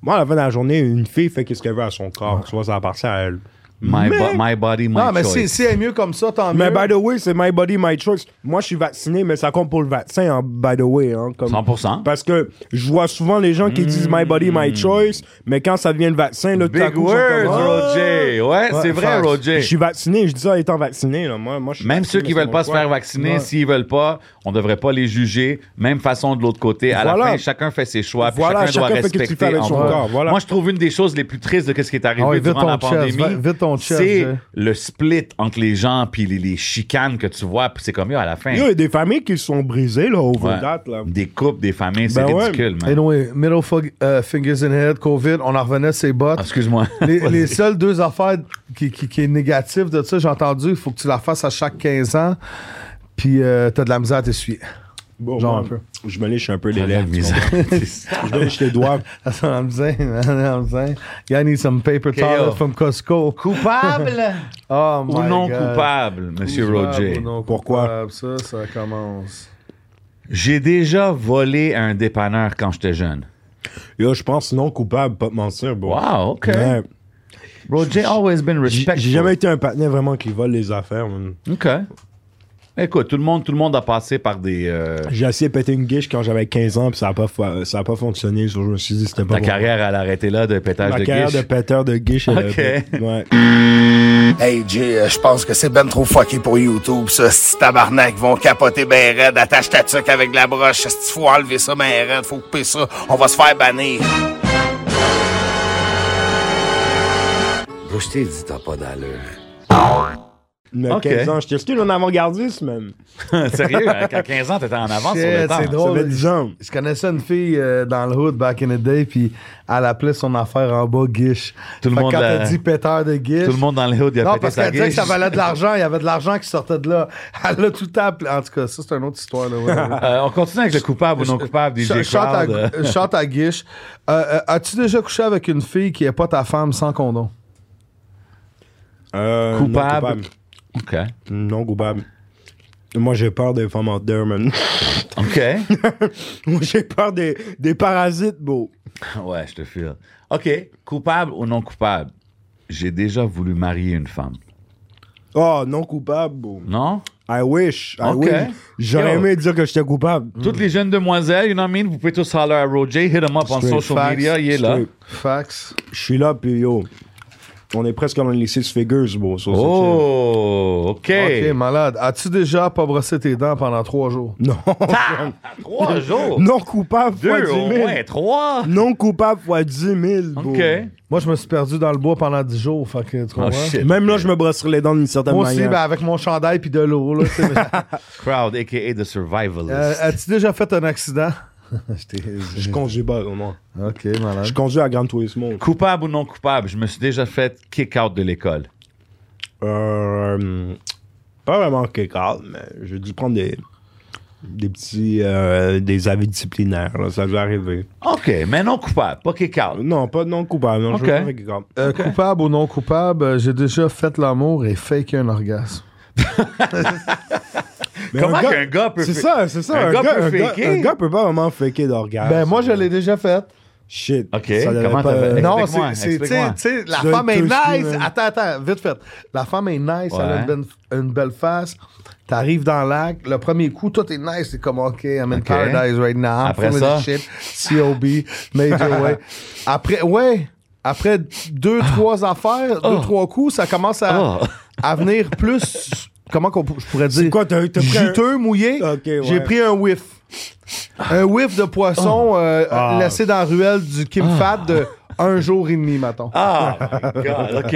Moi, à la fin de la journée, une fille fait quest ce qu'elle veut à son corps. Tu vois, ça appartient à elle. My, bo- my body, my Non, mais choice. si, si elle est mieux comme ça, tant Mais mieux. by the way, c'est my body, my choice. Moi, je suis vacciné, mais ça compte pour le vaccin, hein, by the way. Hein, comme... 100%. Parce que je vois souvent les gens qui disent my body, my choice, mais quand ça devient le vaccin, là, tout à Hmm. Big coup, ils sont words, comme, Ah! Roger. Ouais, c'est Ouais, vrai, facts. Roger. Je suis vacciné, je dis ça étant vacciné. Là. Moi, moi, je suis Même vacciné, ceux qui c'est veulent mon pas se choix. faire vacciner, Ouais. s'ils veulent pas, on devrait pas les juger. Même façon de l'autre côté. À la Voilà. fin, chacun fait ses choix. puis Voilà, chacun, doit chacun fait ce respecter. qu'il fait avec en son vrai. corps, voilà. Moi, je trouve une des choses les plus tristes de ce qui est arrivé Ah ouais, vite durant la ton chest, pandémie. va- vite ton chest, c'est Jay. le split entre les gens puis les, les chicanes que tu vois. Puis c'est comme yo, à la fin. Yo, Il y a des familles qui se sont brisées là, au Ouais. date. Là. Des couples, des familles, c'est Ben ouais. ridicule, man. Anyway, middle fog- euh, fingers in head, COVID, on en revenait ses bottes. Ah, Excuse-moi. les, Vas-y. les seules deux affaires qui, qui, qui est négative de ça, j'ai entendu, il faut que tu la fasses à chaque 15 ans, puis euh, t'as de la misère à t'essuyer. <laughs> Bon, Genre moi, un peu. Je me lèche un peu les Ah, la lèvres. tu misère. comprends? <laughs> Je me lèche les doigts. That's what I'm saying, man. I'm saying. Y'all need some paper yo. towel from Costco. coupable <laughs> Oh my ou non God. coupable, Monsieur Roger. ou non Pourquoi? coupable, Ça, ça commence. J'ai déjà volé à un dépanneur quand j'étais jeune. Yo, je pense non coupable, pas te mentir. Bro. Wow, OK. Ouais. Roger always been J'ai respectful. j'ai jamais été un patinet vraiment qui vole les affaires. man. OK. Écoute, tout le monde, tout le monde a passé par des. euh, J'ai essayé de péter une guiche quand j'avais 15 ans, puis ça n'a pas, fa- ça a pas fonctionné. so je me suis dit c'était pas ta bon. carrière à l'arrêter là de pétage Ma de carrière guiche. de péteur de guiche. elle a Ok. fait- Ouais. Hey Jay, euh, je pense que c'est ben trop fucké pour YouTube, ça. Ces tabarnak vont capoter ben raide. Attache ta tuque avec la broche. S'il faut enlever ça ben raide, faut couper ça. On va se faire bannir. Bro, je t'ai dit, t'as pas d'allure. Mais Ok. 15 ans, j'étais style en avant-gardiste même. <laughs> Sérieux, hein, à 15 ans, t'étais en avance Ah, sur le Shit, temps. c'est Ça drôle. fait 10 ans. Je connaissais une fille euh, dans le hood back in the day, puis elle appelait son affaire en bas guiche. Tout le Fait que monde quand la- elle dit péteur de guiche. Tout le monde dans le hood, il a Non, pété parce sa qu'elle disait que guiche. ça valait de l'argent. Il y avait de l'argent qui sortait de là. <laughs> Elle l'a tout le temps appelé. En tout cas, ça, c'est une autre histoire. Là, ouais, <laughs> ouais. Euh, on continue avec le coupable ou non coupable, Ch- DJ chante à- Crowd. euh, Chante à guiche. Euh, euh, As-tu déjà couché avec une fille qui est pas ta femme sans condom? Euh, non Coupable. OK. Non coupable. Moi, j'ai peur des femmes en deux, man. <laughs> OK. <laughs> Moi, j'ai peur des, des parasites, beau. Ouais, je te file. OK. Coupable ou non coupable? J'ai déjà voulu marier une femme. Oh, non coupable, beau. Non? I wish. I Ok. wish. J'aurais Yo. aimé dire que j'étais coupable. Toutes les jeunes demoiselles, you know what I mean? Vous pouvez tous holler à Roger, hit him up on Straight social facts, media, il est là. straight. Fax. Je suis là, puis yo. On est presque dans les six figures, beau. so c'est Oh, OK. OK, malade. As-tu déjà pas brossé tes dents pendant trois jours? chill. Non. Ah, <laughs> trois jours. non coupable fois Deux, 10 au 000. moins trois. Non coupable fois 10 000, beau. OK. Moi, je me suis perdu dans le bois pendant dix jours. Fait que, tu Oh, comprends? shit. Même là, je me brosserais les dents d'une certaine Moi aussi, manière. ben, bah, <laughs> avec mon chandail puis de l'eau. là, tu sais, mais- <laughs> Crowd, a.k.a. The Survivalist. Euh, As-tu déjà fait un accident? Je t'ai- Je conduis pas, au moins. OK, malade. Je conduis à Gran Turismo. coupable ou non coupable, je me suis déjà fait kick-out de l'école. Euh, pas vraiment kick-out, mais j'ai dû prendre des, des petits euh, des avis disciplinaires. là, ça devait arriver. OK, mais non coupable, pas kick-out. Non, pas non coupable. Non, Ok. je veux pas faire kick-out. Euh, Coupable ou non coupable, euh, j'ai déjà fait l'amour et fake un orgasme. Mais Comment un gars- qu'un gars peut C'est fa- ça, c'est ça. un Un, gars gars, peut un, gars, faker? un gars peut pas vraiment faker d'orgasme. Ben, moi, je l'ai déjà fait. Shit. Ok, ça devait comment pas- t'as fait? Non, Euh, Explique-moi, c'est- c'est. Tu sais, explique-moi. tu sais, la Je femme est te suis, nice. man. Attends, attends, vite fait. La femme est nice, elle a Ouais. une, bonne- une belle face. T'arrives dans l'acte, le premier coup, tout est nice. C'est comme, OK, I'm in Ok. paradise right now. I'm Après feeling ça? the shit. COB, Major <laughs> Way. Après, ouais. Après deux, trois affaires, deux, trois coups, ça commence à, Ah. Oh. à venir plus. Comment qu'on, je pourrais dire? quoi, t'as- t'as pris un- Juteux, mouillé. Ok, ouais. J'ai pris un whiff un whiff de poisson euh, Ah. laissé dans la ruelle du Kim Fat de un <laughs> jour et demi, mettons. Ah, Ah, my <laughs> God, OK,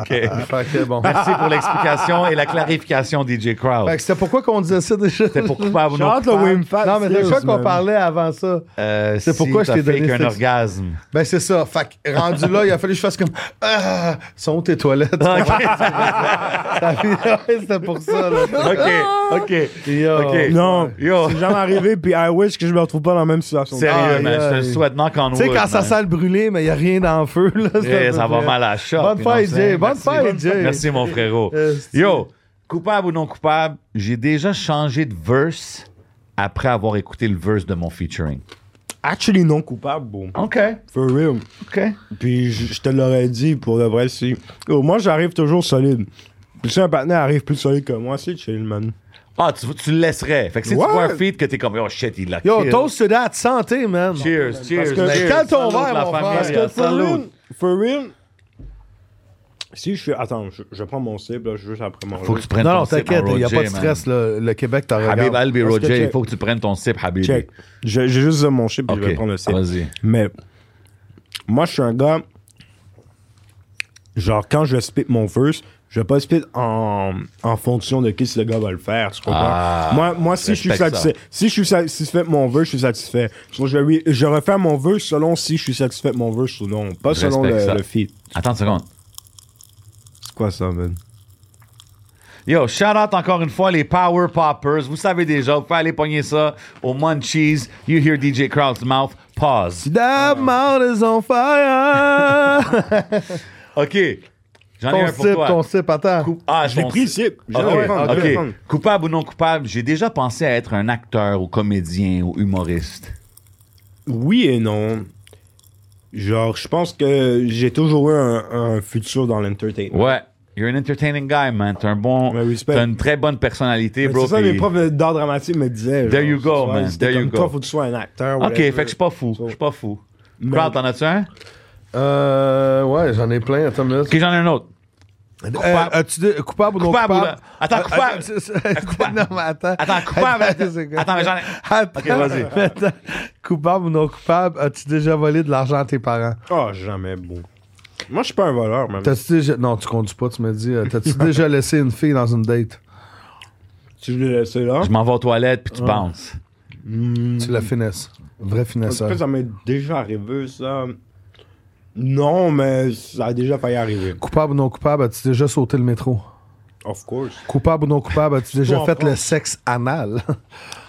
OK. Fait que bon. Merci pour l'explication et la clarification, DJ Crowd. Fait que c'était pourquoi qu'on disait ça déjà? C'était <laughs> pour coupable ou non Chante le coupable. Wim Fat. Non, mais de quoi Stills, qu'on man. parlait avant ça? Euh, C'est si pourquoi je t'as t'ai donné fake cette- un orgasme. <laughs> Ben, c'est ça. Fait que rendu là, il a fallu que je fasse comme Ah, sont où tes toilettes. <laughs> Ouais, c'était pour ça. Là. OK, OK, Yo. OK. Non, Yo. c'est jamais arrivé, puis I wish que je me retrouve pas dans la même situation. Sérieux, Aïe, man, je te le aïe. souhaite. Knock on Tu sais, wood, quand ça man. sent le brûlé, mais il n'y a rien dans le feu. Là, Eh, ça va mal à la shop. Bonne you know what fête, I'm saying? Jay. Bonne Merci. fête, Jay. Merci, mon frérot. Esti. Yo, coupable ou non coupable, j'ai déjà changé de verse après avoir écouté le verse de mon featuring. actually non coupable, bro. OK. For real. OK. Puis je je te l'aurais dit pour de vrai si. Oh, moi j'arrive toujours solide. Puis si un partenaire arrive plus solide que moi, c'est chill, man. Ah, tu, tu le laisserais. Fait que si Ouais. tu vois un feed que t'es comme, oh shit, il l'a Yo, kill. toast to that. Santé, man. Cheers, cheers. que- cheers. Cale ton Salut, verre, la mon frère. famille, Parce Parce que for salut. real, for real, si je fais. Attends, je, je prends mon cible, là, je suis juste après mon Faut que jeu. tu prennes Non, ton non, sip, t'inquiète, mon il n'y a Roger, pas de man. stress. là. Le Québec, t'as Habib regardé. Albi Parce que Roger, il check. faut que tu prennes ton sip, Habib. Check. Je- J'ai juste mon chip, puis OK, je vais prendre le cible. vas-y. Mais moi, je suis un gars. Genre, quand je spit mon verse, je vais pas spit en, en fonction de qui si le gars va le faire. Tu comprends? Ah, moi, moi, si je suis respecte satisfait, si je suis satisfait de mon verse, je suis satisfait. So, je, vais- je refais mon verse selon si je suis satisfait de mon verse ou non. Pas selon Respecte le, ça. le feed. Attends une seconde. C'est quoi ça, man? Yo, shout out encore une fois les Power Poppers. Vous savez déjà, vous pouvez aller pogner ça au Munchies. You hear DJ Crowd's mouth. Pause. That mouth is on <laughs> fire. OK. J'en ai ton un pour sip, toi. ton sip, attends. Coup- Ah, Je l'ai ton pris, le sip. cible. Je Ok, l'ai pris. ok. Je l'ai pris. Coupable ou non coupable, j'ai déjà pensé à être un acteur ou comédien ou humoriste. Oui et non. Genre, je pense que j'ai toujours eu un, un futur dans l'entertainment. Ouais. You're an entertaining guy, man. T'es un bon. Ouais, respect. T'as une très bonne personnalité, Mais bro. C'est ça, puis- mes profs d'art dramatique me disaient. There genre, you go, tu vois, man. c'était There you comme, go. Toi, faut que tu sois un acteur. Ok, fait whatever. que je suis pas fou. So- Je suis pas fou. Crowd, t'en as-tu un? Ok, Euh, ouais, j'en ai plein. Attends une minute. j'en ai un autre. Euh, as-tu dit- coupable ou non Coupable coupable? Euh, ou- Attends, coupable. c'est- c'est- Coupable. <laughs> Non, mais attends. Attends, <laughs> coupable. c'est quoi? Attends, mais j'en ai- Attends, Ok, vas-y. mais <laughs> attends. Coupable ou non coupable, as-tu déjà volé de l'argent à tes parents? Ah, jamais, bon. Moi, je suis pas un voleur, même. T'as-tu déjà... Non, tu conduis pas, tu me dis. euh, <laughs> T'as-tu déjà laissé une fille dans une date? Tu l'as laissé là. Je m'en vais aux toilettes, puis tu penses. Tu la finesses. Vrai finesseur. Après, ça m'est déjà arrivé, ça. Non, mais ça a déjà failli arriver. Coupable ou non coupable, as-tu déjà sauté le métro? Of course. Coupable ou non coupable, as-tu déjà en fait le France. sexe anal? <laughs>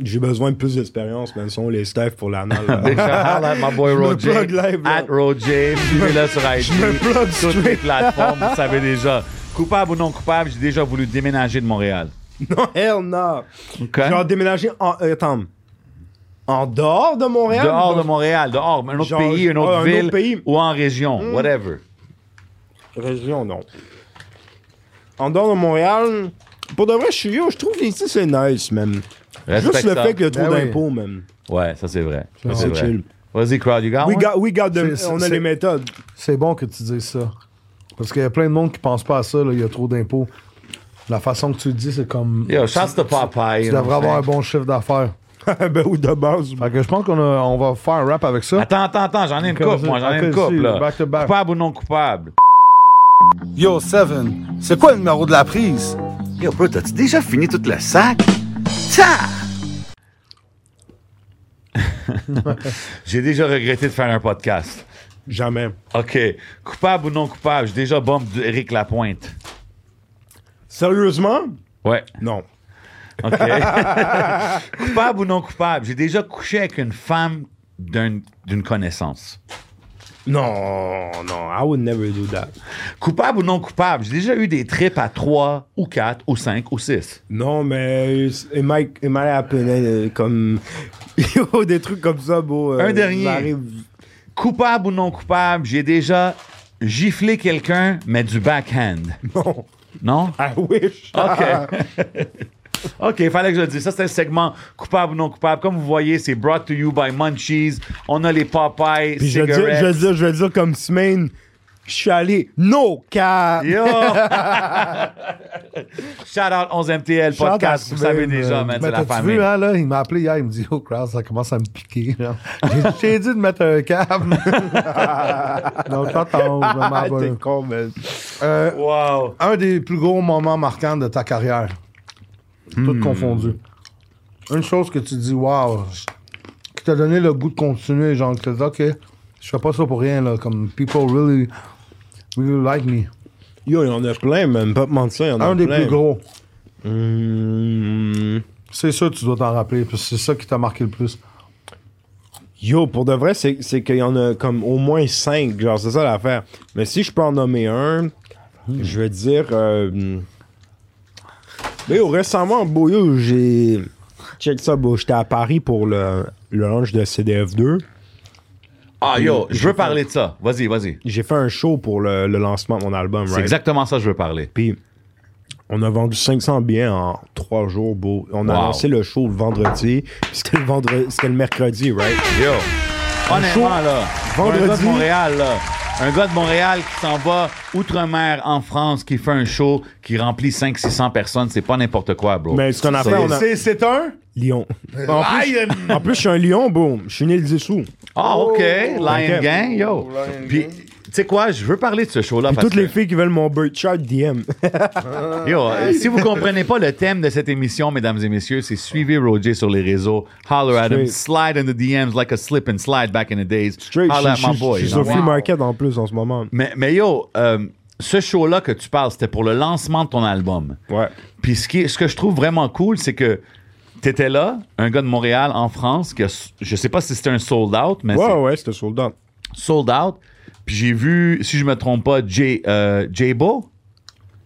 J'ai besoin de plus d'expérience, même si on les staff pour l'anal. là. <laughs> Déjà, holla at my boy Je me Roger. plug live, là. At Roger. Suivez-le sur IG. Toutes les plateformes, vous savez <laughs> déjà. Coupable ou non coupable, j'ai déjà voulu déménager de Montréal. non, hell Hein? no. OK? Genre déménager en. euh, Attends. En dehors de Montréal? Dehors ou de Montréal, dehors, un autre Genre, pays, une ah, autre un ville, autre pays. Mm. ou en région, whatever. Région, non. En dehors de Montréal, pour de vrai, je suis yo, je trouve ici c'est nice, même. Respecte Juste le ça. fait qu'il y a trop Ben oui. d'impôts, même. Ouais, ça c'est vrai. Ça, C'est Ah, c'est vrai. chill. Vas-y, crowd, you got We one? got, we got the- Ah, C'est- on a c'est- les méthodes. <laughs> C'est bon que tu dises ça. Parce qu'il y a plein de monde qui pense pas à ça, là, il y a trop d'impôts. La façon que tu le dis, c'est comme. Yo, chasse de Popeye. Tu you know devrais what I'm avoir un saying? bon chiffre d'affaires. ben oui, de base. Fait que je pense qu'on a- on va faire un rap avec ça. Attends, attends, attends, j'en ai une Ok, coupe, vas-y. moi, j'en ai une Ok, coupe, si, là. back to back. Coupable ou non coupable? Yo, Seven, c'est quoi le numéro de la prise? Yo, bro, t'as-tu déjà fini toute la sac? Ça! <laughs> J'ai déjà regretté de faire un podcast. Jamais. OK. Coupable ou non coupable, j'ai déjà bombe Eric Lapointe. Sérieusement? Ouais. Non. <laughs> OK. coupable ou non coupable, j'ai déjà couché avec une femme d'un- d'une connaissance. Non, non, I would never do that. Coupable ou non coupable, j'ai déjà eu des trips à 3 ou 4 ou 5 ou 6. Non, mais it might, it might happen, hein, comme... <laughs> Yo, des trucs comme ça, euh, beau. Un dernier. Coupable ou non coupable, j'ai déjà giflé quelqu'un, mais du backhand. Non, Non? I wish. OK. <laughs> OK, fallait que je le dise. Ça, c'est le segment coupable ou non coupable. Comme vous voyez, c'est brought to you by Munchies. On a les Popeyes, Puis je vais dire, je vais cigarettes. dire, je vais dire comme semaine, je suis allé, no cap. <laughs> Yo! Shout out 11MTL Shout out podcast. à Vous savez Sven, déjà, euh, man, mais c'est la t'as-tu famille. vu, hein, là, il m'a appelé hier, il me dit Oh, Kraus, ça commence à me <laughs> piquer. genre. J'ai- J'ai dit de mettre un câble. Donc, quand on Ah, <laughs> vraiment t'es bon. con, man. Euh, Wow! Un des plus gros moments marquants de ta carrière, Hmm. tout confondu. Une chose que tu dis Waouh, qui t'a donné le goût de continuer, genre, que tu dis Ok, je fais pas ça pour rien, là, comme people really, really like me. Yo, il y en a plein, même. Pas te mentir, il y en a Un des plein. plus gros. Mmh. C'est sûr, que tu dois t'en rappeler, parce que c'est ça qui t'a marqué le plus. Yo, pour de vrai, c'est c'est qu'il y en a comme au moins cinq. Genre, c'est ça l'affaire. Mais si je peux en nommer un, je vais dire. euh, Mais yo, récemment, boyo, j'ai. Check ça, bro. J'étais à Paris pour le, le launch de CDF2. Ah, yo, je veux parler de ça. Vas-y, vas-y. J'ai fait un show pour le, le lancement de mon album, C'est right? exactement ça que je veux parler. Puis, on a vendu 500 billets en trois jours, beau. On a Wow. lancé le show le vendredi. puis C'était le, vendredi, c'était le mercredi, right? Yo. Honnêtement, show là. vendredi. Un gars de Montréal, là. Un gars de Montréal qui s'en va outre-mer en France, qui fait un show, qui remplit 500-600 personnes, c'est pas n'importe quoi, bro. Mais ce qu'on a fait, on a... C'est- C'est un. Lyon. En plus, <laughs> en plus, je suis un lion, beau. Je suis né le dessous. Ah, OK. Lion Ok. Gang, yo. Puis, tu sais quoi, je veux parler de ce show-là. Puis parce toutes les que- filles qui veulent mon bird chart DM. Yo, euh, si vous comprenez pas le thème de cette émission, mesdames et messieurs, c'est suivez Roger sur les réseaux. Holler at him. Slide in the DMs like a slip and slide back in the days. Straight, Holler je at my Ah, suis- boy. je suis genre. sur Free Market en plus en ce moment. Mais, mais yo, euh, ce show-là que tu parles, c'était pour le lancement de ton album. Ouais. Puis ce, qui est- ce que je trouve vraiment cool, c'est que t'étais là, un gars de Montréal, en France, que je sais pas si c'était un sold out, mais Ouais, c'est ouais, c'était sold out. sold out. Puis j'ai vu, si je me trompe pas, J, euh, J-Bo.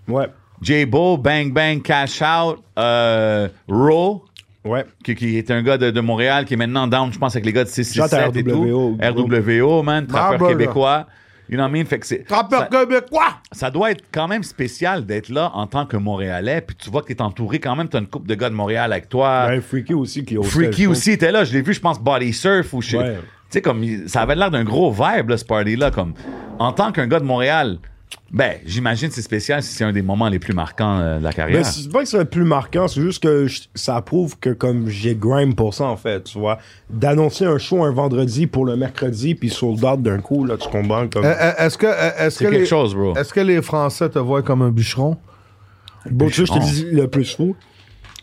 Ouais, J-Bo, Bang Bang, Cash Out, euh, Raw, ouais. qui, qui est un gars de, de Montréal, qui est maintenant down, je pense, avec les gars de 667 et tout. RWO. RWO, man, trappeur Marble, là. québécois. You know what I mean? Fait que c'est- Rappeur ça- québécois. ça doit être quand même spécial d'être là en tant que Montréalais, puis tu vois que t'es entouré quand même, t'as une coupe de gars de Montréal avec toi. Ben, Freaky aussi qui est au Ah. Freaky aussi était là, je l'ai vu, je pense, Body Surf ou chez. Ouais. Tu sais, comme, il- ça avait l'air d'un gros vibe, là, ce party-là, comme, en tant qu'un gars de Montréal, ben, j'imagine que c'est spécial si c'est un des moments les plus marquants euh, de la carrière. Mais Ben, c'est pas que c'est plus marquant, c'est juste que je- ça prouve que comme j'ai grime pour ça en fait, tu vois. D'annoncer un show un vendredi pour le mercredi puis sold out d'un coup, là, tu comprends comme. Euh, euh, Est-ce que, euh, est-ce C'est que quelque les, chose, bro. Est-ce que les Français te voient comme un bûcheron? Bon, tu sais, je te non. dis le plus fou.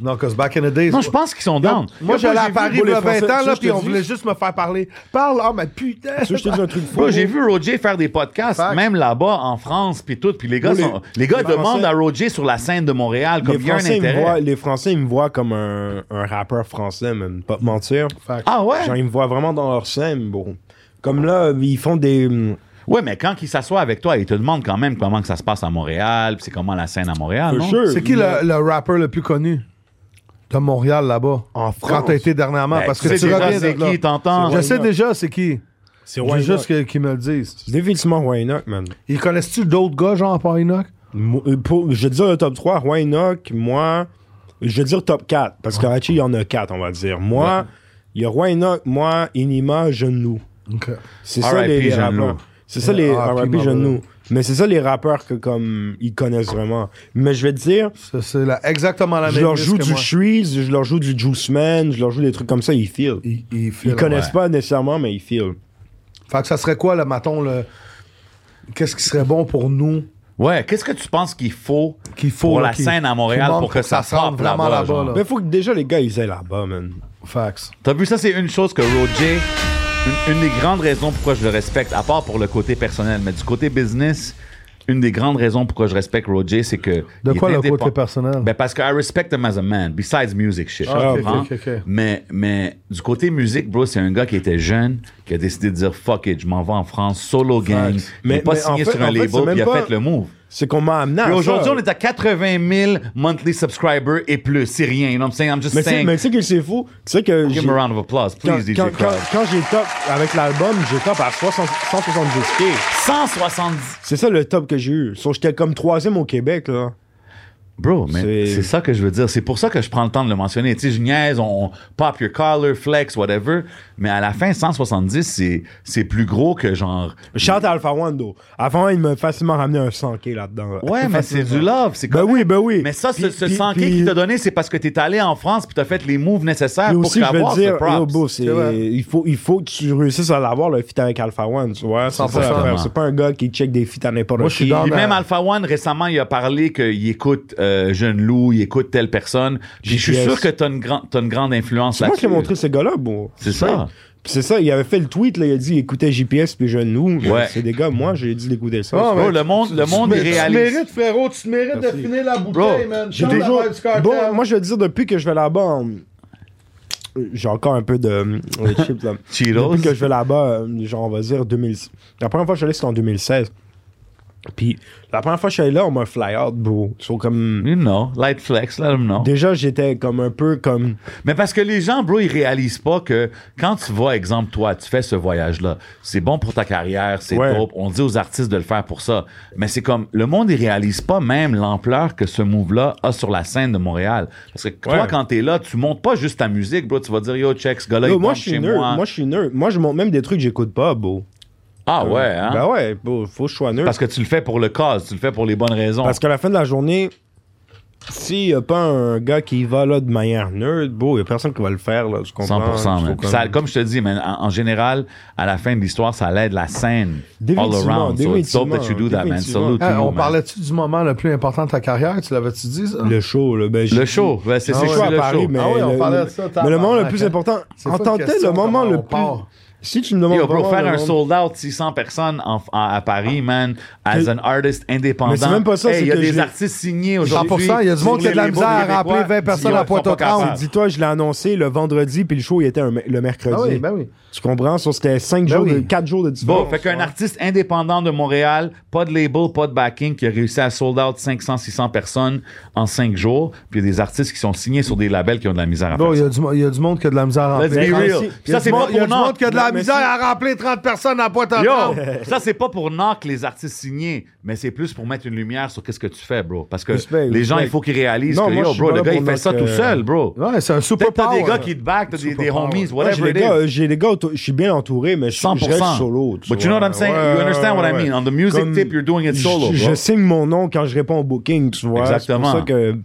Non, cause back in the days. Non, je pense qu'ils sont down. Moi, j'allais j'ai à vu Paris pour il y les a 20 Français, ans, ça, là, je puis te on dis. voulait juste me faire parler. Parle, oh, mais putain! Tu sais, je te dis un truc fou. Bro, j'ai vu Roger faire des podcasts, Fact. même là-bas, en France, puis tout. Puis les gars, Bro, les- sont- les gars les demandent Français- à Roger sur la scène de Montréal, comme Les il y a un Français, ils me voient, intérêt. les Français, ils me voient comme un, un rappeur français, même. Pas te mentir. Ah ouais? Genre, ils me voient vraiment dans leur scène, bon. Comme là, ils font des. hum, Eux Ouais, mais quand il s'assoit avec toi, il te demande quand même comment que ça se passe à Montréal, puis c'est comment la scène à Montréal, non? sure, C'est qui mais- le, le rappeur le plus connu de Montréal là-bas? En Quand France. t'as été dernièrement, Ben, parce que tu sais tu déjà reviens c'est de là. qui, t'entends? Je Why sais not? déjà c'est qui. C'est Je veux Why Not. juste que- qu'ils me le disent. C'est définitivement Wynock, man. Ils connaissent-tu d'autres gars, genre, à part Enoch? Moi, euh, pour- je vais dire le top 3, Wynock, moi. Je vais dire top 4, parce que Hachi, il y en a 4, on va dire. Moi, il y a Wynock, moi, Inima, Genou. OK. C'est ça R.I.P. les, les Jeune Loup. rappeurs. C'est Euh, ça les R.I.P. R.I.P. Marvel. Jeune Loup. Mais c'est ça les rappeurs que comme ils connaissent vraiment. Mais je vais te dire, Ça, C'est la- exactement Ah, la même je leur liste joue que du moi. Shreeze, je leur joue du Juice Man, je leur joue des trucs comme ça, ils filent. Ils, Ils, ils filent, connaissent ouais. pas nécessairement, mais ils filent. Fait que ça serait quoi, le maton, le... Qu'est-ce qui serait bon pour nous Ouais, qu'est-ce que tu penses qu'il faut qu'il faut pour là, la qu'il- scène à Montréal qu'il manque pour que ça se rende sorte là-bas, genre? Mais faut que déjà les gars ils aient là-bas, man. Fax. T'as vu, ça, c'est une chose que Roger, une, une des grandes raisons pourquoi je le respecte, à part pour le côté personnel, mais du côté business, une des grandes raisons pourquoi je respecte Roger, c'est que. De il quoi est le indépend- côté personnel? Ben parce que I respect him as a man, besides music shit. Ah, tu ok, comprends? ok, ok, ok. Mais, mais du côté musique, bro, c'est un gars qui était jeune, qui a décidé de dire fuck it, je m'en vais en France, solo gang. Il Mais- n'est pas mais signé en fait- sur un en fait, label, c'est même puis il a pas- fait le move. C'est qu'on m'a amené à Puis ça. aujourd'hui, on est à 80 000 monthly subscribers et plus. C'est rien. You know what I'm saying? I'm just Mais tu sais- saying. mais tu sais que c'est fou, tu sais que Give j'ai- him a round of applause, quand, please, DJ quand- Crowd. quand- quand j'ai top avec l'album, j'ai top à 60 170k. 170. C'est ça le top que j'ai eu. Sauf que j'étais comme troisième au Québec là. Bro, mais C'est- c'est ça que je veux dire. C'est pour ça que je prends le temps de le mentionner. Tu sais, je niaise, on on pop your collar, flex, whatever. Mais à la fin, 170, c'est, c'est plus gros que genre. Chante Alpha Wando. Avant, il m'a facilement ramené un 100k là-dedans. là. Ouais, mais c'est du love. C'est Ben comme- oui, ben oui. Mais ça, ce, Puis- ce puis- 100K puis- qu'il t'a donné, c'est parce que t'es allé en France puis t'as fait les moves nécessaires Puis pour aussi, je veux avoir dire, ce props. yo, bro, c'est- C'est vrai. il, faut, il faut que tu réussisses à l'avoir, le fit avec Alpha One, tu vois. C'est ça 100%. l'affaire. C'est pas un gars qui check des feats à n'importe Moi, je suis qui. dans- Puis ben- même Alpha One, récemment, il a parlé qu'il écoute euh, Jeune Loup, il écoute telle personne. Puis je suis GPS. sûr que t'as une, grand- t'as une grande influence C'est moi qui là-dessus. l'ai montré ce gars-là, bon. C'est ça. Puis c'est ça, il avait fait le tweet, là, il a dit il écoutait GPS puis jeune nous. Ouais. C'est des gars, moi, j'ai dit d'écouter ça. Ah, C'est Bro, ouais. le monde, le monde Mais il réalise. Tu mérites, frérot, tu mérites de Merci. finir la bouteille, Bro, man. J'ai Chante toujours. la vibe du cartel. Bon, moi, je veux dire, depuis que je vais là-bas, en- j'ai encore un peu <laughs> de euh, chips, là. Cheetos. hum, Depuis que je vais là-bas, euh, genre, on va dire 2000. La première fois que je suis allé, c'était en 2016. Puis la première fois que je suis allé là, on m'a flyer, bro. So, comme... You know, light flex, let them know. Déjà, j'étais comme un peu comme. Mais parce que les gens, bro, ils réalisent pas que quand tu vas, exemple, toi, tu fais ce voyage-là, c'est bon pour ta carrière, c'est Ouais. top. On dit aux artistes de le faire pour ça. Mais c'est comme, le monde, il réalise pas même l'ampleur que ce move-là a sur la scène de Montréal. Parce que toi, Ouais. quand t'es là, tu montes pas juste ta musique, bro. Tu vas dire, yo, check, ce gars-là, Yo, il moi, pompe je suis chez nerd. moi. Moi, je suis nerd. Moi, je monte même des trucs que j'écoute pas, bro. Ah ouais, hein? Ben ouais, bro, faut que je sois nerd. Parce que tu le fais pour le cause, tu le fais pour les bonnes raisons. Parce qu'à la fin de la journée, s'il n'y a pas un gars qui y va là de manière nerd, bro, il n'y a personne qui va le faire, là. Tu comprends? 100%, hein, Je man. trouve comme- Ça, comme je te dis, man, en, en général, à la fin de l'histoire, ça l'aide la scène. All Définitivement, around. So it's dope définitivement, that you do that, man. définitivement. Salute to Hey, you, Euh, Ah, on man. parlait-tu du moment le plus important de ta carrière? Tu l'avais-tu dit, ça? Le show, là. Ben, j'ai- Le show, ouais, c'est Ah c'est ouais, c'est à le Paris, show. Mais, Ah ouais, on le- parlait de ça, mais le moment le tabarnak, plus hein. important, C'est on pas une tentait question le moment comment le on part. plus. Si tu me demandes. Yo, bro, vraiment faire le un moment- sold out 600 personnes en- en- à Paris, Ah. man, as Que- an artist indépendant. Mais c'est même pas ça, Hey, c'est Il y a que je des l'ai- artistes signés aujourd'hui. 100%, il y a du monde qui a de la Les misère à Québécois, rappeler 20 personnes ils à sont pas Pointe-aux-Trembles. capables. Dis-toi, je l'ai annoncé le vendredi, puis le show il était un me- le mercredi. Ah oui, ben oui. Tu comprends? Ça, c'était 5 Ben jours, oui. de, 4 jours de Bon, différence. fait qu'un artiste indépendant de Montréal, pas de label, pas de backing, qui a réussi à sold out 500, 600 personnes en 5 jours, puis il y a des artistes qui sont signés sur des labels qui ont de la misère à Bon, faire il y, ça. a du mo- il y a du monde qui a de la misère à Let's remplir. be Mais real. si- Puis ça, c'est pas Il y a pour du monde knock. qui a de la Non, mais misère si- à remplir 30 personnes à pointe Yo, <laughs> ça, c'est pas pour knock les artistes signés, mais c'est plus pour mettre une lumière sur qu'est-ce que tu fais, bro. Parce que Respect, les gens, respect. il faut qu'ils réalisent Non, que, moi, yo, je suis bro, pas le là gars, pour il fait ça tout mettre, euh, seul, bro. Ouais, c'est un super Peut-être t'as des power. gars qui te back, t'as des, des Superpower. homies, Moi, j'ai whatever les it is. gars, j'ai les gars, autour- je suis bien entouré, mais je, suis je reste 100%. solo. But you know what I'm saying? You understand what I mean. On the music tip, you're doing it solo, Je, bro. je signe mon nom quand je réponds au booking, tu vois. Exactement. C'est pour ça que.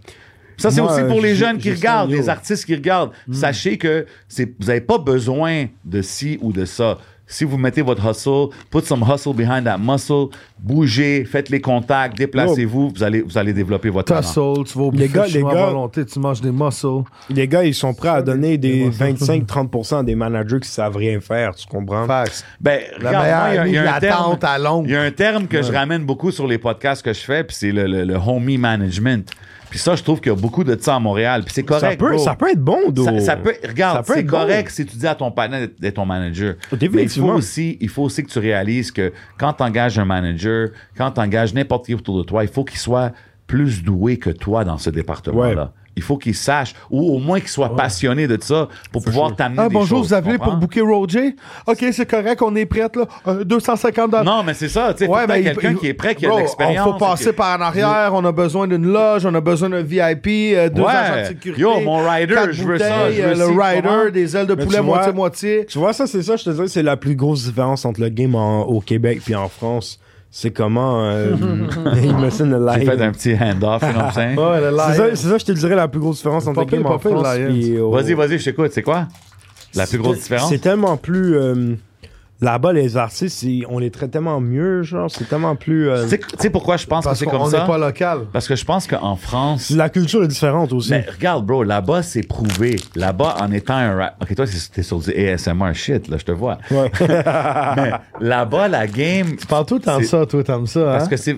Ça, c'est Moi, aussi pour les je- jeunes qui je regardent, signe, yo. Hmm. les artistes qui regardent. Sachez que c'est- vous n'avez pas besoin de ci ou de ça. Si vous mettez votre hustle, put some hustle behind that muscle, bougez, faites les contacts, déplacez-vous, vous allez, vous allez développer votre Ta talent. soul, tu vas au Les gars- buffet chinois les à gars- volonté, tu manges des muscles. Les gars, ils sont prêts à donner des moi, ça. 25-30% des managers qui savent rien faire, tu comprends? Facts. Ben, La regarde, meilleure moi, il y a- amie il y a de un la terme- tante à longue. Il y a un terme que je ramène beaucoup sur les podcasts que je fais, puis c'est le, le, le homie management. Puis ça, je trouve qu'il y a beaucoup de ça à Montréal. Puis c'est correct. ça, peut, bro. ça peut être bon, d'où. Ça, ça peut, regarde, Ça peut c'est être bon. correct si tu dis à ton partenaire d'être- d'être ton manager. Oh, Mais il faut Définitivement. aussi, il faut aussi que tu réalises que quand tu engages un manager, quand tu engages n'importe qui autour de toi, il faut qu'il soit plus doué que toi dans ce département-là. Ouais. Il faut qu'il sache, ou au moins qu'il soit passionné de ça pour pouvoir t'amener Ah, des bonjour, choses, vous appelez pour comprends? booker Roger? OK, c'est correct, on est prête, là. Euh, 250 dollars. Non, mais c'est ça, tu sais, faut que t'aies il- quelqu'un il- qui est prêt, qui a Bro, de l'expérience. On faut passer qui- par en arrière, on a besoin d'une loge, on a besoin d'un VIP, euh, deux Ouais. agents de sécurité. Yo, mon rider, quatre je veux ça, bouteilles, je veux euh, ci, tu Le comprends? rider, des ailes de Mais poulet tu vois- moitié-moitié. Tu vois, ça, c'est ça, je te dirais, c'est la plus grosse différence entre le game en- au Québec puis en France. C'est comment. Euh, <laughs> il me signe le J'ai live. fait un petit <laughs> hand-off, you know what I'm saying? Ouais, le C'est ça, live. c'est ça, je te dirais, la plus grosse différence entre Pas le game pire, en pas pire, France Lions. et au- Vas-y, vas-y, je t'écoute, c'est quoi? La plus grosse euh, C'est- différence? C'est tellement plus. euh, Là-bas, les artistes, ils- on les traite tellement mieux, genre, c'est tellement plus. euh, Tu sais- tu sais pourquoi je pense que Parce c'est comme qu'on ça? n'est pas local. Parce que je pense qu'en France, la culture est différente aussi. Mais regarde, bro, là-bas, c'est prouvé. Là-bas, en étant un rap. Ok, toi, c'est- t'es sur du ASMR shit, là, je te vois. <laughs> Ouais. Mais là-bas, la game. Tu Parle tout C'est- ça, toi, t'aimes ça, Parce hein? que c'est.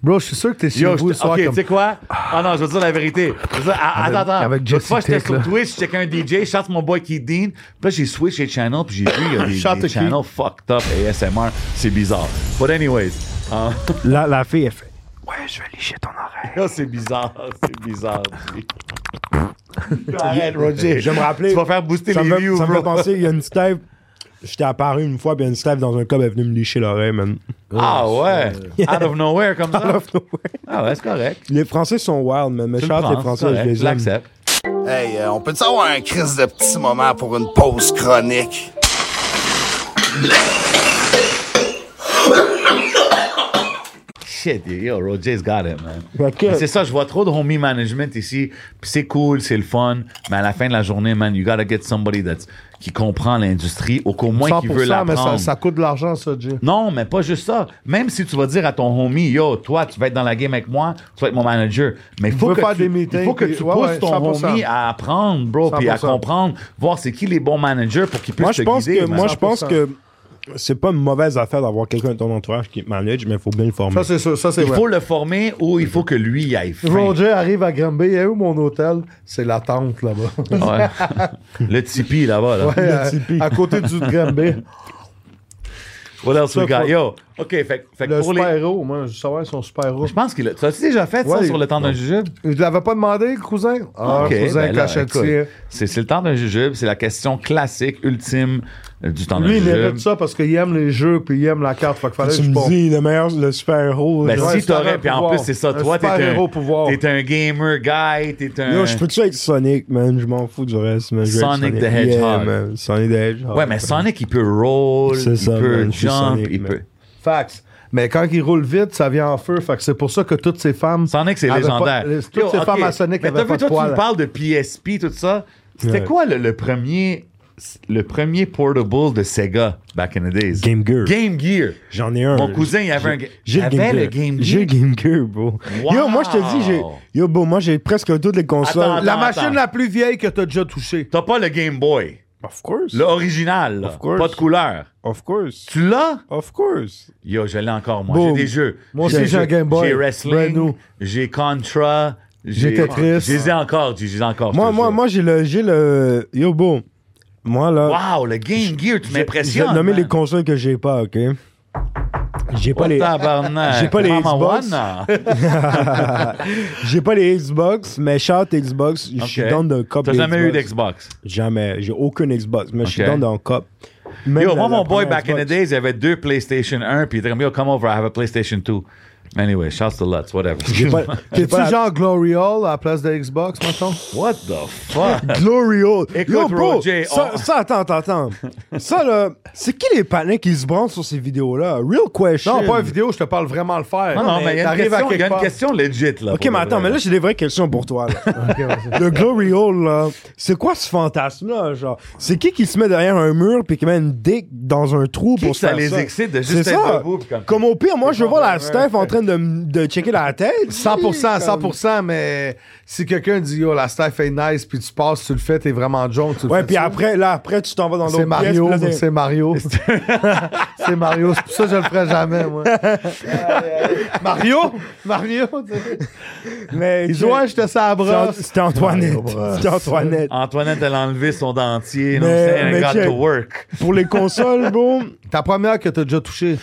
Bro, je suis sûr que t'es chez Yo, vous je le te- soir ok, tu comme... sais quoi? Ah non, je veux dire la vérité. Je veux dire, ah, Avec- attends, attends. avec L'autre fois, Jesse j'étais Tech, sur là. Twitch, j'étais un DJ, je chante mon boy Keith Dean. Puis là, j'ai switch les channels, puis j'ai vu, il y a des, Chante des qui? channels fucked up ASMR. C'est bizarre. But anyways. hein, La, la fille, elle fait. Là, c'est bizarre, <laughs> c'est bizarre. Arrête, Roger. Je vais me rappeler. Tu vas faire booster ça les me, fait- views, Ça me fait bro. penser, il y a une Steve. J'étais apparu une fois, puis il y a une Steve dans un club, elle est venue me licher l'oreille, man. Ah ouais. Out of nowhere comme <laughs> ça. Ah ouais, c'est correct. Les Français sont wild, man. Mais Tu le Charles, les prends, c'est Français, je correct. Je les aime. l'accepte. Hey, euh, on peut-tu avoir un crise de petit moment pour une pause chronique? Shit, yo, Roger's got it, man. Ok. Mais C'est ça, je vois trop de homie management ici. Puis c'est cool, c'est le fun. Mais à la fin de la journée, man, you gotta get somebody that's, qui comprend l'industrie ou qu'au moins qui veut 100%, mais ça, l'apprendre. Mm. ça coûte de l'argent, ça, Jay. Non, mais pas juste ça. Même si tu vas dire à ton homie, yo, toi, tu vas être dans la game avec moi, tu vas être mon manager. Mais il faut peut que faire tu, des meetings, il faut que puis- tu ouais, pousses ouais, ton 100%. homie à apprendre, bro, puis à 100%. comprendre, voir c'est qui les bons managers pour qu'ils puissent Moi, je te pense guider. que, man. moi, je pense 100%. que c'est pas une mauvaise affaire d'avoir quelqu'un de ton entourage qui te manage, mais il faut bien le former. Ça, c'est sûr, ça, c'est il vrai. faut le former ou il faut que lui y aille. fin. Roger arrive à Granby, et où mon hôtel? C'est la tente, <laughs> là-bas. <laughs> Ben, Ouais. le Tipeee là-bas. Là. Ouais, à, à côté du Granby. What else we got? Yo, OK, fait, fait que Le pour les... super-héros, moi, je veux savoir son super-héros. Je pense qu'il a... Tu as déjà fait ça Ouais. sur le temps d'un jujube? Je l'avais pas demandé, le cousin? Ah, OK, cousin ben là, cachetier. écoute, c'est, c'est le temps d'un jujube. C'est la question classique, ultime euh, du temps d'un Lui, il jujube. mérite ça parce qu'il aime les jeux puis il aime la carte. Fait que fallait que Tu je me pompe. dis, le meilleur, le super-héros. Ben, genre, si c'est un t'aurais, vrai puis en pouvoir. plus, c'est ça, Un toi, t'es super-héros un, pouvoir. t'es un gamer guy, t'es un. Yo, je peux-tu être Sonic, man? Je m'en fous du reste, man. Je veux être Sonic the Yeah, Hedgehog. man. Sonic the Hedgehog. Ouais, mais Sonic, il peut roll, C'est il ça, peut man, je suis jump, Sonic, il man. peut. Fax. Mais quand il roule vite, ça vient en feu. Fait que c'est pour ça que toutes ces femmes. Sonic, c'est avaient légendaire. pas- les- toutes Yo, ces ok, femmes à Sonic mais avaient t'as pas vu, toi, de tu me poils. parles de PSP, tout ça. C'était Ouais. quoi le, le premier le premier portable de Sega back in the days? Game Gear. Game Gear. J'en ai un. Mon cousin, il avait un. ga- J'ai le avait Game le Gear. Game J'ai Gear. le Game Gear, bro. Wow. Yo, moi, je te dis, j'ai. Yo, bro, moi, j'ai presque toutes les consoles. Attends, La attends. machine la plus vieille que t'as déjà touchée. T'as pas le Game Boy. Of course. L'original, là. Of course. Pas de couleur. Of course. Tu l'as? Of course. Yo, je l'ai encore, moi. Boom. J'ai des jeux. Moi aussi, j'ai jeux- un Game Boy. J'ai Brand Wrestling. new. J'ai Contra. J'ai Tetris. Je les ai encore, je les ai encore. Moi, ce moi, jeu. moi, j'ai le. J'ai le. Yo, bro. Moi, là. Wow, le Game Gear, tu je- Je vais m'impressionnes. te nommer man. les consoles que j'ai pas, ok? J'ai Oh, pas les. tabarnak. ah, j'ai pas les Mama Xbox. Wana. <laughs> J'ai pas les Xbox, mais shout Xbox, je suis Ok. dans d'un cop. T'as des jamais eu Xbox. d'Xbox. Jamais. J'ai aucune Xbox, mais je suis Ok. dans d'un cop. Même Yo, la- moi, la mon boy, première back in the Xbox. days, il avait deux PlayStation 1, puis il était comme, yo, come over, I have a PlayStation 2. Anyway, shouts to Lutz, whatever. J'ai <laughs> pas, j'ai T'es-tu pas la- genre Glory Hall à la place de Xbox, mettons? What the <laughs> fuck? Glory Hole. Écoute, Yo, bro, Roger, Oh. ça, on- ça, attends, attends, attends. ça, là, c'est qui les panneaux qui se branchent sur ces vidéos-là? Real question. Non, pas une vidéo, je te parle vraiment le faire. Non, non, mais il y a une t'arrives question, il y a quelque une part. question legit, là. Ok, pour mais de attends, vrai. mais là, j'ai des vraies questions pour <laughs> toi, là. Ok, vas-y. Le glory hole, là, c'est quoi ce fantasme-là, genre? C'est qui qui se met derrière un mur puis qui met une dick dans un trou Qui pour que se ça faire les ça? excite de juste C'est être ça. debout, puis comme- Comme au pire, moi, je vois la Steph en train de, m- de checker la tête. 100%, Comme- 100%, mais si quelqu'un dit yo, la staff est nice, puis tu passes, tu le fais, t'es vraiment drunk, tu le Ouais, fais puis ça. après, là, après, tu t'en vas dans l'autre C'est pièce. Mario, puis là, t'es- c'est Mario. <laughs> c'est Mario, c'est pour ça que je le ferai jamais, moi. <laughs> Mario, Mario, tu sais. Mais Ils ont acheté ça à bras. C'était c'était Antoinette. <laughs> C'était Antoinette. Antoinette, elle a enlevé son dentier. Mais- Mais, mais got check. to work. Pour les consoles, bon, Ta première que t'as déjà touchée.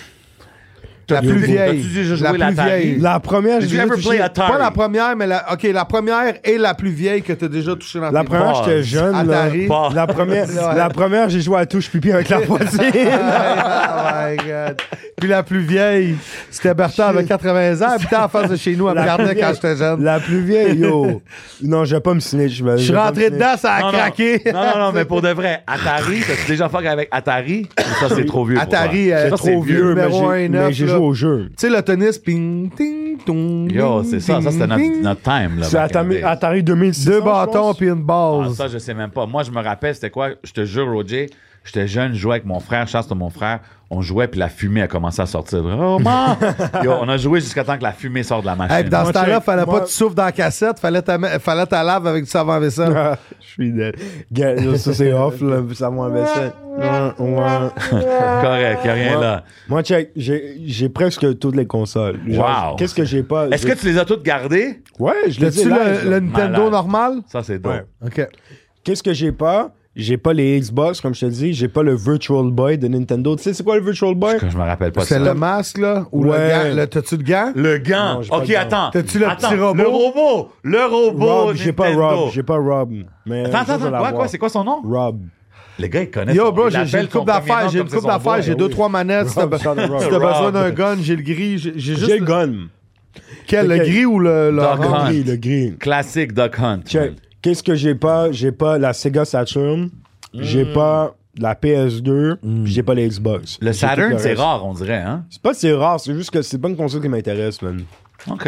La T'as-tu plus dé- vieille. t'as-tu déjà La joué plus l'Atari? vieille. la première, Did j'ai you ever touché- play Atari? Pas la première, mais la, OK, la première et la plus vieille que t'as déjà touchée dans La tes première, Pause. j'étais jeune. là. Atari. Pause. La première, Ouais. la première j'ai joué à touche pipi avec la voisine. Ah, <laughs> oh my God. Puis la plus vieille, <laughs> c'était Bertrand avec 80 ans, habitait en face de chez nous, elle me La regardait plus quand vieille. j'étais jeune. La plus vieille, <laughs> yo. Non, je vais pas me snitch. man. Je suis vais pas me rentré snitch. dedans, ça a Non, non. craqué. Non, non, non, mais pour de vrai, Atari, t'as-tu déjà fuck avec Atari? Ça, c'est trop vieux. pour Atari, toi. euh, Ça, c'est trop vieux. Mais numéro j'ai- un, mais neuf, j'ai là. joué au jeu. Tu sais, le tennis, ping, ting, tong. Yo, c'est ça, ça, c'était notre, notre time. Là, C'est back in the Atari, days. Atari 2006. Deux je bâtons pense. puis une Ah, base. ça, je sais même pas. Moi, je me rappelle, c'était quoi? Je te jure, Roger, j'étais jeune, je jouais avec mon frère, Charles, c'était mon frère. On jouait, puis la fumée a commencé à sortir. Oh, <laughs> man! Yo, on a joué jusqu'à temps que la fumée sorte de la machine. Hey, puis dans ce Moi, temps-là, check, fallait moi- pas que tu souffles dans la cassette, fallait ta, fallait ta lave avec du savon à vaisselle. Ah, <laughs> Je suis dead. Gars, yo, Ça, c'est off, là. Ça m'a baissé. Ouais, ouais. Correct, y a rien Moi- là. <laughs> Moi, check, j'ai j'ai presque toutes les consoles. Genre, Wow. Qu'est-ce que j'ai pas? Est-ce que tu les as toutes gardées? Ouais, je l'ai dit T'as-tu live, le, là. le Nintendo Malade. normal? Ça, c'est drôle. Ouais. OK. Qu'est-ce que j'ai pas? J'ai pas les Xbox, comme je te dis. J'ai pas le Virtual Boy de Nintendo. Tu sais, c'est quoi le Virtual Boy? Je me rappelle pas C'est ça. le masque, là? Ou Ouais. le gant? le- T'as-tu le gant? Le gant. Non, j'ai pas ok, le gant. attends. T'as-tu le Attends, petit robot? Le robot. Le robot. Rob, j'ai pas Nintendo. Rob. J'ai pas Rob. Mais un Attends, jour, attends, je vais attends. Quoi, quoi? l'avoir. C'est quoi son nom? Rob. Les gars, ils connaissent. Yo, son- bro, ils j'ai j'ai l'appellent une coupe son premier d'affaires, nom j'ai une comme coupe c'est son d'affaires, j'ai voix. deux, trois Ah, manettes. Si t'as Rob, be- si shout out Rob. t'as Rob. besoin d'un gun, j'ai le gris. J'ai j'ai juste. Ah, J'ai le gun. Quel, le Lequel? gris ou le. le Dog Le orange? Hunt. gris, le gris. Classique Duck Hunt. Check. Qu'est-ce que j'ai pas? J'ai pas la Sega Saturn. Mm. J'ai pas la PS2. J'ai pas les Xbox. Le J'ai tout Saturn, c'est reste. rare, on dirait, hein? C'est pas que c'est rare, c'est juste que c'est pas une console qui m'intéresse, man. OK.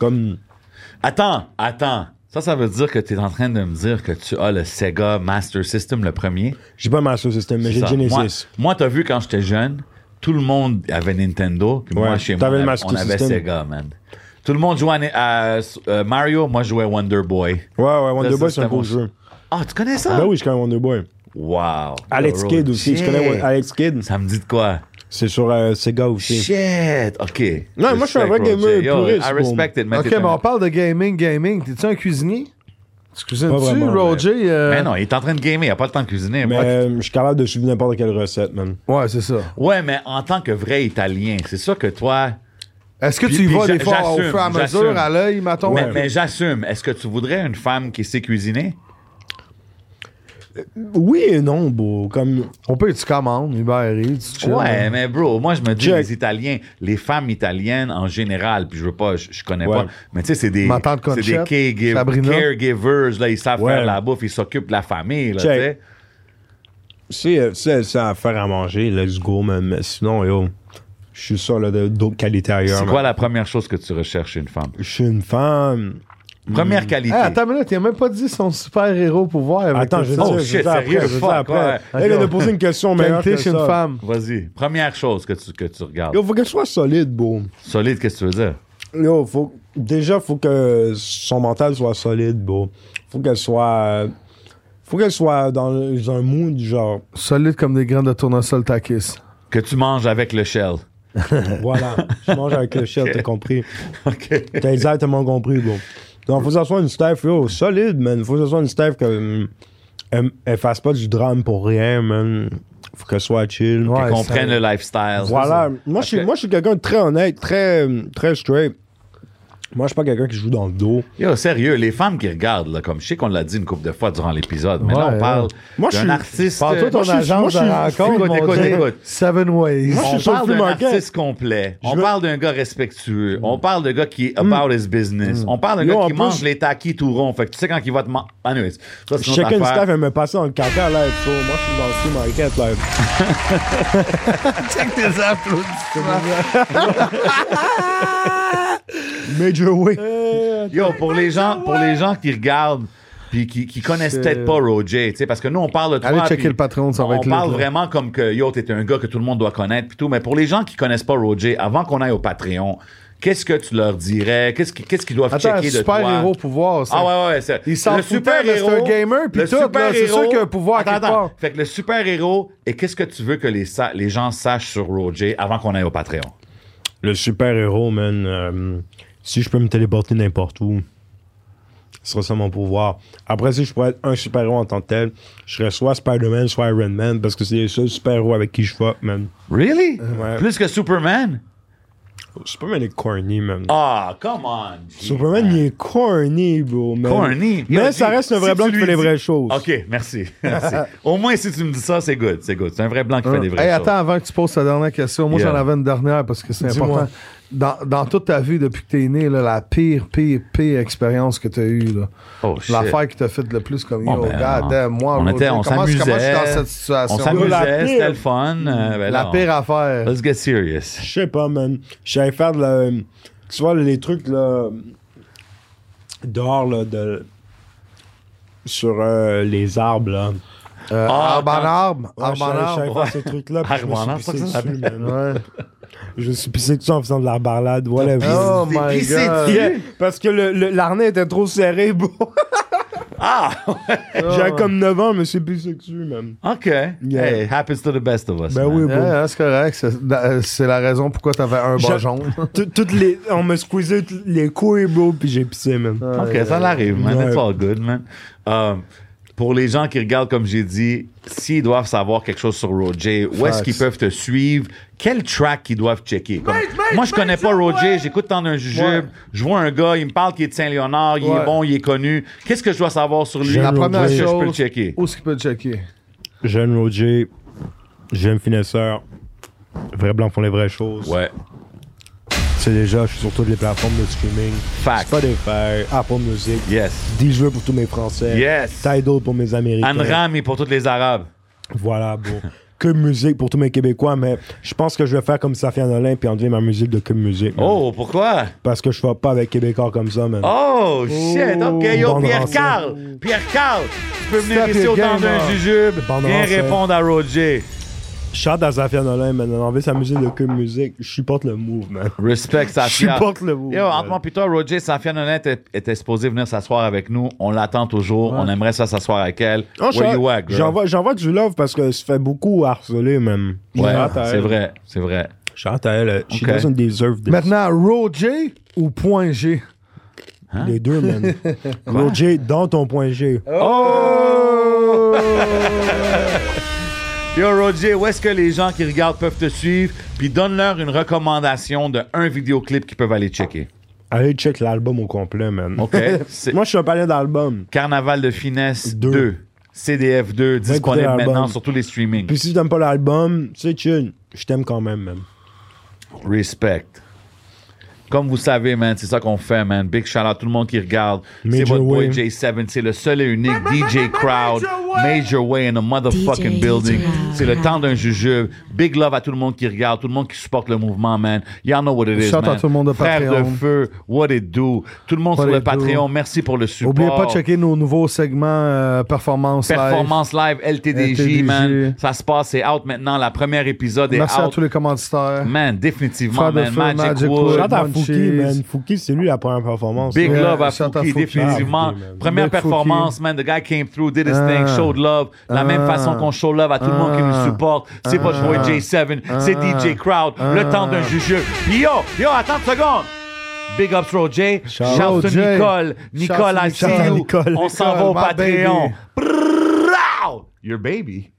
Comme. Attends, attends. Ça, ça veut dire que tu es en train de me dire que tu as le Sega Master System, le premier. J'ai pas Master System, mais C'est j'ai ça. Genesis. Moi, moi t'as vu quand j'étais jeune, tout le monde avait Nintendo, puis moi Ouais, chez moi, t'avais le on avait- Master on avait System. Sega, man. Tout le monde jouait à Ni- à, euh, Mario, moi je jouais à Wonder Boy. Ouais, ouais, Wonder Ça, ça, Boy, c'est un c'était beau mon- jeu. Ah, tu connais ça? Ben oui, je connais Wonder Boy. Wow. Alex Yo, Kidd aussi. Je connais shit. Alex Kidd. Ça me dit de quoi? C'est sur euh, Sega aussi. Shit, ok. Non, moi, je suis un Respect, vrai gamer Roger. Yo, puriste, I bro. respect it, man. Ok, T'es mais un- on parle de gaming, gaming. T'es-tu un cuisinier? Tu cuisines Pas tu vraiment, mais- Roger? euh, Mais non, il est en train de gamer, il n'a pas le temps de cuisiner. Mais euh, je suis capable de suivre n'importe quelle recette, man. Ouais, c'est ça. Ouais, mais en tant que vrai Italien, c'est sûr que toi. Est-ce que Puis- tu y puis vas j'a- des fois au j'assume, fur et à mesure, j'assume. à l'œil, mettons? Mais, mais j'assume. Est-ce que tu voudrais une femme qui sait cuisiner? Oui et non, bro. Comme, On peut, tu commandes, Uber Eats, tu chill. Ouais, mais bro, moi je me dis Check. les Italiens, les femmes italiennes en général, puis je veux pas, je, je connais Ouais. pas, mais tu sais c'est des, Ma tante c'est des Conchette, caregiv- Sabrina. caregivers là, ils savent Ouais. faire la bouffe, ils s'occupent de la famille là, tu Check. sais. c'est euh, c'est- c'est à faire à manger, let's go, man. Mais sinon, yo, je suis sûr là, de- d'autres qualités ailleurs. C'est man. quoi la première chose que tu recherches chez une femme Je suis une femme. Hmm. Première qualité. Ah, attends une minute, il a même pas dit son super-héros pouvoir. avec Attends, tout je vais ça. dire, Oh, je vais shit, dire sérieux, après, je vais dire fuck, après. ouais. Elle, Elle a posé une question meilleure Qualité que chez une ça. femme. Vas-y, première chose que tu que tu regardes. Yo, faut qu'elle soit solide, bro. Solide, qu'est-ce que tu veux dire Yo, faut, déjà, faut que son mental soit solide, bro. Faut qu'elle soit... Faut qu'elle soit dans le- un mood, genre... Solide comme des graines de tournesol Takis. Que tu manges avec le shell. <laughs> <laughs> Voilà. je mange avec le chef, t'as compris. OK. T'as exactement compris, bro. Donc, faut que ça soit une staff, yo, solide, man. Faut que ça soit une staff que... hum, Elle, elle fasse pas du drame pour rien, man. Faut qu'elle soit chill. Ouais, Qu'ils comprennent le lifestyle. Voilà. Moi, je Parce suis, que- moi, je suis quelqu'un de très honnête, très, très straight. Moi, je suis pas quelqu'un qui joue dans le dos. Yo, sérieux, les femmes qui regardent, là, comme je sais qu'on l'a dit une couple de fois durant l'épisode, mais là, Ouais, on parle Moi, je d'un suis- artiste. Parle-toi Moi, ton je suis- agence de moi, je suis- rencontre, Écoute, mon écoute, Dieu. écoute. Seven Ways. Moi, On je suis sur parle le d'un flea market. artiste complet. On veux- Mm. parle d'un gars respectueux. On parle d'un gars qui est about his business. On parle d'un Yo, gars en qui plus- mange les taquis tout rond. Fait que tu sais quand il va te manger. Anyways, ça, c'est une autre Chacun affaire. staff, elle me passait dans le caca, là. so, moi, je suis dans le flea market, là. Check tes applaudissements. Major way. Yo, pour les gens, pour les gens qui regardent puis qui, qui connaissent C'est- peut-être pas Roger, tu sais, parce que nous on parle de toi. Allez checker puis le Patreon, ça va on être lit, parle là. vraiment comme que yo, t'es un gars que tout le monde doit connaître puis tout. Mais pour les gens qui connaissent pas Roger, avant qu'on aille au Patreon, qu'est-ce que tu leur dirais Qu'est-ce qui- qu'est-ce qu'ils doivent Attends, checker de toi super-héros pouvoir, ça. Ah ouais, ouais, ouais, c'est Il s'en le foutait, mais c'est super-héros- un gamer, puis le tout, là, c'est super-héros- sûr qu'il y a un pouvoir Attends, quelque attends. part. Fait que le super-héros, et qu'est-ce que tu veux que les, sa- les gens sachent sur Roger avant qu'on aille au Patreon? Le super-héros, man. euh, si je peux me téléporter n'importe où, ce serait ça mon pouvoir. Après, si je pourrais être un super-héros en tant que tel, je serais soit Spider-Man, soit Iron Man, parce que c'est les seuls super-héros avec qui je fuck, man. Really? Ouais. Plus que Superman? Superman est corny, man. Ah, come on. Superman, il est corny, bro, man. Corny. Ben Mais Yo, ça dis- reste un vrai si blanc tu qui lui fait les dis- vraies choses. OK, merci. <laughs> merci. Au moins, si tu me dis ça, c'est good. C'est good. C'est un vrai blanc Hein. qui fait des vraies Hey, choses. attends, avant que tu poses ta dernière question, moi Yeah. j'en avais une dernière parce que c'est Dis-moi. important. Dans, dans toute ta vie depuis que t'es né, là, la pire, pire, pire expérience que t'as eue, là. Oh, shit. l'affaire qui t'a fait le plus comme Bon, yo, ben, god on- damn, moi, on Roger, était, on comment, s'amusait. comment je suis dans cette situation? On La, s'amusait, pire- c'était le fun. Euh, ben la là, on- pire affaire. Let's get serious. Je sais pas, man. J'allais faire de la. Tu vois, les trucs, là. Dehors, là, de. Sur euh, les arbres, là. Euh, Ah, arbre en arbre, Ouais, arbre en j'allais- j'allais arbre. faire ces trucs-là. puis je me Arbre en suis arbre, pissé ça, ça dessus, man. Ouais. Je me suis pissé dessus en faisant de la barlade. Voilà. <laughs> Oh my pissé god. Yeah, parce que le, le- l'arnais était trop serré, bro. Oh. Ah! J'avais comme 9 ans, je me suis pissé dessus, man. OK. Hey, happens to the best of us. Ben man. oui, bro. Yeah, c'est correct. C'est- C'est la raison pourquoi t'avais un bas J'a- <laughs> jaune. Tout- Toutes les. On me squeezait toutes les couilles, bro, puis j'ai pissé, man. OK, ça l'arrive, man. Ouais. It's all good, man. Um, pour les gens qui regardent, comme j'ai dit, s'ils doivent savoir quelque chose sur Roger, où est-ce Facts. qu'ils peuvent te suivre? Quel track ils doivent checker? Comme- moi, je connais pas Roger, j'écoute tant d'un jujube, Ouais. je vois un gars, il me parle qu'il est de Saint-Léonard, il Ouais. est bon, il est connu. Qu'est-ce que je dois savoir sur lui? J'aime La première Où est-ce que je peux le chose, checker? où est-ce qu'il peut le checker? Jeune Roger, jeune finesseur, vrai blanc font les vraies choses. Ouais. C'est déjà, je suis sur toutes les plateformes de streaming. Fact. Spotify, Apple Music, Yes. Deezer pour tous mes Français, Yes. Tidal pour mes Américains. Anram est pour tous les Arabes. Voilà, bon. <laughs> Que musique pour tous mes Québécois, mais je pense que je vais faire comme Safia Nolin puis enlever ma musique de que musique. man. Oh, pourquoi? Parce que je ne pas avec Québécois comme ça, man. Oh, shit! OK, yo, bande Pierre rancée. Carl! Pierre Carl! Tu peux venir Stop ici your au temps game, d'un hein. jujube. Bande Viens rancée. répondre à Roger. Chante à Safia Nolin, man. Enlever sa musique de que musique. Je supporte le move, man. Respect, Je Safia. supporte le move. Yo, man. entre moi puis toi, Roger, Safia Nonet était, était supposée venir s'asseoir avec nous. On l'attend toujours. On aimerait ça s'asseoir avec elle. Non, Oh, je- Where you at, girl? J'envoie j'envoie du love parce que se fait beaucoup harceler, même. Ouais, Shout à c'est elle. vrai, c'est vrai. Shout à elle. She Ok. doesn't deserve this. Maintenant, Roger ou point G? Hein? Les <laughs> deux, man. Lil J dans ton point G. Oh! <laughs> Yo, Roger, où est-ce que les gens qui regardent peuvent te suivre? Puis donne-leur une recommandation de un vidéoclip qu'ils peuvent aller checker. Allez, check l'album au complet, man. <laughs> OK? C'est Moi, je suis un palais d'albums. Carnaval de finesse Deux. 2. CDF 2, disponible l'album. maintenant sur tous les streamings. Puis si t'aimes pas l'album, c'est chill. Je t'aime quand même, man. Respect. Comme vous savez, man, c'est ça qu'on fait, man. Big shout out à tout le monde qui regarde. C'est Major votre boy Way. J7. C'est le seul et unique DJ Crowd. Major Way in the motherfucking DJ building. Crowd. C'est le temps d'un jujube. Big love à tout le monde qui regarde, tout le monde qui supporte le mouvement, man. Y'all know what it is, Shout out man. à tout le monde de Frère Patreon. de feu, what it do. Tout le monde What sur le it do. Patreon, merci pour le support. Oubliez pas de checker nos nouveaux segments euh, performance, live. Performance Live, LTDJ, LTDJ. man. Ça se passe, c'est out maintenant. La première épisode est Merci à out. tous les commanditaires. Man, définitivement, Frère de man. feu, Magic, Magic Wood. Wood. Shout à Munchies. Fouki, man. Fouki, c'est lui la première performance. Big Yeah, love à shout out Fouki, Fouki. définitivement. Ah, Fouki, man. Première Big performance, man. The guy came through, did his Ah. thing, showed love. La Ah. même façon qu'on show love à tout le monde qui nous Ah. supporte. C'est votre boy J7, c'est Ah. DJ Crowd, le temps d'un jugeux. Yo, yo, attends une seconde. Big ups, Roger. Shout out to Roger. Nicole. Shout Nicole, out I to see Nicole. you. Nicole. On s'en va au Nicole, my Patreon. Brrrr, Your baby.